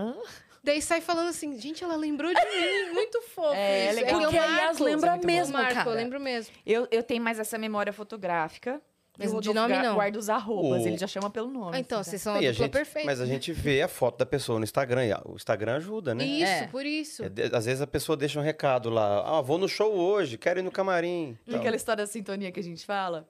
"É?" Daí sai falando assim, gente, ela lembrou de mim. Muito fofo.
É,
isso.
legal.
que eu
Porque a
marco.
Yas
é
lembra
Muito bom.
mesmo,
marco,
cara.
Eu lembro mesmo.
Eu, eu tenho mais essa memória fotográfica.
Mas
E o
de
Rodolfo
nome,
ga-
não.
Guarda os arrobas,
O-
ele já chama pelo nome.
Ah, então,
assim,
vocês são a
E a
dupla
gente-
perfeita.
Mas a gente vê a foto da pessoa no Instagram. e a- O Instagram ajuda, né?
Isso,
É.
por isso.
É, de- Às vezes a pessoa deixa um recado lá. Ah, vou no show hoje, quero ir no camarim.
E
Então.
aquela história da sintonia que a gente fala,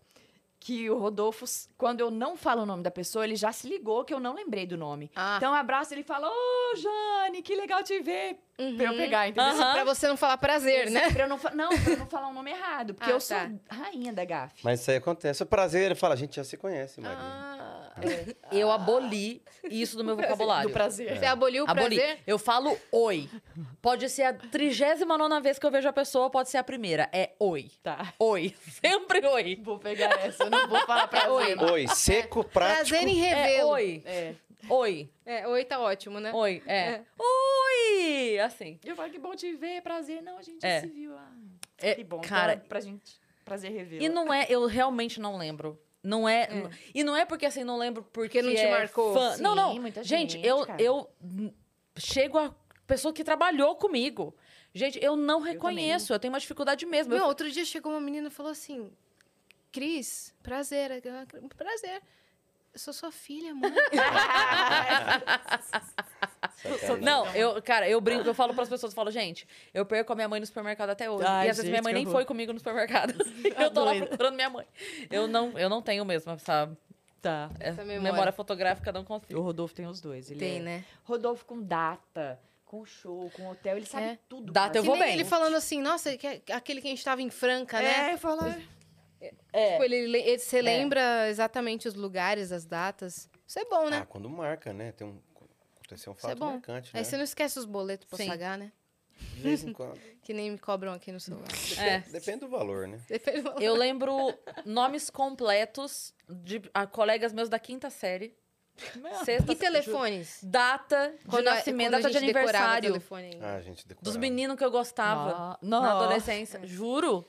que o Rodolfo, s- quando eu não falo o nome da pessoa, ele já se ligou que eu não lembrei do nome.
Ah.
Então, abraço, ele fala, ô, Jane, que legal te ver. Pra eu pegar, entendeu?
Aham.
Pra você não falar prazer, né?
Pra eu não, fa- não, pra eu não falar o nome errado, porque
Ah,
eu sou
tá.
rainha da gafe.
Mas isso aí acontece. O prazer, ele fala, a gente já se conhece, Maria.
Ah,
Eu aboli isso do meu vocabulário.
Do prazer.
Você aboliu o
Aboli.
prazer?
Eu falo oi. Pode ser a 39 vez que eu vejo a pessoa, pode ser a primeira. É oi.
Tá.
Oi. Sempre oi.
Vou pegar essa, eu não vou falar pra
Oi.
oi.
Oi, seco, prático.
Prazer em
Ah, É
revê-lo.
oi.
É.
Oi.
É, oi tá ótimo, né?
Oi. É.
É.
Oi! Assim.
Eu falo que bom te ver, prazer. Não, a gente
É.
já se viu. Ah,
É,
que bom. então.
cara,
pra, pra gente. Prazer revê-la.
E não é, eu realmente não lembro. Não é, E não é porque assim, não lembro porque
não te
é
marcou.
fã. não,
Sim,
não.
muita
gente,
gente,
eu,
cara.
eu hum, chego a pessoa que trabalhou comigo. Gente, eu não reconheço. Eu, tenho uma dificuldade mesmo.
Meu,
Eu-
outro dia chegou uma menina e falou assim: Cris, prazer. Eu, Prazer. Eu sou sua filha, mãe.
Sacanagem.
Não, eu, cara, eu brinco, eu falo pras pessoas, eu falo, gente, eu perco a minha mãe no supermercado até hoje.
Ai,
e às vezes minha
gente,
mãe
que
nem
horror.
foi comigo no supermercado. eu tô lá
doida.
procurando minha mãe. Eu não, eu não tenho mesmo essa,
Tá.
essa memória.
memória.
fotográfica, não consigo.
O Rodolfo tem os dois. Ele
Tem,
é-
né?
Rodolfo com data, com show, com hotel, ele sabe
É.
tudo.
Data eu
Que
vou
nem
bem.
Ele falando assim, nossa, que- aquele que a gente tava em Franca, né?
eu falo.
É.
Tipo, ele, le- ele- você lembra exatamente os lugares, as datas. Isso é bom,
Ah,
né?
quando marca, né? Tem um... Aconteceu um
Isso é
fato
bom.
marcante, né?
Aí você não esquece os boletos pra
Sim.
pagar, né?
De vez em quando.
Que nem me cobram aqui no celular.
É.
Depende do valor, né?
Depende do valor.
Eu lembro nomes completos de ah, colegas meus da quinta série. Sexta,
E telefones?
Data de
Quando a- tá
nascimento,
quando a
data de
gente decorava
aniversário.
telefone ainda.
Ah, gente, decorava.
Dos meninos que eu gostava
Não.
na adolescência. Juro.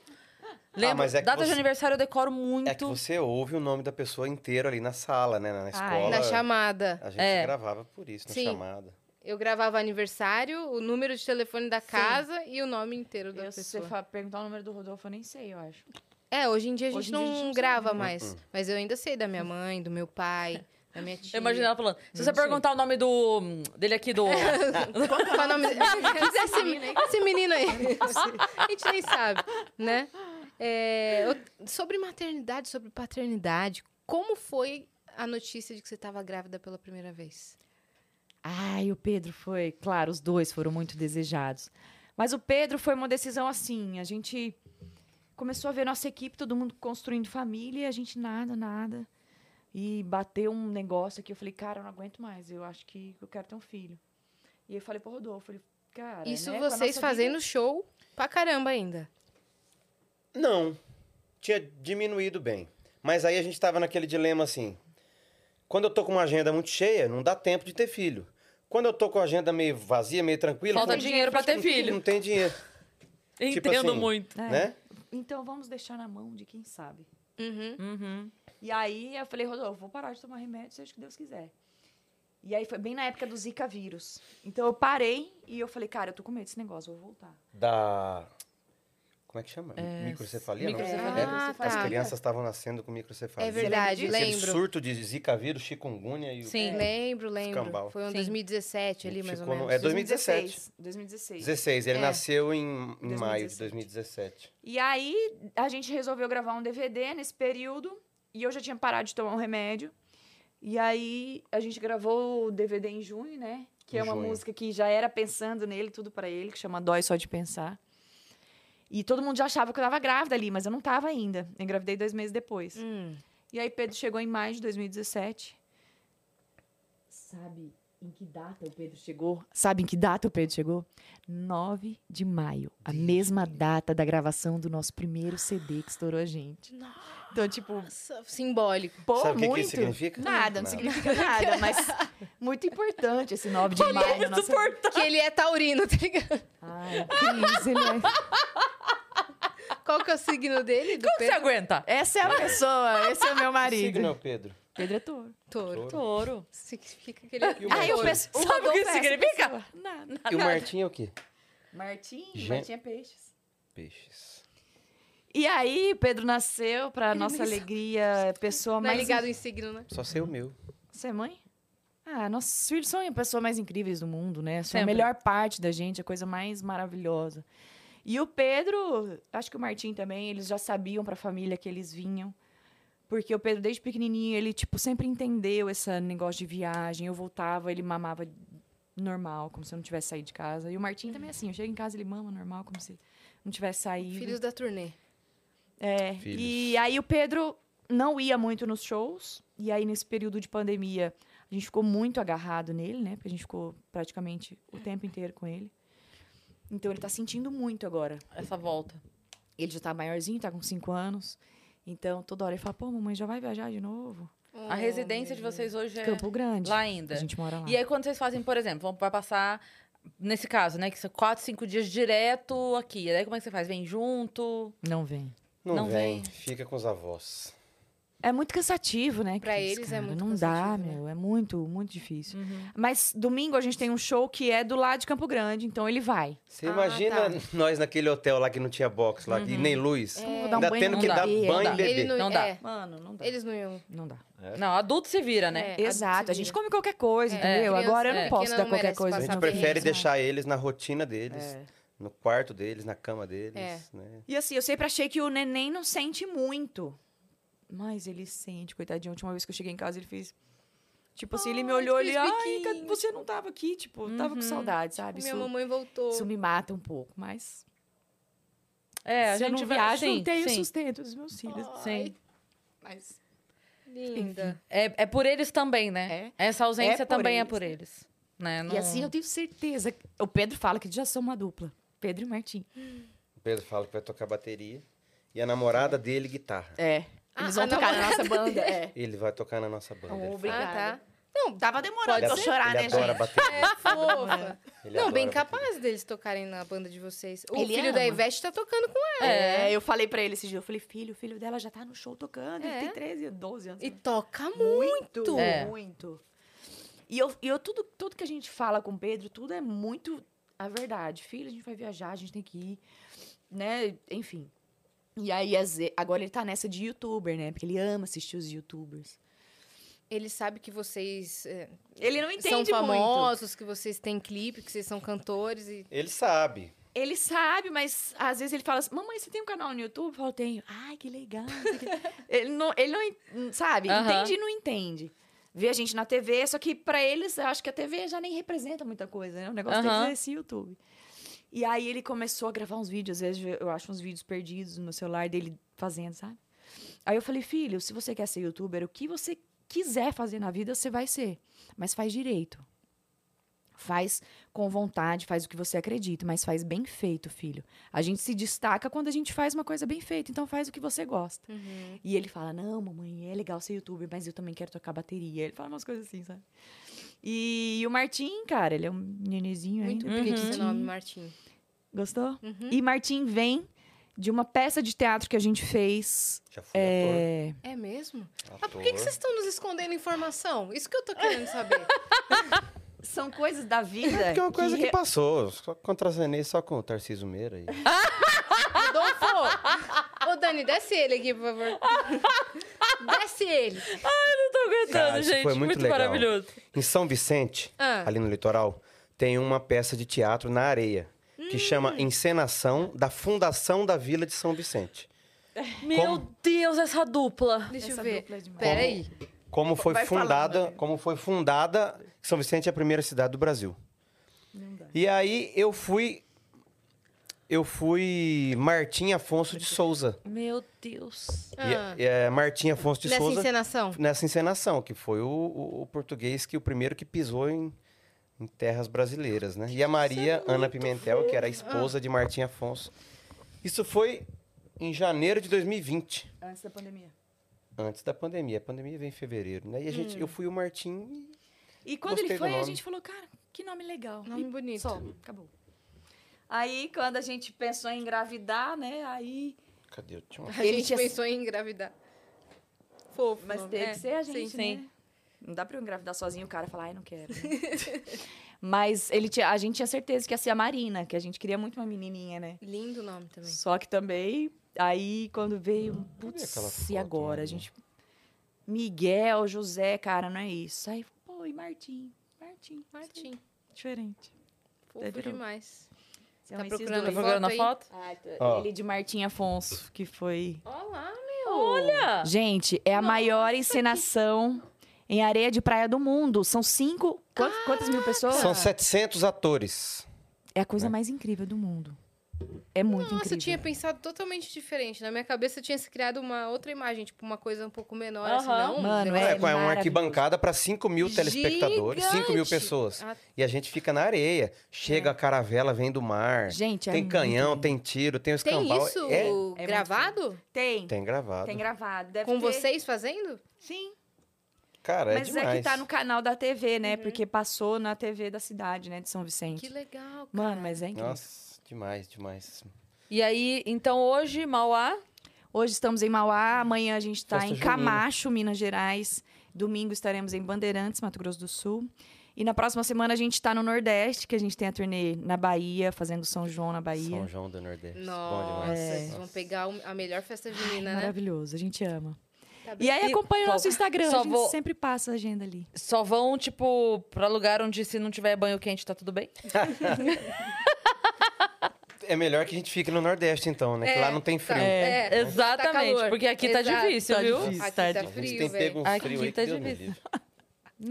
Lembro,
mas é que
data de
você-
aniversário eu decoro muito.
É que você ouve o nome da pessoa inteiro ali na sala, né? Na escola.
Na chamada.
A gente
Ah, É.
gravava por isso, na
Sim.
chamada.
Eu gravava aniversário, o número de telefone da casa e o nome inteiro da
Eu, se você
pessoa.
fa- perguntar o número do Rodolfo, eu nem sei, eu acho.
É, hoje em dia a gente
Hoje em
não
dia a gente não
grava
sabe.
mais. Mas eu ainda sei da minha mãe, do meu pai, da minha tia.
Eu imagino ela falando. Se você
sei.
perguntar o nome do. hum, dele aqui do.
Qual é o nome esse, esse menino aí. A gente nem sabe, né? É, o- sobre maternidade, sobre paternidade, como foi a notícia de que você estava grávida pela primeira vez?
Ai, o Pedro foi. Claro, os dois foram muito desejados. Mas o Pedro foi uma decisão assim. A gente começou a ver nossa equipe, todo mundo construindo família, e a gente nada, nada. E bateu um negócio aqui. Eu falei, cara, eu não aguento mais. Eu acho que eu quero ter um filho. E eu falei pro Rodolfo, ele, cara.
Isso
né, com a
vocês
nossa
fazendo show pra caramba ainda.
Não. Tinha diminuído bem. Mas aí a gente tava naquele dilema assim. Quando eu tô com uma agenda muito cheia, não dá tempo de ter filho. Quando eu tô com a agenda meio vazia, meio tranquila.
Falta
eu falo,
dinheiro pra ter
não-
filho.
Não tem dinheiro,
Entendo
Tipo assim.
muito.
vida- É.
né?
Então vamos deixar na mão de quem sabe.
Uhum.
Uhum.
E aí eu falei, Rodolfo, vou parar de tomar remédio, seja o que Deus quiser. E aí foi bem na época do Zika vírus. Então eu parei e eu falei, cara, eu tô com medo desse negócio, eu vou voltar.
Da. Como é que chama? microcefalia? não?
microcefalia.
É,
Ah,
As
tá.
crianças estavam nascendo com microcefalia.
É verdade,
Aquele
lembro.
surto de zika vírus, chikungunya e o
Sim.
Lembro, lembro.
Escambau.
Foi um em
Sim.
2017 ali, mais ou
Ficou no-
menos.
é 2017.
2016.
16. Ele
É.
nasceu em, em maio de
2017.
2017.
E aí a gente resolveu gravar um DVD nesse período e eu já tinha parado de tomar um remédio. E aí a gente gravou o DVD em junho, né? Que
Em
é uma
junho.
música que já era pensando nele, tudo pra ele, que chama Dói Só de Pensar. E todo mundo já achava que eu tava grávida ali, mas eu não tava ainda. Eu engravidei dois meses depois.
Hum.
E aí Pedro chegou em maio de 2017. Sabe em que data o Pedro chegou? Sabe em que data o Pedro chegou? 9 de maio, a mesma data da gravação do nosso primeiro CD que estourou a gente. Então, tipo,
Nossa, simbólico.
pô,
Sabe o que que,
muito.
isso significa?
Nada, não significa nada, mas muito importante esse 9 de maio. na nossa-
Que ele é taurino, tá ligado?
Ai, Cris, ele é...
Qual que é o signo dele? Do
Você
Pedro?
aguenta?
Essa é a pessoa, esse é o meu
Que
marido.
signo é o Pedro?
Pedro é touro.
Touro.
Touro.
Significa que ele é
E o
Aí eu
Martim?
penso, o
Sabe o que
Rodolfo
isso
é essa
significa?
pessoa. Nada.
E o Martim é o quê?
Martim,
Gen-
Martim é peixes.
Peixes.
E aí, Pedro nasceu pra nossa alegria, pessoa
Não é
mais.
ligado em signo, né?
Só sei o meu.
Você é mãe? Ah, nossos filhos são a pessoa mais incríveis do mundo, né? São a
Sempre.
melhor parte da gente, a coisa mais maravilhosa. E o Pedro, acho que o Martim também, eles já sabiam pra família que eles vinham. Porque o Pedro, desde pequenininho, ele, tipo, sempre entendeu esse negócio de viagem. Eu voltava, ele mamava normal, como se eu não tivesse saído de casa. E o Martim também é assim, eu chego em casa, ele mama normal, como se não tivesse saído.
Filhos da turnê.
É,
Filhos.
e aí o Pedro não ia muito nos shows, e aí nesse período de pandemia a gente ficou muito agarrado nele, né? Porque a gente ficou praticamente o tempo inteiro com ele. Então ele tá sentindo muito agora.
Essa volta.
Ele já tá maiorzinho, tá com cinco anos. Então toda hora ele fala: pô, mamãe já vai viajar de novo?
a residência de vocês hoje é
Campo Grande.
lá ainda.
A gente mora lá. é
E aí, quando vocês fazem, por exemplo, vão- vai passar, nesse caso, né? Que são quatro, cinco dias direto aqui. E aí, como é que você faz? Vem junto?
Não vem.
Não,
Não
vem. Fica com os avós.
É muito cansativo, né?
Pra
Cris,
eles é muito
Não dá,
cansativo, né?
meu. É muito, muito difícil. Mas domingo a gente tem um show que é do lado de Campo Grande, então ele vai.
Você
Ah,
imagina
tá. É.
nós naquele hotel lá que não tinha box lá, e nem luz.
Vou
Ainda tendo
no
que
bebê,
dar
é.
banho e
Ele
beber.
não-
Não dá.
é.
Mano, não dá.
Eles não iam.
Não dá.
Não, adulto se vira, né?
É,
Exato. A
adulto
gente
se
come qualquer coisa,
É,
entendeu?
criança
Agora eu não
pequena
posso dar
não
qualquer
merece
coisa.
A gente
passar
não.
perrengue,
prefere
né?
deixar eles na rotina deles,
É.
no quarto deles, na cama deles,
É.
né?
E assim, eu sempre achei que o neném não sente muito. Mas ele sente, coitadinho. A última vez que eu cheguei em casa, ele fez. Tipo assim, ele me
Ai,
olhou
fez
ali, ai,
biquinho."
cadê- você não tava aqui, tipo, tava com saudade, sabe?
Minha
Isso-
mamãe voltou.
Isso me mata um pouco, mas.
É, a
se eu
gente
não
vai-
viajo,
sim,
não tenho
sim.
sustento dos meus filhos.
Sim.
Mas.
Linda.
É, é por eles também, né? Essa ausência
É por
também é
eles,
por eles. Né?
É.
Não-
E assim eu tenho certeza. que- O Pedro fala que eles já são uma dupla. Pedro e Martim.
O Pedro fala que vai tocar bateria e a namorada dele guitarra.
É. Eles vão tocar na nossa banda. É.
Ele vai tocar na nossa banda. ele fala.
Obrigada.
Ah, tá.
Não, tava demorando pra eu
ele
chorar,
ele
né,
adora
gente?
bateria.
É fofa.
Ele
Não,
adora
bem
bateria.
capaz deles tocarem na banda de vocês. O
Ele
filho da
ama.
Ivete tá tocando com ela.
É, eu falei pra ele esse dia, eu falei, filho, o filho dela já tá no show tocando,
É.
ele tem 13, 12 anos.
E toca muito.
muito,
É.
muito. E eu, e eu tudo, tudo que a gente fala com o Pedro, tudo é muito a verdade. Filho, a gente vai viajar, a gente tem que ir, né? Enfim. E aí, às ve- agora ele tá nessa de youtuber, né? Porque ele ama assistir os youtubers.
Ele sabe que vocês eh,
Ele não entende
são
muito.
famosos, que vocês têm clipe, que vocês são cantores e
Ele sabe.
Ele sabe, mas às vezes ele fala assim, mamãe, você tem um canal no YouTube? Eu falo, tenho. Ai, que legal. não sei o quê." ele não, ele não en- sabe,
Aham.
entende e não entende. Vê a gente na TV, só que pra eles, eu acho que a TV já nem representa muita coisa, né? O negócio
Aham.
deles é esse YouTube. E aí ele começou a gravar uns vídeos, às vezes eu acho uns vídeos perdidos no celular dele fazendo, sabe? Aí eu falei, filho, se você quer ser youtuber, o que você quiser fazer na vida, você vai ser. Mas faz direito. Faz com vontade, faz o que você acredita, mas faz bem feito, filho. A gente se destaca quando a gente faz uma coisa bem feita, então faz o que você gosta. E ele fala: Não, mamãe, é legal ser youtuber, mas eu também quero tocar bateria. Ele fala umas coisas assim, sabe? E, o Martim, cara, ele é um nenenzinho
muito
Uhum.
ainda.
bonito esse
pequenininho.
nome, Martim.
Gostou? E Martim vem de uma peça de teatro que a gente fez.
Já fui
é,
É mesmo?
ator.
Ah, por que, que vocês estão nos escondendo informação? Isso que eu tô querendo saber.
São coisas da vida.
Porque é uma coisa que,
re-
passou. Só contracenei só com o Tarcísio Meira. aí.
Rodolfo! Ô, Dani, desce ele aqui, por favor. Desce ele.
Eu tô aguentando,
Cara, isso
gente.
foi muito legal.
maravilhoso.
Em São Vicente,
Ah.
ali no litoral, tem uma peça de teatro na areia.
Hum.
Que chama Encenação da Fundação da Vila de São Vicente.
Meu Deus, essa dupla.
Deixa
Essa
eu ver.
dupla é demais.
Peraí.
Como foi
Vai falando,
fundada,
né?
como foi fundada, São Vicente é a primeira cidade do Brasil. E aí eu fui eu fui Martim Afonso de Souza.
Meu Deus.
Ah.
E- é, Martim Afonso de
Nessa
Souza
encenação.
nessa encenação, que foi o, o- o português que o primeiro que pisou em, em terras brasileiras, né? E a Maria Ana Pimentel, que era a esposa de Martim Afonso. Isso foi em janeiro de 2020,
Antes da pandemia.
antes da pandemia. A pandemia veio em fevereiro, né? E a gente, eu fui o Martim
E quando
Gostei
ele
do
foi, a
nome.
gente falou, cara, que nome legal.
Nome
E
bonito.
Só, acabou. Aí, quando a gente pensou em engravidar, né? Aí.
Cadê o tio?
A
Ele
gente
tinha-
pensou em engravidar. Fofo.
Mas
não?
teve
É,
que ser a gente,
sim,
né? Não dá pra eu engravidar sozinho o cara falar, ai, não quero. né? Mas ele tinha- a gente tinha certeza que ia ser a Marina, que a gente queria muito uma menininha, né?
é. Lindo o nome também.
Só que também, aí quando veio,
aquela
putz,
foto,
e agora?
né?
A gente. Miguel, José, cara, não é isso. Aí, pô, e Martim? Martim, Martim.
Martim.
Diferente.
Fofo
Virou.
demais.
Então,
Tá
esses
procurando
dois.
Foto
Tá procurando a
aí.
foto?
Ah, t-
Ó.
Ele de Martim Afonso, que foi.
Olá,
Olha!
Gente, é a maior encenação em areia de praia do mundo. São cinco. quant- Quantas, mil pessoas?
São 700 atores.
É a coisa mais incrível do mundo. É muito
Nossa, eu
incrível.
tinha pensado totalmente diferente. Na minha cabeça tinha se criado uma outra imagem, tipo uma coisa um pouco menor, assim,
Aham.
não?
Mano,
né?
É,
É
com uma
maravilhoso.
arquibancada para 5 mil telespectadores, 5 mil
Gigante!
pessoas.
Ah.
E a gente fica na areia. Chega a caravela, vem do mar.
É. Gente, é
tem
muito
canhão,
lindo.
tem tiro, tem os
Tem isso
É,
muito
gravado?
Tem.
tem gravado.
Tem gravado. Deve
Com
ter.
vocês fazendo?
Sim.
Cara, é
Mas
demais.
é que tá no canal da TV, né? Porque passou na TV da cidade, né? De São Vicente.
Que legal, cara.
Mano, mas é incrível.
Nossa, demais, demais.
E aí, então hoje, Mauá.
Hoje estamos em Mauá, amanhã a gente está
Festa
Tá em
junina.
Camacho, Minas Gerais. Domingo estaremos em Bandeirantes, Mato Grosso do Sul. E na próxima semana a gente está no Nordeste, que a gente tem a turnê na Bahia, fazendo São João na Bahia.
São João do Nordeste. Bom
Nossa,
demais.
É.
vocês vão pegar o- a melhor festa junina, né?
Maravilhoso, a gente ama.
Tá bem.
E aí
E-
acompanha o
Bom,
nosso Instagram,
só
a gente
vou-
sempre passa a agenda ali.
Só vão, tipo, pra lugar onde se não tiver banho quente tá tudo bem?
É melhor que a gente fique no Nordeste, então, né? que
É,
lá não tem frio.
É, tá
Exatamente,
calor.
porque aqui tá
Exato.
difícil,
Tá
viu?
difícil.
Aqui
Tá
tá
A gente
frio,
tem
velho.
pego um
velho.
frio
Aqui
aí
tá
que Deus me
difícil.
livre.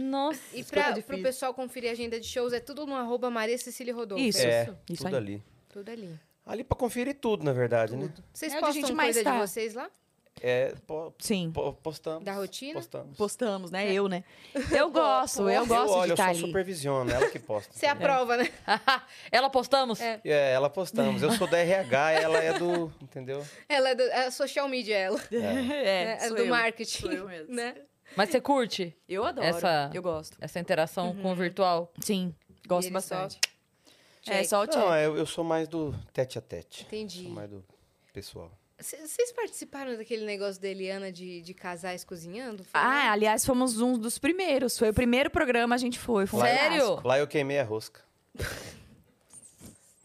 Nossa.
E pra, pro pessoal conferir a agenda de shows, é tudo no arroba Maria Cecília Rodolfo.
Isso.
É,
Isso
tudo
aí.
ali.
Tudo ali.
Ali pra conferir tudo, na verdade, né?
Vocês
É onde a
postam
gente mais
coisa de
tá.
vocês lá?
É, po-
Sim.
po- postamos.
Da rotina?
Postamos.
Postamos, né? Eu, né? Eu gosto, eu
eu
gosto
olho,
de estar
eu sou
ali.
supervisiono, ela que posta.
Você aprova, né?
Ela postamos?
É.
É, ela postamos. Eu sou da RH, ela é do. Entendeu?
Ela é, do, é social media, ela.
É,
É,
sou
do
eu.
marketing.
Sou eu mesmo.
Né?
Mas você curte
Eu adoro.
Essa-
Eu gosto.
essa interação com o virtual?
Sim,
E
gosto
ele
bastante.
só-
É,
Check.
só o check.
Não, eu, eu sou mais do tete a tete.
Entendi.
Sou mais do pessoal.
C- Vocês participaram daquele negócio da Eliana de, de casais cozinhando? Foi, né?
Ah, aliás, fomos um dos primeiros. Foi o primeiro programa a gente foi. foi um
Sério?
clássico.
Lá eu queimei a rosca.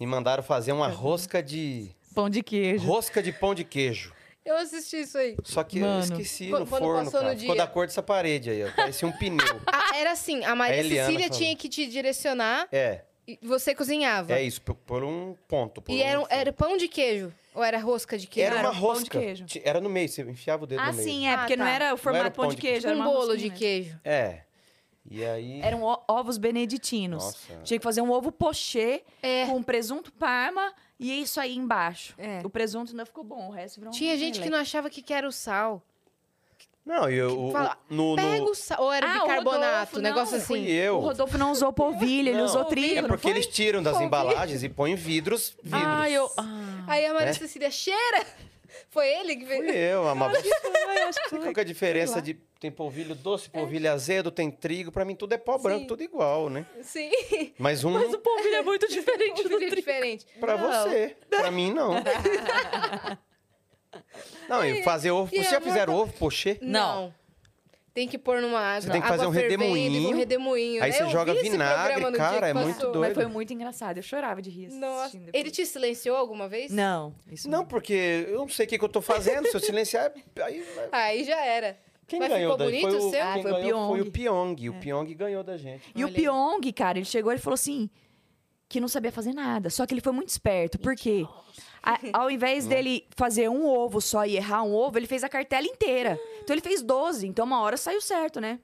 Me mandaram fazer uma rosca de.
é Pão de queijo.
Rosca de pão de queijo.
Eu assisti isso aí.
Só que
Mano.
eu esqueci
Qu-
no
quando
forno,
passou
cara.
no
Ficou
dia.
da cor dessa parede aí, ó. Parecia um pneu.
Ah, era assim, a Maria
A Eliana
Cecília
falou.
tinha que te direcionar
É,
e você cozinhava.
é isso, por, por um ponto. por
e
um
era, um-
fundo.
era pão de queijo? Ou era rosca de queijo?
Era uma
Era um pão de
rosca.
queijo.
Ti- Era no meio, você enfiava o dedo
Ah,
no meio.
sim, é,
Ah,
porque não
tá.
era o formato
era o
pão de queijo,
um
era uma
bolo de
rosquinha mesmo.
queijo.
É. E aí.
Eram Um o- ovos beneditinos.
Nossa.
Tinha que fazer um ovo pochê
É.
com presunto parma e isso aí embaixo.
É.
O presunto ainda ficou bom, o resto virou um
Tinha gente que não achava que que era o sal.
Não, e eu. o-
Fala,
o- no,
Pega
no...
o sal. Ou era
Ah, o
bicarbonato,
Rodolfo,
um negócio
não,
Fui
assim.
O
eu.
Rodolfo não usou polvilha, ele
Não,
usou trigo.
É
não
porque
foi?
eles tiram das embalagens e põem vidros. vidros.
Ah, eu. Ah.
Aí a Maria
É.
Cecília cheira. Foi ele que
Fui
fez.
eu, amava.
Ai, acho que
Qual que é a diferença de. Tem polvilho doce, polvilho azedo, tem trigo. Pra mim tudo é pó branco, tudo igual, né?
Sim.
Mas um
Mas o polvilho é muito diferente do
Tudo
trigo.
diferente.
pra você. Pra mim, não. Não, e fazer ovo.
e
Vocês já
amor-
fizeram ovo, pochê?
Não.
Tem que pôr numa água.
Você tem que fazer
água
um
fervendo,
redemoinho.
Um redemoinho.
Aí
né?
você
Eu
joga
vi esse programa
vinagre,
no dia
cara,
que
é muito
passou.
doido.
Mas foi muito engraçado, eu chorava de rir.
Nossa.
assistindo depois.
Ele te silenciou alguma vez?
Não, isso
Não,
não.
porque eu não sei o que, que eu tô fazendo. Se eu silenciar, aí vai.
Aí já era.
Quem
Mas
ganhou
ficou
daí?
bonito o
foi
seu?
Ah,
quem
foi o
ganhou foi o
Pyong.
Pyong. O Pyong ganhou da gente.
E o
Olha aí.
Pyong, cara, ele chegou e falou assim: que não sabia fazer nada. Só que ele foi muito esperto. Por quê? A- ao invés dele fazer um ovo só e errar um ovo, ele fez a cartela inteira. Então ele fez 12. Então uma hora saiu certo, né?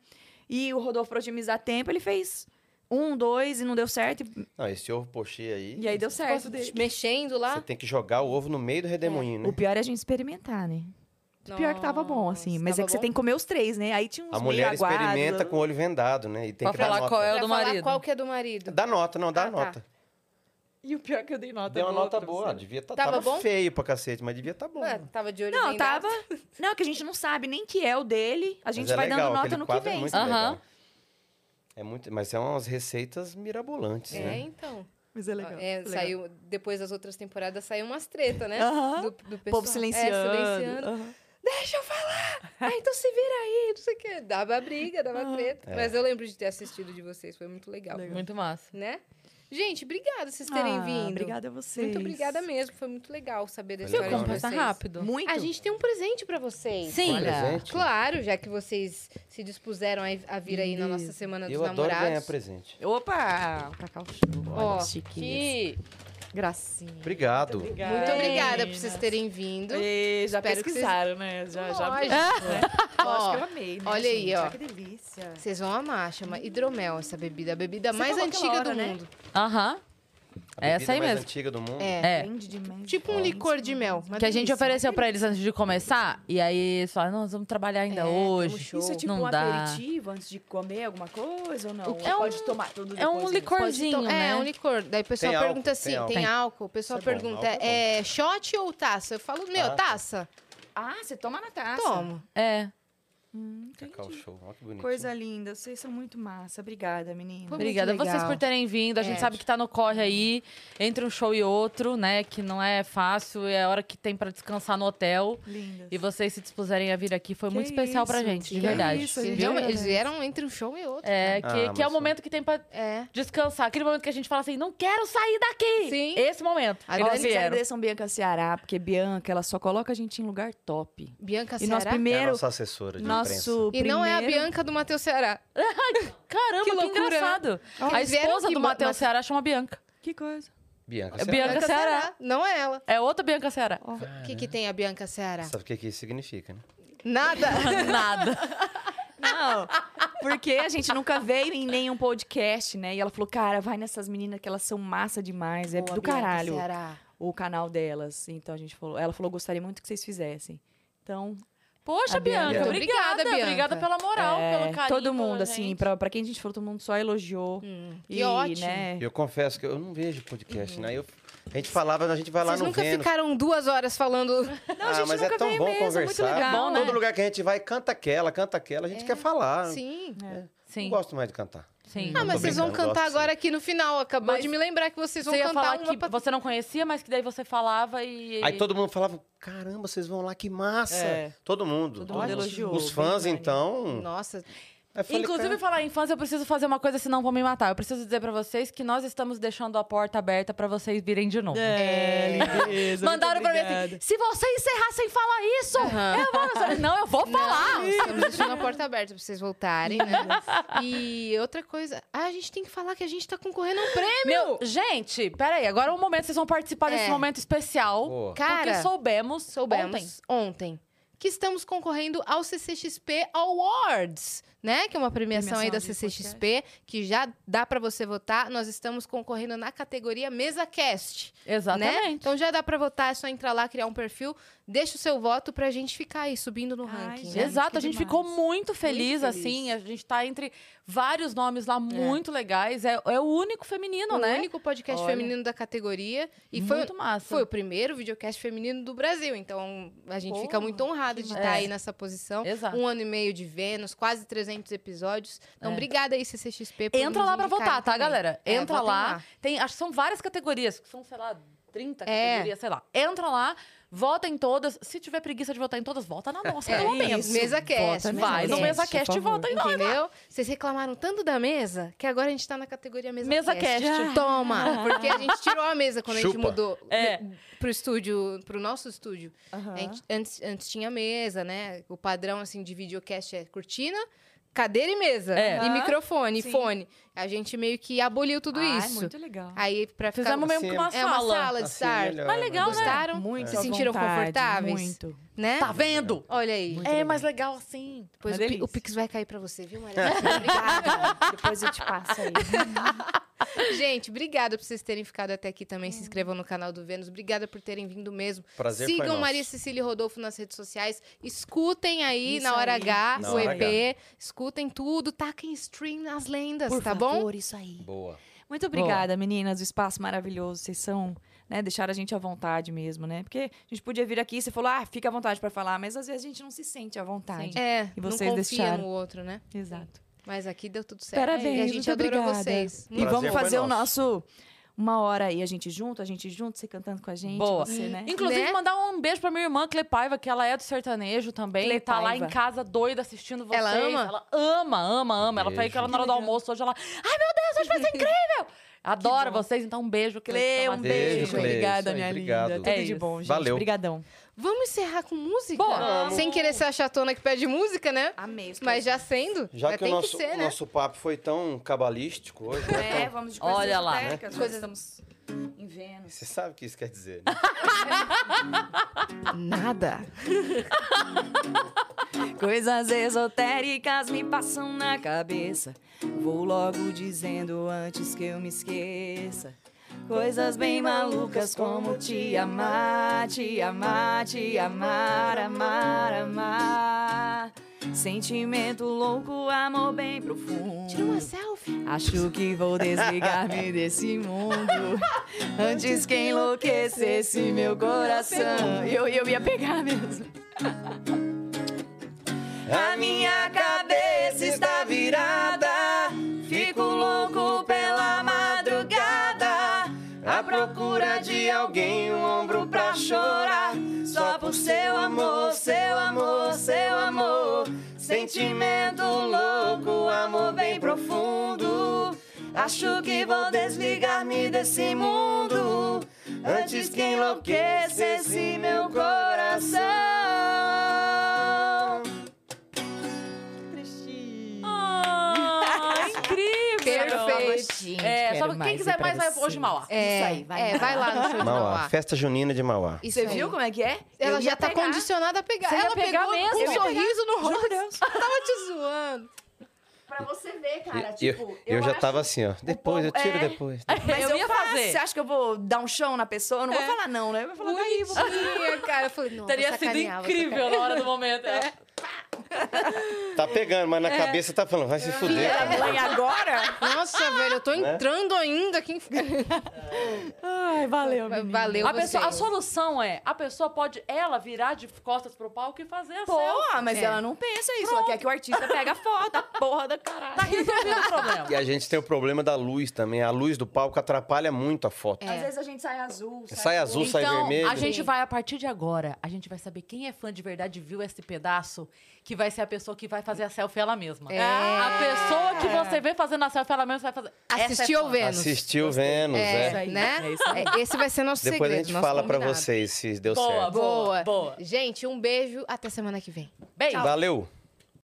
E o Rodolfo, pra otimizar tempo, ele fez um, dois e não deu certo. E,
Não, esse ovo pochê aí.
e aí deu certo.
Ficou Mexendo
Você
lá.
tem que jogar o ovo no meio do redemoinho, né?
O pior é a gente experimentar, né? O pior é que tava bom, assim. Mas
Nossa,
é que você
tava
tem que comer os três, né? Aí tinha uns
A mulher
meio aguados.
experimenta com o olho vendado, né? E tem
Pra
que dar
falar
nota.
qual é o
Pra
do
falar
marido.
qual que é do marido.
Dá nota, não, dá
Ah, tá.
nota.
E o pior é que eu dei nota
Deu uma
boa
nota
pra
boa.
você.
Ah, devia tá,
Tava
tava
bom? É,
feio pra cacete, mas devia tá bom.
Ué, tava de olho
Não,
vendado.
tava. Não, que a gente não sabe nem que é o dele. A gente
Mas é
vai
legal,
dando nota
aquele
no que
quadro
vem.
É muito
Aham.
legal. É muito, mas são umas receitas mirabolantes,
É,
né?
então.
Mas é
É, saiu, depois das outras temporadas, saiu umas treta, né?
Aham.
Do, do
O
pessoal.
povo silenciando.
É, silenciando.
Aham.
Deixa eu falar! Ah, então se vira aí, não sei o quê. Dava briga, dava treta.
É.
Mas eu lembro de ter assistido de vocês, foi muito legal.
Muito massa.
Né? Gente, obrigada vocês terem
Ah,
vindo.
Obrigada a vocês.
Muito obrigada mesmo, foi muito legal saber da
Foi
história
legal,
de
né?
Como
vocês.
passa rápido.
Muito.
A gente tem um presente pra vocês.
Sim.
Presente.
Claro, já que vocês se dispuseram a a vir aí na nossa Semana dos
Eu adoro
Namorados.
ganhar presente.
Opa! Cacau show.
Ó,
Olha, chique.
Que
Gracinha.
Obrigado.
Muito obrigada por vocês terem vindo.
E já
Espero que
pesquisaram, né? Já, já.
Lógico.
Lógico que
Ó,
eu amei, né,
olha aí,
gente?
ó.
Ah, Que delícia.
Vocês vão amar, chama hidromel essa bebida, a bebida
Você
mais
falou aquela
antiga
hora,
do
né?
mundo.
Aham.
A
Essa
bebida
aí
mais
mesmo.
antiga do mundo.
É.
É.
Bem demais.
Tipo um
Ó,
licor de mel. uma
Que a gente
delícia.
ofereceu pra eles antes de começar. E aí eles falaram, "Não, nós vamos trabalhar ainda
É,
hoje.
temos show.
Isso é tipo
Não
um
dá.
aperitivo antes de comer alguma coisa ou não?
que-
Ou
é
pode tomar tudo
É
depois
um
mesmo?
Pode
licorzinho,
to-
né?
É, um licor. Daí o pessoal
Tem
pergunta
álcool,
assim,
tem
tem
álcool.
álcool?
Tem.
O pessoal
Isso é bom,
pergunta,
álcool é
é shot ou taça? Eu falo, meu,
Ah, tá.
taça.
Ah, você toma na taça.
Tomo.
É.
Hum,
Cacau
entendi.
Show. Olha que É bonito.
Coisa linda. Vocês são muito massa. Obrigada, menina.
Foi
Obrigada a
muito
vocês
legal.
por terem vindo. A gente
É.
sabe que tá no corre aí, entre um show e outro, né? Que não é fácil, é a hora que tem pra descansar no hotel.
Linda.
E vocês se dispuserem a vir aqui, foi
Que
muito especial pra
isso,
gente, de
que é
verdade.
isso,
Eles,
Eles
viu?
vieram-
eles vieram entre um show e outro.
É, que,
Ah,
que é o
mas-
momento que tem pra
É.
descansar. Aquele momento que a gente fala assim, não quero sair daqui!
Sim.
Esse momento.
A
Ó,
Eles
vocês
vieram.
agradeçam Bianca Ceará, porque Bianca, ela só coloca a gente em lugar top.
Bianca
E nosso
Ceará.
É a
primeiro...
nossa assessora de imprensa.
Nosso
E não é a
primeiro-
Bianca do Matheus Ceará.
Caramba,
Que
que,
loucura.
engraçado.
Ó,
a
eles vieram
esposa
aqui,
do
ma-
Matheus
mas-
Ceará chama Bianca.
Que coisa.
Bianca,
É
você
Bianca Ceará.
Não é ela.
É outra Bianca Ceará.
O
É.
que, que tem a Bianca Ceará?
sabe o que, que isso significa, né?
Nada.
Nada.
Não, porque a gente nunca veio em nenhum podcast, né? E ela falou, cara, vai nessas meninas que elas são massa demais. É
Boa,
do
Bianca
caralho
Ceará.
o canal delas. Então a gente falou, ela falou, gostaria muito que vocês fizessem. Então,
Poxa,
A Bianca.
Bianca, obrigada.
Obrigada, Bianca.
Obrigada, pela moral,
é,
pelo carinho.
todo mundo,
pela
assim,
gente. Hum,
pra, pra quem a gente falou, todo mundo só elogiou.
que ótimo.
Né,
Eu confesso que eu não vejo podcast, né? Eu, a gente falava, a gente vai Tá lá
Vocês
no
nunca
Vênus.
ficaram duas horas falando.
Não, a
ah,
gente
mas
nunca
é tão
veio
bom
mesmo, muito
conversar.
legal.
Bom, né?
Todo lugar que a gente vai, canta aquela, canta aquela. A gente quer falar.
Sim.
É.
Não
Sim,
gosto mais de cantar.
sim.
Ah,
Ah. Não,
mas
tô
vocês vão
brincando,
cantar
gosto sim.
agora aqui no final. Acabou
Mas
de me lembrar que vocês vão
Você ia
cantar
falar
uma
que
pra...
você não conhecia, mas que daí você falava e...
Aí todo mundo falava, caramba, vocês vão lá, que massa.
É.
Todo mundo.
Todo mundo
Os-
elogiou,
Os
bem
fãs,
bacana.
então...
Nossa,
Aí eu falei,
Inclusive,
cara,
falar em fãs, eu preciso fazer uma coisa, senão vão me matar. Eu preciso dizer pra vocês que nós estamos deixando a porta aberta pra vocês virem de novo.
É, beleza.
Mandaram pra mim assim, se você encerrar sem falar isso, eu vou... Eu falei, Não, eu vou falar.
Não, estamos deixando a porta aberta pra vocês voltarem, né? E outra coisa, ah, a gente tem que falar que a gente tá concorrendo a um prêmio.
Meu, gente, peraí, agora é um momento, vocês vão participar
É.
desse momento especial.
Boa.
Cara,
porque soubemos,
soubemos né?
ontem.
ontem. que estamos concorrendo ao CCXP Awards, né? Que é uma premiação,
Premiação
aí da
de
CCXP, que já dá pra você votar. Nós estamos concorrendo na categoria Mesa Cast. Né?
Exatamente.
Então já dá pra votar, é só entrar lá, criar um perfil, deixa o seu voto pra gente ficar aí subindo no
Ai,
ranking.
gente,
né?
Exato,
que
a gente
demais.
ficou muito feliz,
feliz.
assim. A gente tá entre vários nomes lá muito legais. É, é o único feminino,
É. O
né?
único podcast
Olha.
feminino da categoria. E foi,
muito massa.
Foi o primeiro videocast feminino do Brasil, então a gente fica
Porra,
muito honrado de
que
estar
massa.
aí nessa posição.
Exato.
Um ano e meio de Vênus, quase 300 episódios. Então,
É.
obrigada aí, CCXP. por
Entra
nos
lá pra
indicarem
votar, tá,
também.
galera?
É,
Entra
votem
lá. Tem, acho que são várias categorias, que são, sei lá, 30
É.
categorias, sei lá. Entra lá, vota em todas. Se tiver preguiça de votar em todas, vota na nossa,
É,
pelo menos.
isso. Mesa
Vota
cast.
Vai no
Gente,
mesa
por
cast e
favor.
vota em nós.
Entendeu? Vocês reclamaram tanto da mesa que agora a gente tá na categoria mesa,
Mesa cast.
Toma! Porque a gente tirou a mesa quando a gente
Chupa.
mudou
É.
né, pro estúdio, pro nosso estúdio.
Aham.
A gente- antes, antes tinha mesa, né? O padrão, assim, de videocast é cortina, cadeira e mesa.
É.
E
Aham.
microfone, e
Sim.
fone. A gente meio que aboliu tudo
Ah, é
isso.
muito legal.
Aí, pra ficar...
Fizemos meio que uma
É uma
sala.
sala de
assim
estar.
melhor,
Mas legal,
né?
Gostaram?
Muito
Se
à
sentiram
vontade,
confortáveis?
Muito.
Né?
Tá vendo?
Olha aí.
Muito
É
legal.
mais legal assim.
Depois
Uma
o, Pi-
delícia.
o Pix vai cair pra você, viu, Maria? Obrigada.
Depois eu te passo aí.
Gente, obrigada por vocês terem ficado até aqui também.
Hum.
Se inscrevam no canal do Vênus. Obrigada por terem vindo mesmo.
Prazer foi
Sigam
nosso.
Maria Cecília e Rodolfo nas redes sociais. Escutem aí
Isso
na hora
aí.
H
Na
o
hora
EP. Escutem tudo. Taquem stream nas lendas,
Por
tá bom?
favor, isso aí.
Boa.
Muito obrigada, meninas. O espaço maravilhoso. Vocês são, né? Deixaram a gente à vontade mesmo, né? Porque a gente podia vir aqui e você falou, ah, fica à vontade pra falar, mas às vezes a gente não se sente à vontade.
É,
E
não
vocês
confia
deixaram.
no outro, né?
Exato.
Mas aqui deu tudo certo.
Parabéns,
E a gente
muito
adorou
obrigada.
vocês.
E
Prazer
vamos
foi
fazer o
nosso.
nosso uma hora aí, a gente junto, a gente junto, você cantando com a gente,
Boa.
você, né?
Inclusive,
Né?
mandar um beijo pra minha irmã, Clepaiva, que ela é do sertanejo também.
Clê
Tá lá
Paiva.
em casa doida assistindo vocês.
Ela ama?
Ela ama, ama, ama. Ela tá aí
Beijo.
que ela na hora do almoço hoje. Ela. Ai, meu Deus, hoje vai ser incrível! Adoro
bom.
vocês, então um beijo, Cle.
Clê, um
Toma-
beijo.
Beijo, Clê. Isso
Obrigada,
aí,
minha
obrigado.
linda. Tudo
É
de
isso.
bom, gente.
Valeu.
Obrigadão.
Vamos encerrar com música?
Boa.
Vamos.
Sem querer ser a chatona que pede música, né?
Amei. os presentes.
Mas já sendo,
Já
mas
que o
tem
nosso,
que ser,
o
né?
nosso papo foi tão cabalístico hoje, né?
É, vamos de coisas
Olha lá.
esotéricas, nós
Coisas-
Estamos em Vênus.
Você sabe o que isso quer dizer, né?
Nada.
Coisas esotéricas me passam na cabeça. Vou logo dizendo antes que eu me esqueça. Coisas bem malucas como te amar, te amar, te amar, amar, amar. Sentimento louco, amor bem
Tira uma
profundo.
selfie.
Acho que vou desligar-me desse mundo antes que enlouquecesse meu coração. Eu, eu ia pegar mesmo. A minha cabeça está virada. Fico louco pela madrugada. À procura de alguém, um ombro pra chorar. Só por seu amor, seu amor, seu amor. Sentimento louco, amor bem profundo. Acho que vou desligar-me desse mundo. Antes que enlouqueça esse meu coração.
Ah, incrível!
Perfeito.
É, só que quem quiser mais vai hoje mal.
É,
Isso aí, vai
é,
lá.
vai lá no show de
Mauá,
Mauá.
festa junina de Mauá.
Isso
Você
aí.
viu como é que é?
Ela
Eu
já
ia
tá
pegar.
condicionada a pegar.
Você ia
ela
pegar
pegou
mesmo?
com
Eu
um
ia
sorriso no rosto. Tava te zoando.
Pra você ver, cara.
E-
tipo,
eu, eu já
acho-
tava assim, ó. Depois, eu
povo-
tiro
é.
depois. né?
Mas
Eu
eu,
ia
faço.
fazer. É.
Você acha que eu vou dar um chão na pessoa? Eu não vou falar não, né? Eu vou falar daí. vou-
Bonitinha, cara. Eu falei, não, vou
Teria sido
sacanear, vou
incrível na hora do momento.
Tá pegando, mas na
É.
cabeça tá falando, vai se fuder,
Filha da
cara.
mãe agora?
sacanear. Nossa, velho, eu tô
Né?
entrando ainda aqui. em-
Ai, valeu,
Valeu,
A, pessoa, a
vocês.
solução é, a pessoa pode ela virar de costas pro palco e fazer a
Pô,
selfie.
mas ela não pensa isso. Ela quer que o artista pegue a foto, a porra da caralho.
Tá resolvido o problema.
E a gente tem o problema da luz também. A luz do palco atrapalha muito a foto.
Às vezes a gente sai azul, sai,
Sai azul, sai
então,
um vermelho.
a gente vai, a partir de agora, a gente vai saber quem é fã de verdade e viu esse pedaço, que vai ser a pessoa que vai fazer a selfie ela mesma.
É.
A pessoa que você vê fazendo a selfie ela mesma vai fazer. é
Assistiu ao Vênus.
Assistiu Vênus,
É,
é.
né? É, Esse vai ser nosso
Depois a
segredo.
gente
nosso
fala pra
combinado.
vocês se deu
Boa,
certo.
Boa.
boa, boa.
Gente, um beijo. Até semana que vem.
Beijo.
Valeu!